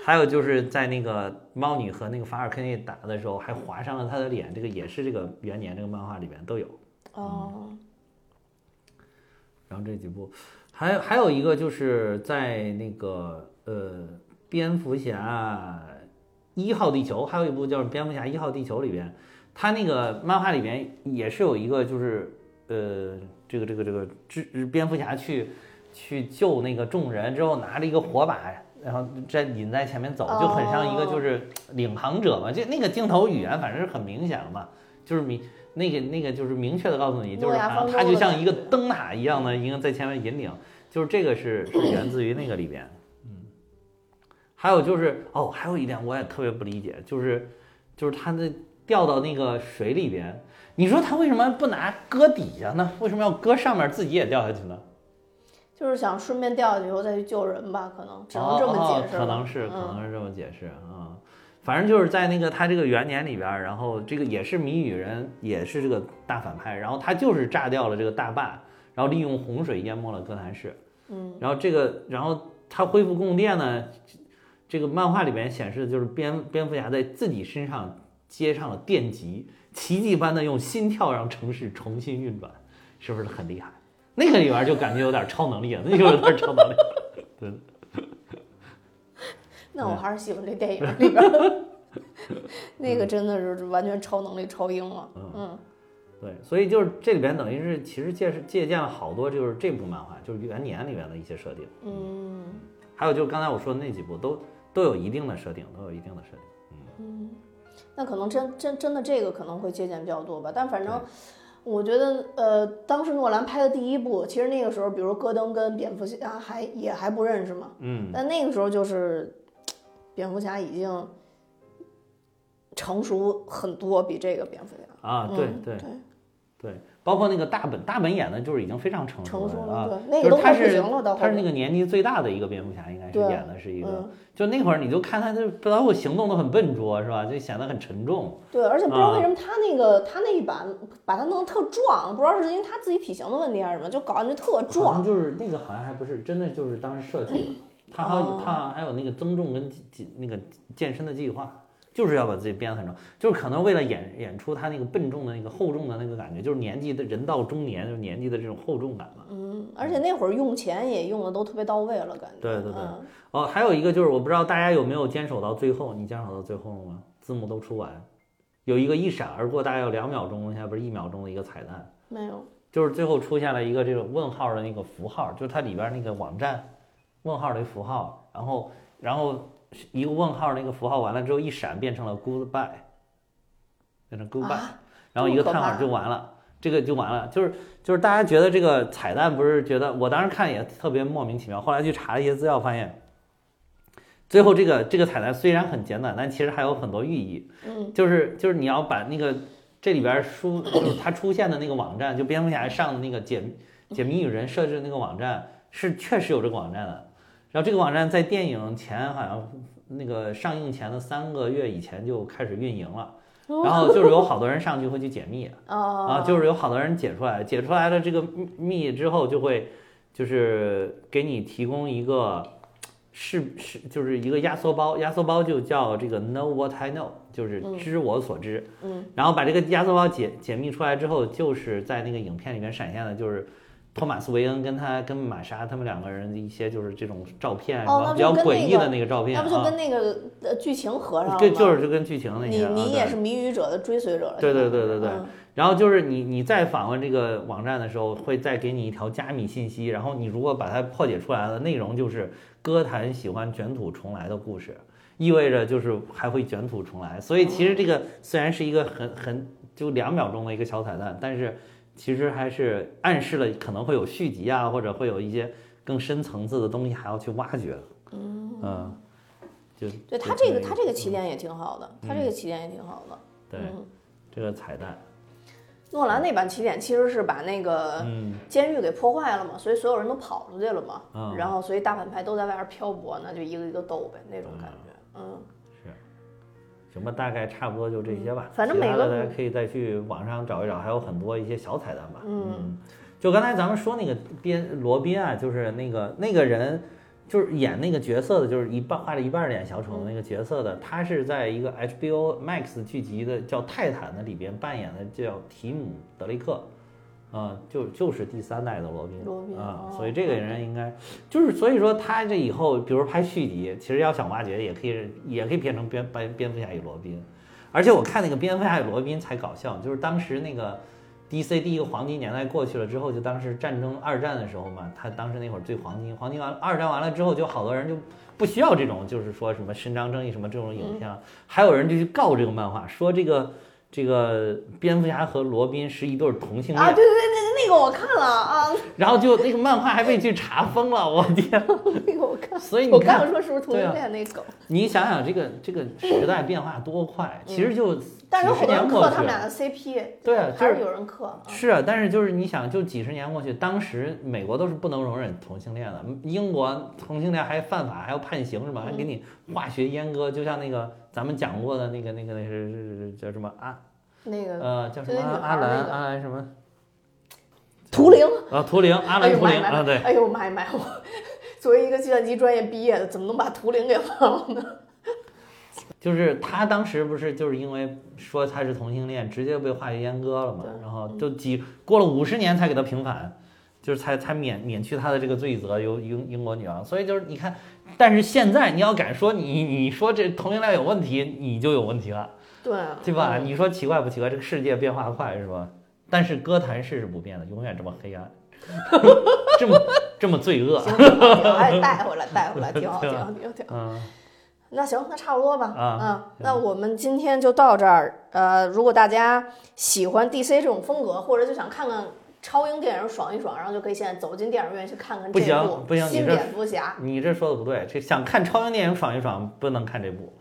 Speaker 2: 还有就是在那个猫女和那个法尔肯内打的时候，还划伤了她的脸，这个也是这个元年这个漫画里边都有。
Speaker 1: 哦
Speaker 2: 然后这几部，还有还有一个就是在那个呃蝙蝠侠一号地球，还有一部叫蝙蝠侠一号地球里边，它那个漫画里边也是有一个就是呃这个这个这个蜘呃蝙蝠侠去去救那个众人之后拿了一个火把。然后在引在前面走，就很像一个就是领航者嘛，就那个镜头语言反正是很明显的嘛，就是明那个那个就是明确的告诉你，就是
Speaker 1: 诺亚
Speaker 2: 他
Speaker 1: 方舟
Speaker 2: 他就
Speaker 1: 的
Speaker 2: 像
Speaker 1: 感
Speaker 2: 一个
Speaker 1: 觉
Speaker 2: 灯塔一样的，一个在前面引领，就是这个是是源自于那个里边，嗯，还有就是哦，还有一点我也特别不理解，就是就是他那掉到那个水里边，你说他为什么不拿搁底下呢？为什么要搁上面自己也掉下去呢？
Speaker 1: 就是想顺便掉下去以后再去救人吧，可能只
Speaker 2: 哦
Speaker 1: 能这么解释了。
Speaker 2: 哦可能是，可
Speaker 1: 嗯
Speaker 2: 能是这么解释啊、反正就是在那个他这个元年里边儿，然后这个也是谜语人，也是这个大反派，然后他就是炸掉了这个大坝，然后利用洪水淹没了哥谭市，
Speaker 1: 嗯，
Speaker 2: 然后这个，然后他恢复供电呢，这个漫画里面显示的就是蝙蝙蝠侠在自己身上接上了电极，奇迹般的用心跳让城市重新运转，是不是很厉害？那个里边儿就感觉有点超能力了，那就有点超能力了。对。
Speaker 1: 那我还是喜欢这电影里边 儿，那
Speaker 2: 嗯
Speaker 1: 个真的是完全超能力超英了。嗯
Speaker 2: 对，所以就是这里边等于是其实借是借鉴了好多就是这部漫画，就是元年里面的一些设定，
Speaker 1: 嗯
Speaker 2: 还有就是刚才我说的那几部都都有一定的设定，都有一定的设定。
Speaker 1: 嗯，那可能真真真的这个可能会借鉴比较多吧，但反正。我觉得，呃，当时诺兰拍的第一部，其实那个时候，比如戈登跟蝙蝠侠还也还不认识嘛，
Speaker 2: 嗯，
Speaker 1: 但那个时候就是，蝙蝠侠已经成熟很多，比这个蝙蝠侠。
Speaker 2: 啊，对
Speaker 1: 嗯、
Speaker 2: 对
Speaker 1: 对，
Speaker 2: 对，包括那个大本大本演的就是已经非常成熟
Speaker 1: 成熟
Speaker 2: 了啊，
Speaker 1: 了，对，那个
Speaker 2: 就
Speaker 1: 都
Speaker 2: 是他
Speaker 1: 快不
Speaker 2: 是
Speaker 1: 行了，到后
Speaker 2: 他是那
Speaker 1: 面
Speaker 2: 个年纪最大的一个蝙蝠侠，应该是
Speaker 1: 对
Speaker 2: 演的是一个，
Speaker 1: 嗯，
Speaker 2: 就那会儿你就看他这包括行动都很笨拙是吧，就显得很沉重。
Speaker 1: 对，而且不知道
Speaker 2: 啊
Speaker 1: 为什么他那个、他那一版把他弄得特壮，不知道是因为他自己体型的问题还是什么，就搞得特
Speaker 2: 好
Speaker 1: 壮
Speaker 2: 像。就是那个好像还不是真的，就是当时设计的。他还有
Speaker 1: 哦
Speaker 2: 他好像还有那个增重跟计计那个健身的计划，就是要把自己变得很壮，就是可能为了演演出他那个笨重的那个厚重的那个感觉，就是年纪的人到中年就是年纪的这种厚重感嘛。
Speaker 1: 嗯，而且那会儿用钱也用的都特别到位了，感觉。
Speaker 2: 对对对
Speaker 1: 嗯
Speaker 2: 哦，还有一个就是我不知道大家有没有坚守到最后，你坚守到最后了吗？字幕都出完，有一个一闪而过，大概有两秒钟，现在不是一秒钟的一个彩蛋。
Speaker 1: 没有，
Speaker 2: 就是最后出现了一个这种问号的那个符号，就是它里边那个网站问号的符号，然后然后一个问号那个符号完了之后一闪变成了 goodbye，变成 goodbye，、
Speaker 1: 啊
Speaker 2: 然后一个
Speaker 1: 这么
Speaker 2: 叹
Speaker 1: 可怕啊
Speaker 2: 号就完了。这个就完了，就是就是大家觉得这个彩蛋不是觉得，我当时看也特别莫名其妙，后来去查了一些资料，发现最后这个这个彩蛋虽然很简短，但其实还有很多寓意。
Speaker 1: 嗯
Speaker 2: 就是就是你要把那个这里边儿书，就是它出现的那个网站，就蝙蝠侠上的那个解解谜语人设置的那个网站，是确实有这个网站的。然后这个网站在电影前好像那个上映前的三个月以前就开始运营了，
Speaker 1: 哦
Speaker 2: 然后就是有好多人上去会去解 密啊，
Speaker 1: 啊
Speaker 2: 就是有好多人解出来，解出来了这个密密之后就会就是给你提供一个是是就是一个压缩包，压缩包就叫这个 Know What I Know，就是
Speaker 1: 嗯
Speaker 2: 知我所知。
Speaker 1: 嗯
Speaker 2: 然后把这个压缩包解解密出来之后，就是在那个影片里面闪现的，就是托马斯·韦恩跟他跟玛莎他们两个人的一些就是这种照
Speaker 1: 哦
Speaker 2: 片，是吧
Speaker 1: 那
Speaker 2: 比较
Speaker 1: 就跟
Speaker 2: 诡
Speaker 1: 那
Speaker 2: 异的
Speaker 1: 个
Speaker 2: 那个照片
Speaker 1: 那
Speaker 2: 啊，
Speaker 1: 不就跟那个呃剧情合上了吗？
Speaker 2: 跟就是就跟剧情那
Speaker 1: 你
Speaker 2: 些啊，
Speaker 1: 你
Speaker 2: 对
Speaker 1: 也是谜语者的追随者了。
Speaker 2: 对对
Speaker 1: 现在
Speaker 2: 对对对
Speaker 1: 嗯
Speaker 2: 然后就是你你再访问这个网站的时候，会再给你一条加密信息，然后你如果把它破解出来了，内容就是呃歌坛喜欢卷土重来的故事，意味着就是还会卷土重来。所以其实这个虽然是一个很很就两秒钟的一个小彩蛋，但是其实还是暗示了可能会有续集啊，或者会有一些更深层次的东西还要去挖掘。嗯就
Speaker 1: 对他
Speaker 2: 就
Speaker 1: 这个
Speaker 2: 么
Speaker 1: 他这个起点也挺好的，
Speaker 2: 嗯
Speaker 1: 他这个起点也挺好的。
Speaker 2: 对
Speaker 1: 嗯
Speaker 2: 这个彩蛋，
Speaker 1: 诺兰那版起点其实是把那个
Speaker 2: 嗯
Speaker 1: 监狱给破坏了嘛，所以所有人都跑出去了嘛，
Speaker 2: 嗯
Speaker 1: 然后所以大反派都在外边漂泊，那就一个一个斗呗，那种感觉。嗯，
Speaker 2: 什么大概差不多就这些吧。
Speaker 1: 嗯反正
Speaker 2: 其他
Speaker 1: 每
Speaker 2: 的
Speaker 1: 个
Speaker 2: 大家可以再去网上找一找，还有很多一些小彩蛋吧。
Speaker 1: 嗯
Speaker 2: 就刚才咱们说那个边罗宾啊，就是那个那个人，就是演那个角色的，就是一半画着一半脸小丑的那个角色的，他是在一个 HBO Max 剧集的叫《泰坦》的里边扮演的叫提姆·德雷克。啊、就就是第三代的罗宾，
Speaker 1: 罗宾
Speaker 2: 啊、
Speaker 1: 哦
Speaker 2: 所以这个人应该就是，所以说他这以后，比如拍续集，其实要想挖掘，也可以也可以变成蝙蝙蝙蝠侠与罗宾，而且我看那个蝙蝠侠与罗宾才搞笑，就是当时那个 DC 第一个黄金年代过去了之后，就当时战争二战的时候嘛，他当时那会儿最黄金，黄金完二战完了之后，就好多人就不需要这种就是说什么伸张正义什么这种影
Speaker 1: 嗯
Speaker 2: 片，还有人就去告这个漫画，说这个这个蝙蝠侠和罗宾是一对儿同性
Speaker 1: 啊，
Speaker 2: 恋，
Speaker 1: 对对对，那个那个我看了啊，
Speaker 2: 然后就那个漫画还被去查封了，我 天！
Speaker 1: 那个我看，
Speaker 2: 所以你
Speaker 1: 我
Speaker 2: 看
Speaker 1: 刚想说是不是同
Speaker 2: 对
Speaker 1: 性
Speaker 2: 啊
Speaker 1: 恋那狗，
Speaker 2: 你想想这个这个时代变化多快，其实就
Speaker 1: 嗯但是有
Speaker 2: 几十
Speaker 1: 好多人
Speaker 2: 年过
Speaker 1: 磕
Speaker 2: 去
Speaker 1: 他们
Speaker 2: 了
Speaker 1: 俩的 CP，
Speaker 2: 对啊
Speaker 1: 还
Speaker 2: 就是
Speaker 1: 是有人磕。啊
Speaker 2: 是啊，但是就是你想，就几十年过去，当时美国都是不能容忍同性恋的，嗯英国同性恋还犯法，还要判刑什么，还给你化学阉割，就像那个咱们讲过的那个那个那是是是叫什么阿
Speaker 1: 那个
Speaker 2: 呃叫什
Speaker 1: 就
Speaker 2: 么
Speaker 1: 那女孩
Speaker 2: 阿
Speaker 1: 儿
Speaker 2: 兰
Speaker 1: 那个
Speaker 2: 阿兰什么
Speaker 1: 图灵，
Speaker 2: 啊图灵阿
Speaker 1: 哎
Speaker 2: 兰
Speaker 1: 呦
Speaker 2: 图
Speaker 1: 妈
Speaker 2: 灵
Speaker 1: 呀妈
Speaker 2: 啊
Speaker 1: 呀，
Speaker 2: 对，
Speaker 1: 哎呦妈呀妈呀，我 作为一个计算机专业毕业的，怎么能把图灵给忘了呢？
Speaker 2: 就是他当时不是就是因为说他是同性恋，直接被化学阉割了嘛
Speaker 1: 对，嗯
Speaker 2: 然后就几过了五十年才给他平反，就是才才免免去他的这个罪责，由英英国女王。所以就是你看，但是现在你要敢说你你说这同性恋有问题，你就有问题了，
Speaker 1: 对
Speaker 2: 对吧？
Speaker 1: 嗯
Speaker 2: 你说奇怪不奇怪？这个世界变化快是吧？但是歌坛世是不变的，永远这么黑暗， 这么这么罪恶，
Speaker 1: 行，挺好，挺好哎，带回来，带 回来，挺好，
Speaker 2: 对
Speaker 1: 挺
Speaker 2: 吧
Speaker 1: 好，挺好，挺好。
Speaker 2: 嗯
Speaker 1: 那行，那差不多吧，
Speaker 2: 啊
Speaker 1: 嗯，那我们今天就到这儿。呃，如果大家喜欢 DC 这种风格，或者就想看看超英电影爽一爽，然后就可以现在走进电影院去看看这
Speaker 2: 不行
Speaker 1: 部
Speaker 2: 不行你
Speaker 1: 新
Speaker 2: 这
Speaker 1: 蝙蝠侠。
Speaker 2: 你这说的不对，这想看超英电影爽一爽，不能看这部，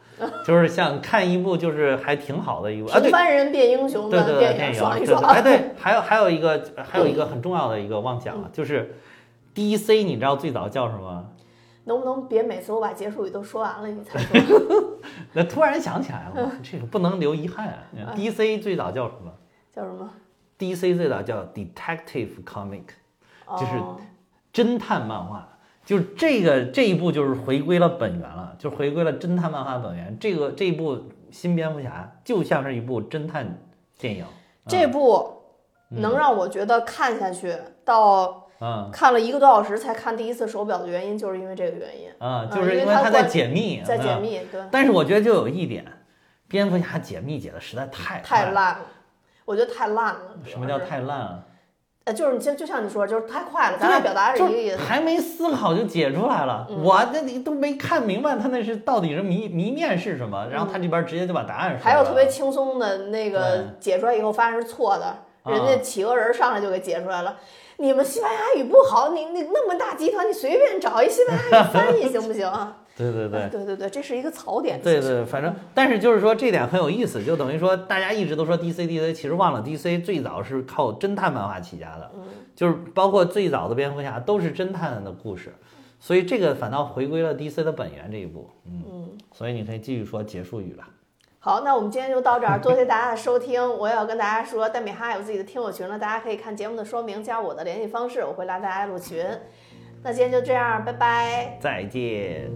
Speaker 2: 就是想看一部就是还挺好的一部啊，
Speaker 1: 平
Speaker 2: 对
Speaker 1: 凡人变英雄
Speaker 2: 对对
Speaker 1: 的
Speaker 2: 对，
Speaker 1: 电
Speaker 2: 电
Speaker 1: 影
Speaker 2: 影
Speaker 1: 爽一
Speaker 2: 对对
Speaker 1: 爽。
Speaker 2: 哎对，还有还有一个还有一个很重要的一个忘讲了，就是 DC 你知道最早叫什么？
Speaker 1: 能不能别每次我把结束语都说完了你才说？
Speaker 2: 那突然想起来了，这个不能留遗憾啊
Speaker 1: 嗯
Speaker 2: ！DC 最早叫什么
Speaker 1: 叫什么？
Speaker 2: ？DC 最早叫 Detective Comic，
Speaker 1: 哦、
Speaker 2: 就是侦探漫画，就这个这一部就是回归了本源了，就回归了侦探漫画本源。这个这一部新蝙蝠侠就像是一部侦探电影，
Speaker 1: 这部能让我觉得看下去到
Speaker 2: 嗯
Speaker 1: 看了一个多小时才看第一次手表的原因，就是因为这个原因，
Speaker 2: 啊，
Speaker 1: 嗯
Speaker 2: 就是
Speaker 1: 因为
Speaker 2: 因为
Speaker 1: 它
Speaker 2: 他在
Speaker 1: 关
Speaker 2: 解密，
Speaker 1: 在解
Speaker 2: 嗯。
Speaker 1: 密，对。
Speaker 2: 但是我觉得就有一点，蝙蝠侠解密解的实在太
Speaker 1: 太
Speaker 2: 烂了。
Speaker 1: 烂了，我觉得太烂了。
Speaker 2: 什么叫
Speaker 1: 主要是？
Speaker 2: 太烂啊？
Speaker 1: 呃，就是你就就像你说，就是太快了，咱
Speaker 2: 对
Speaker 1: 俩表达是一个意
Speaker 2: 就
Speaker 1: 思。嗯
Speaker 2: 还没思考就解出来了，我那里都没看明白他那是到底是谜谜面是什么，然后他这边直接就把答案
Speaker 1: 嗯
Speaker 2: 说
Speaker 1: 还有
Speaker 2: 出
Speaker 1: 特
Speaker 2: 来
Speaker 1: 别
Speaker 2: 了
Speaker 1: 轻松的那个解出来以后发现是错的，
Speaker 2: 啊
Speaker 1: 人家企鹅人上来就给解出来了。你们西班牙语不好，你你那么大集团，你随便找一西班牙语翻译行不行？
Speaker 2: 对 对对，
Speaker 1: 对对对，这是一个槽点。
Speaker 2: 对对，反正但是就是说这点很有意思，就等于说大家一直都说 DC DC，其实忘了 DC 最早是靠侦探漫画起家的，就是包括最早的蝙蝠侠都是侦探的故事，所以这个反倒回归了 DC 的本源这一步，嗯，所以你可以继续说结束语了，
Speaker 1: 好，那我们今天就到这儿，多谢大家的收听。我也要跟大家说，蛋米哈有自己的听友群了，大家可以看节目的说明，加我的联系方式，我会拉大家入群。那今天就这样，拜拜。
Speaker 2: 再见。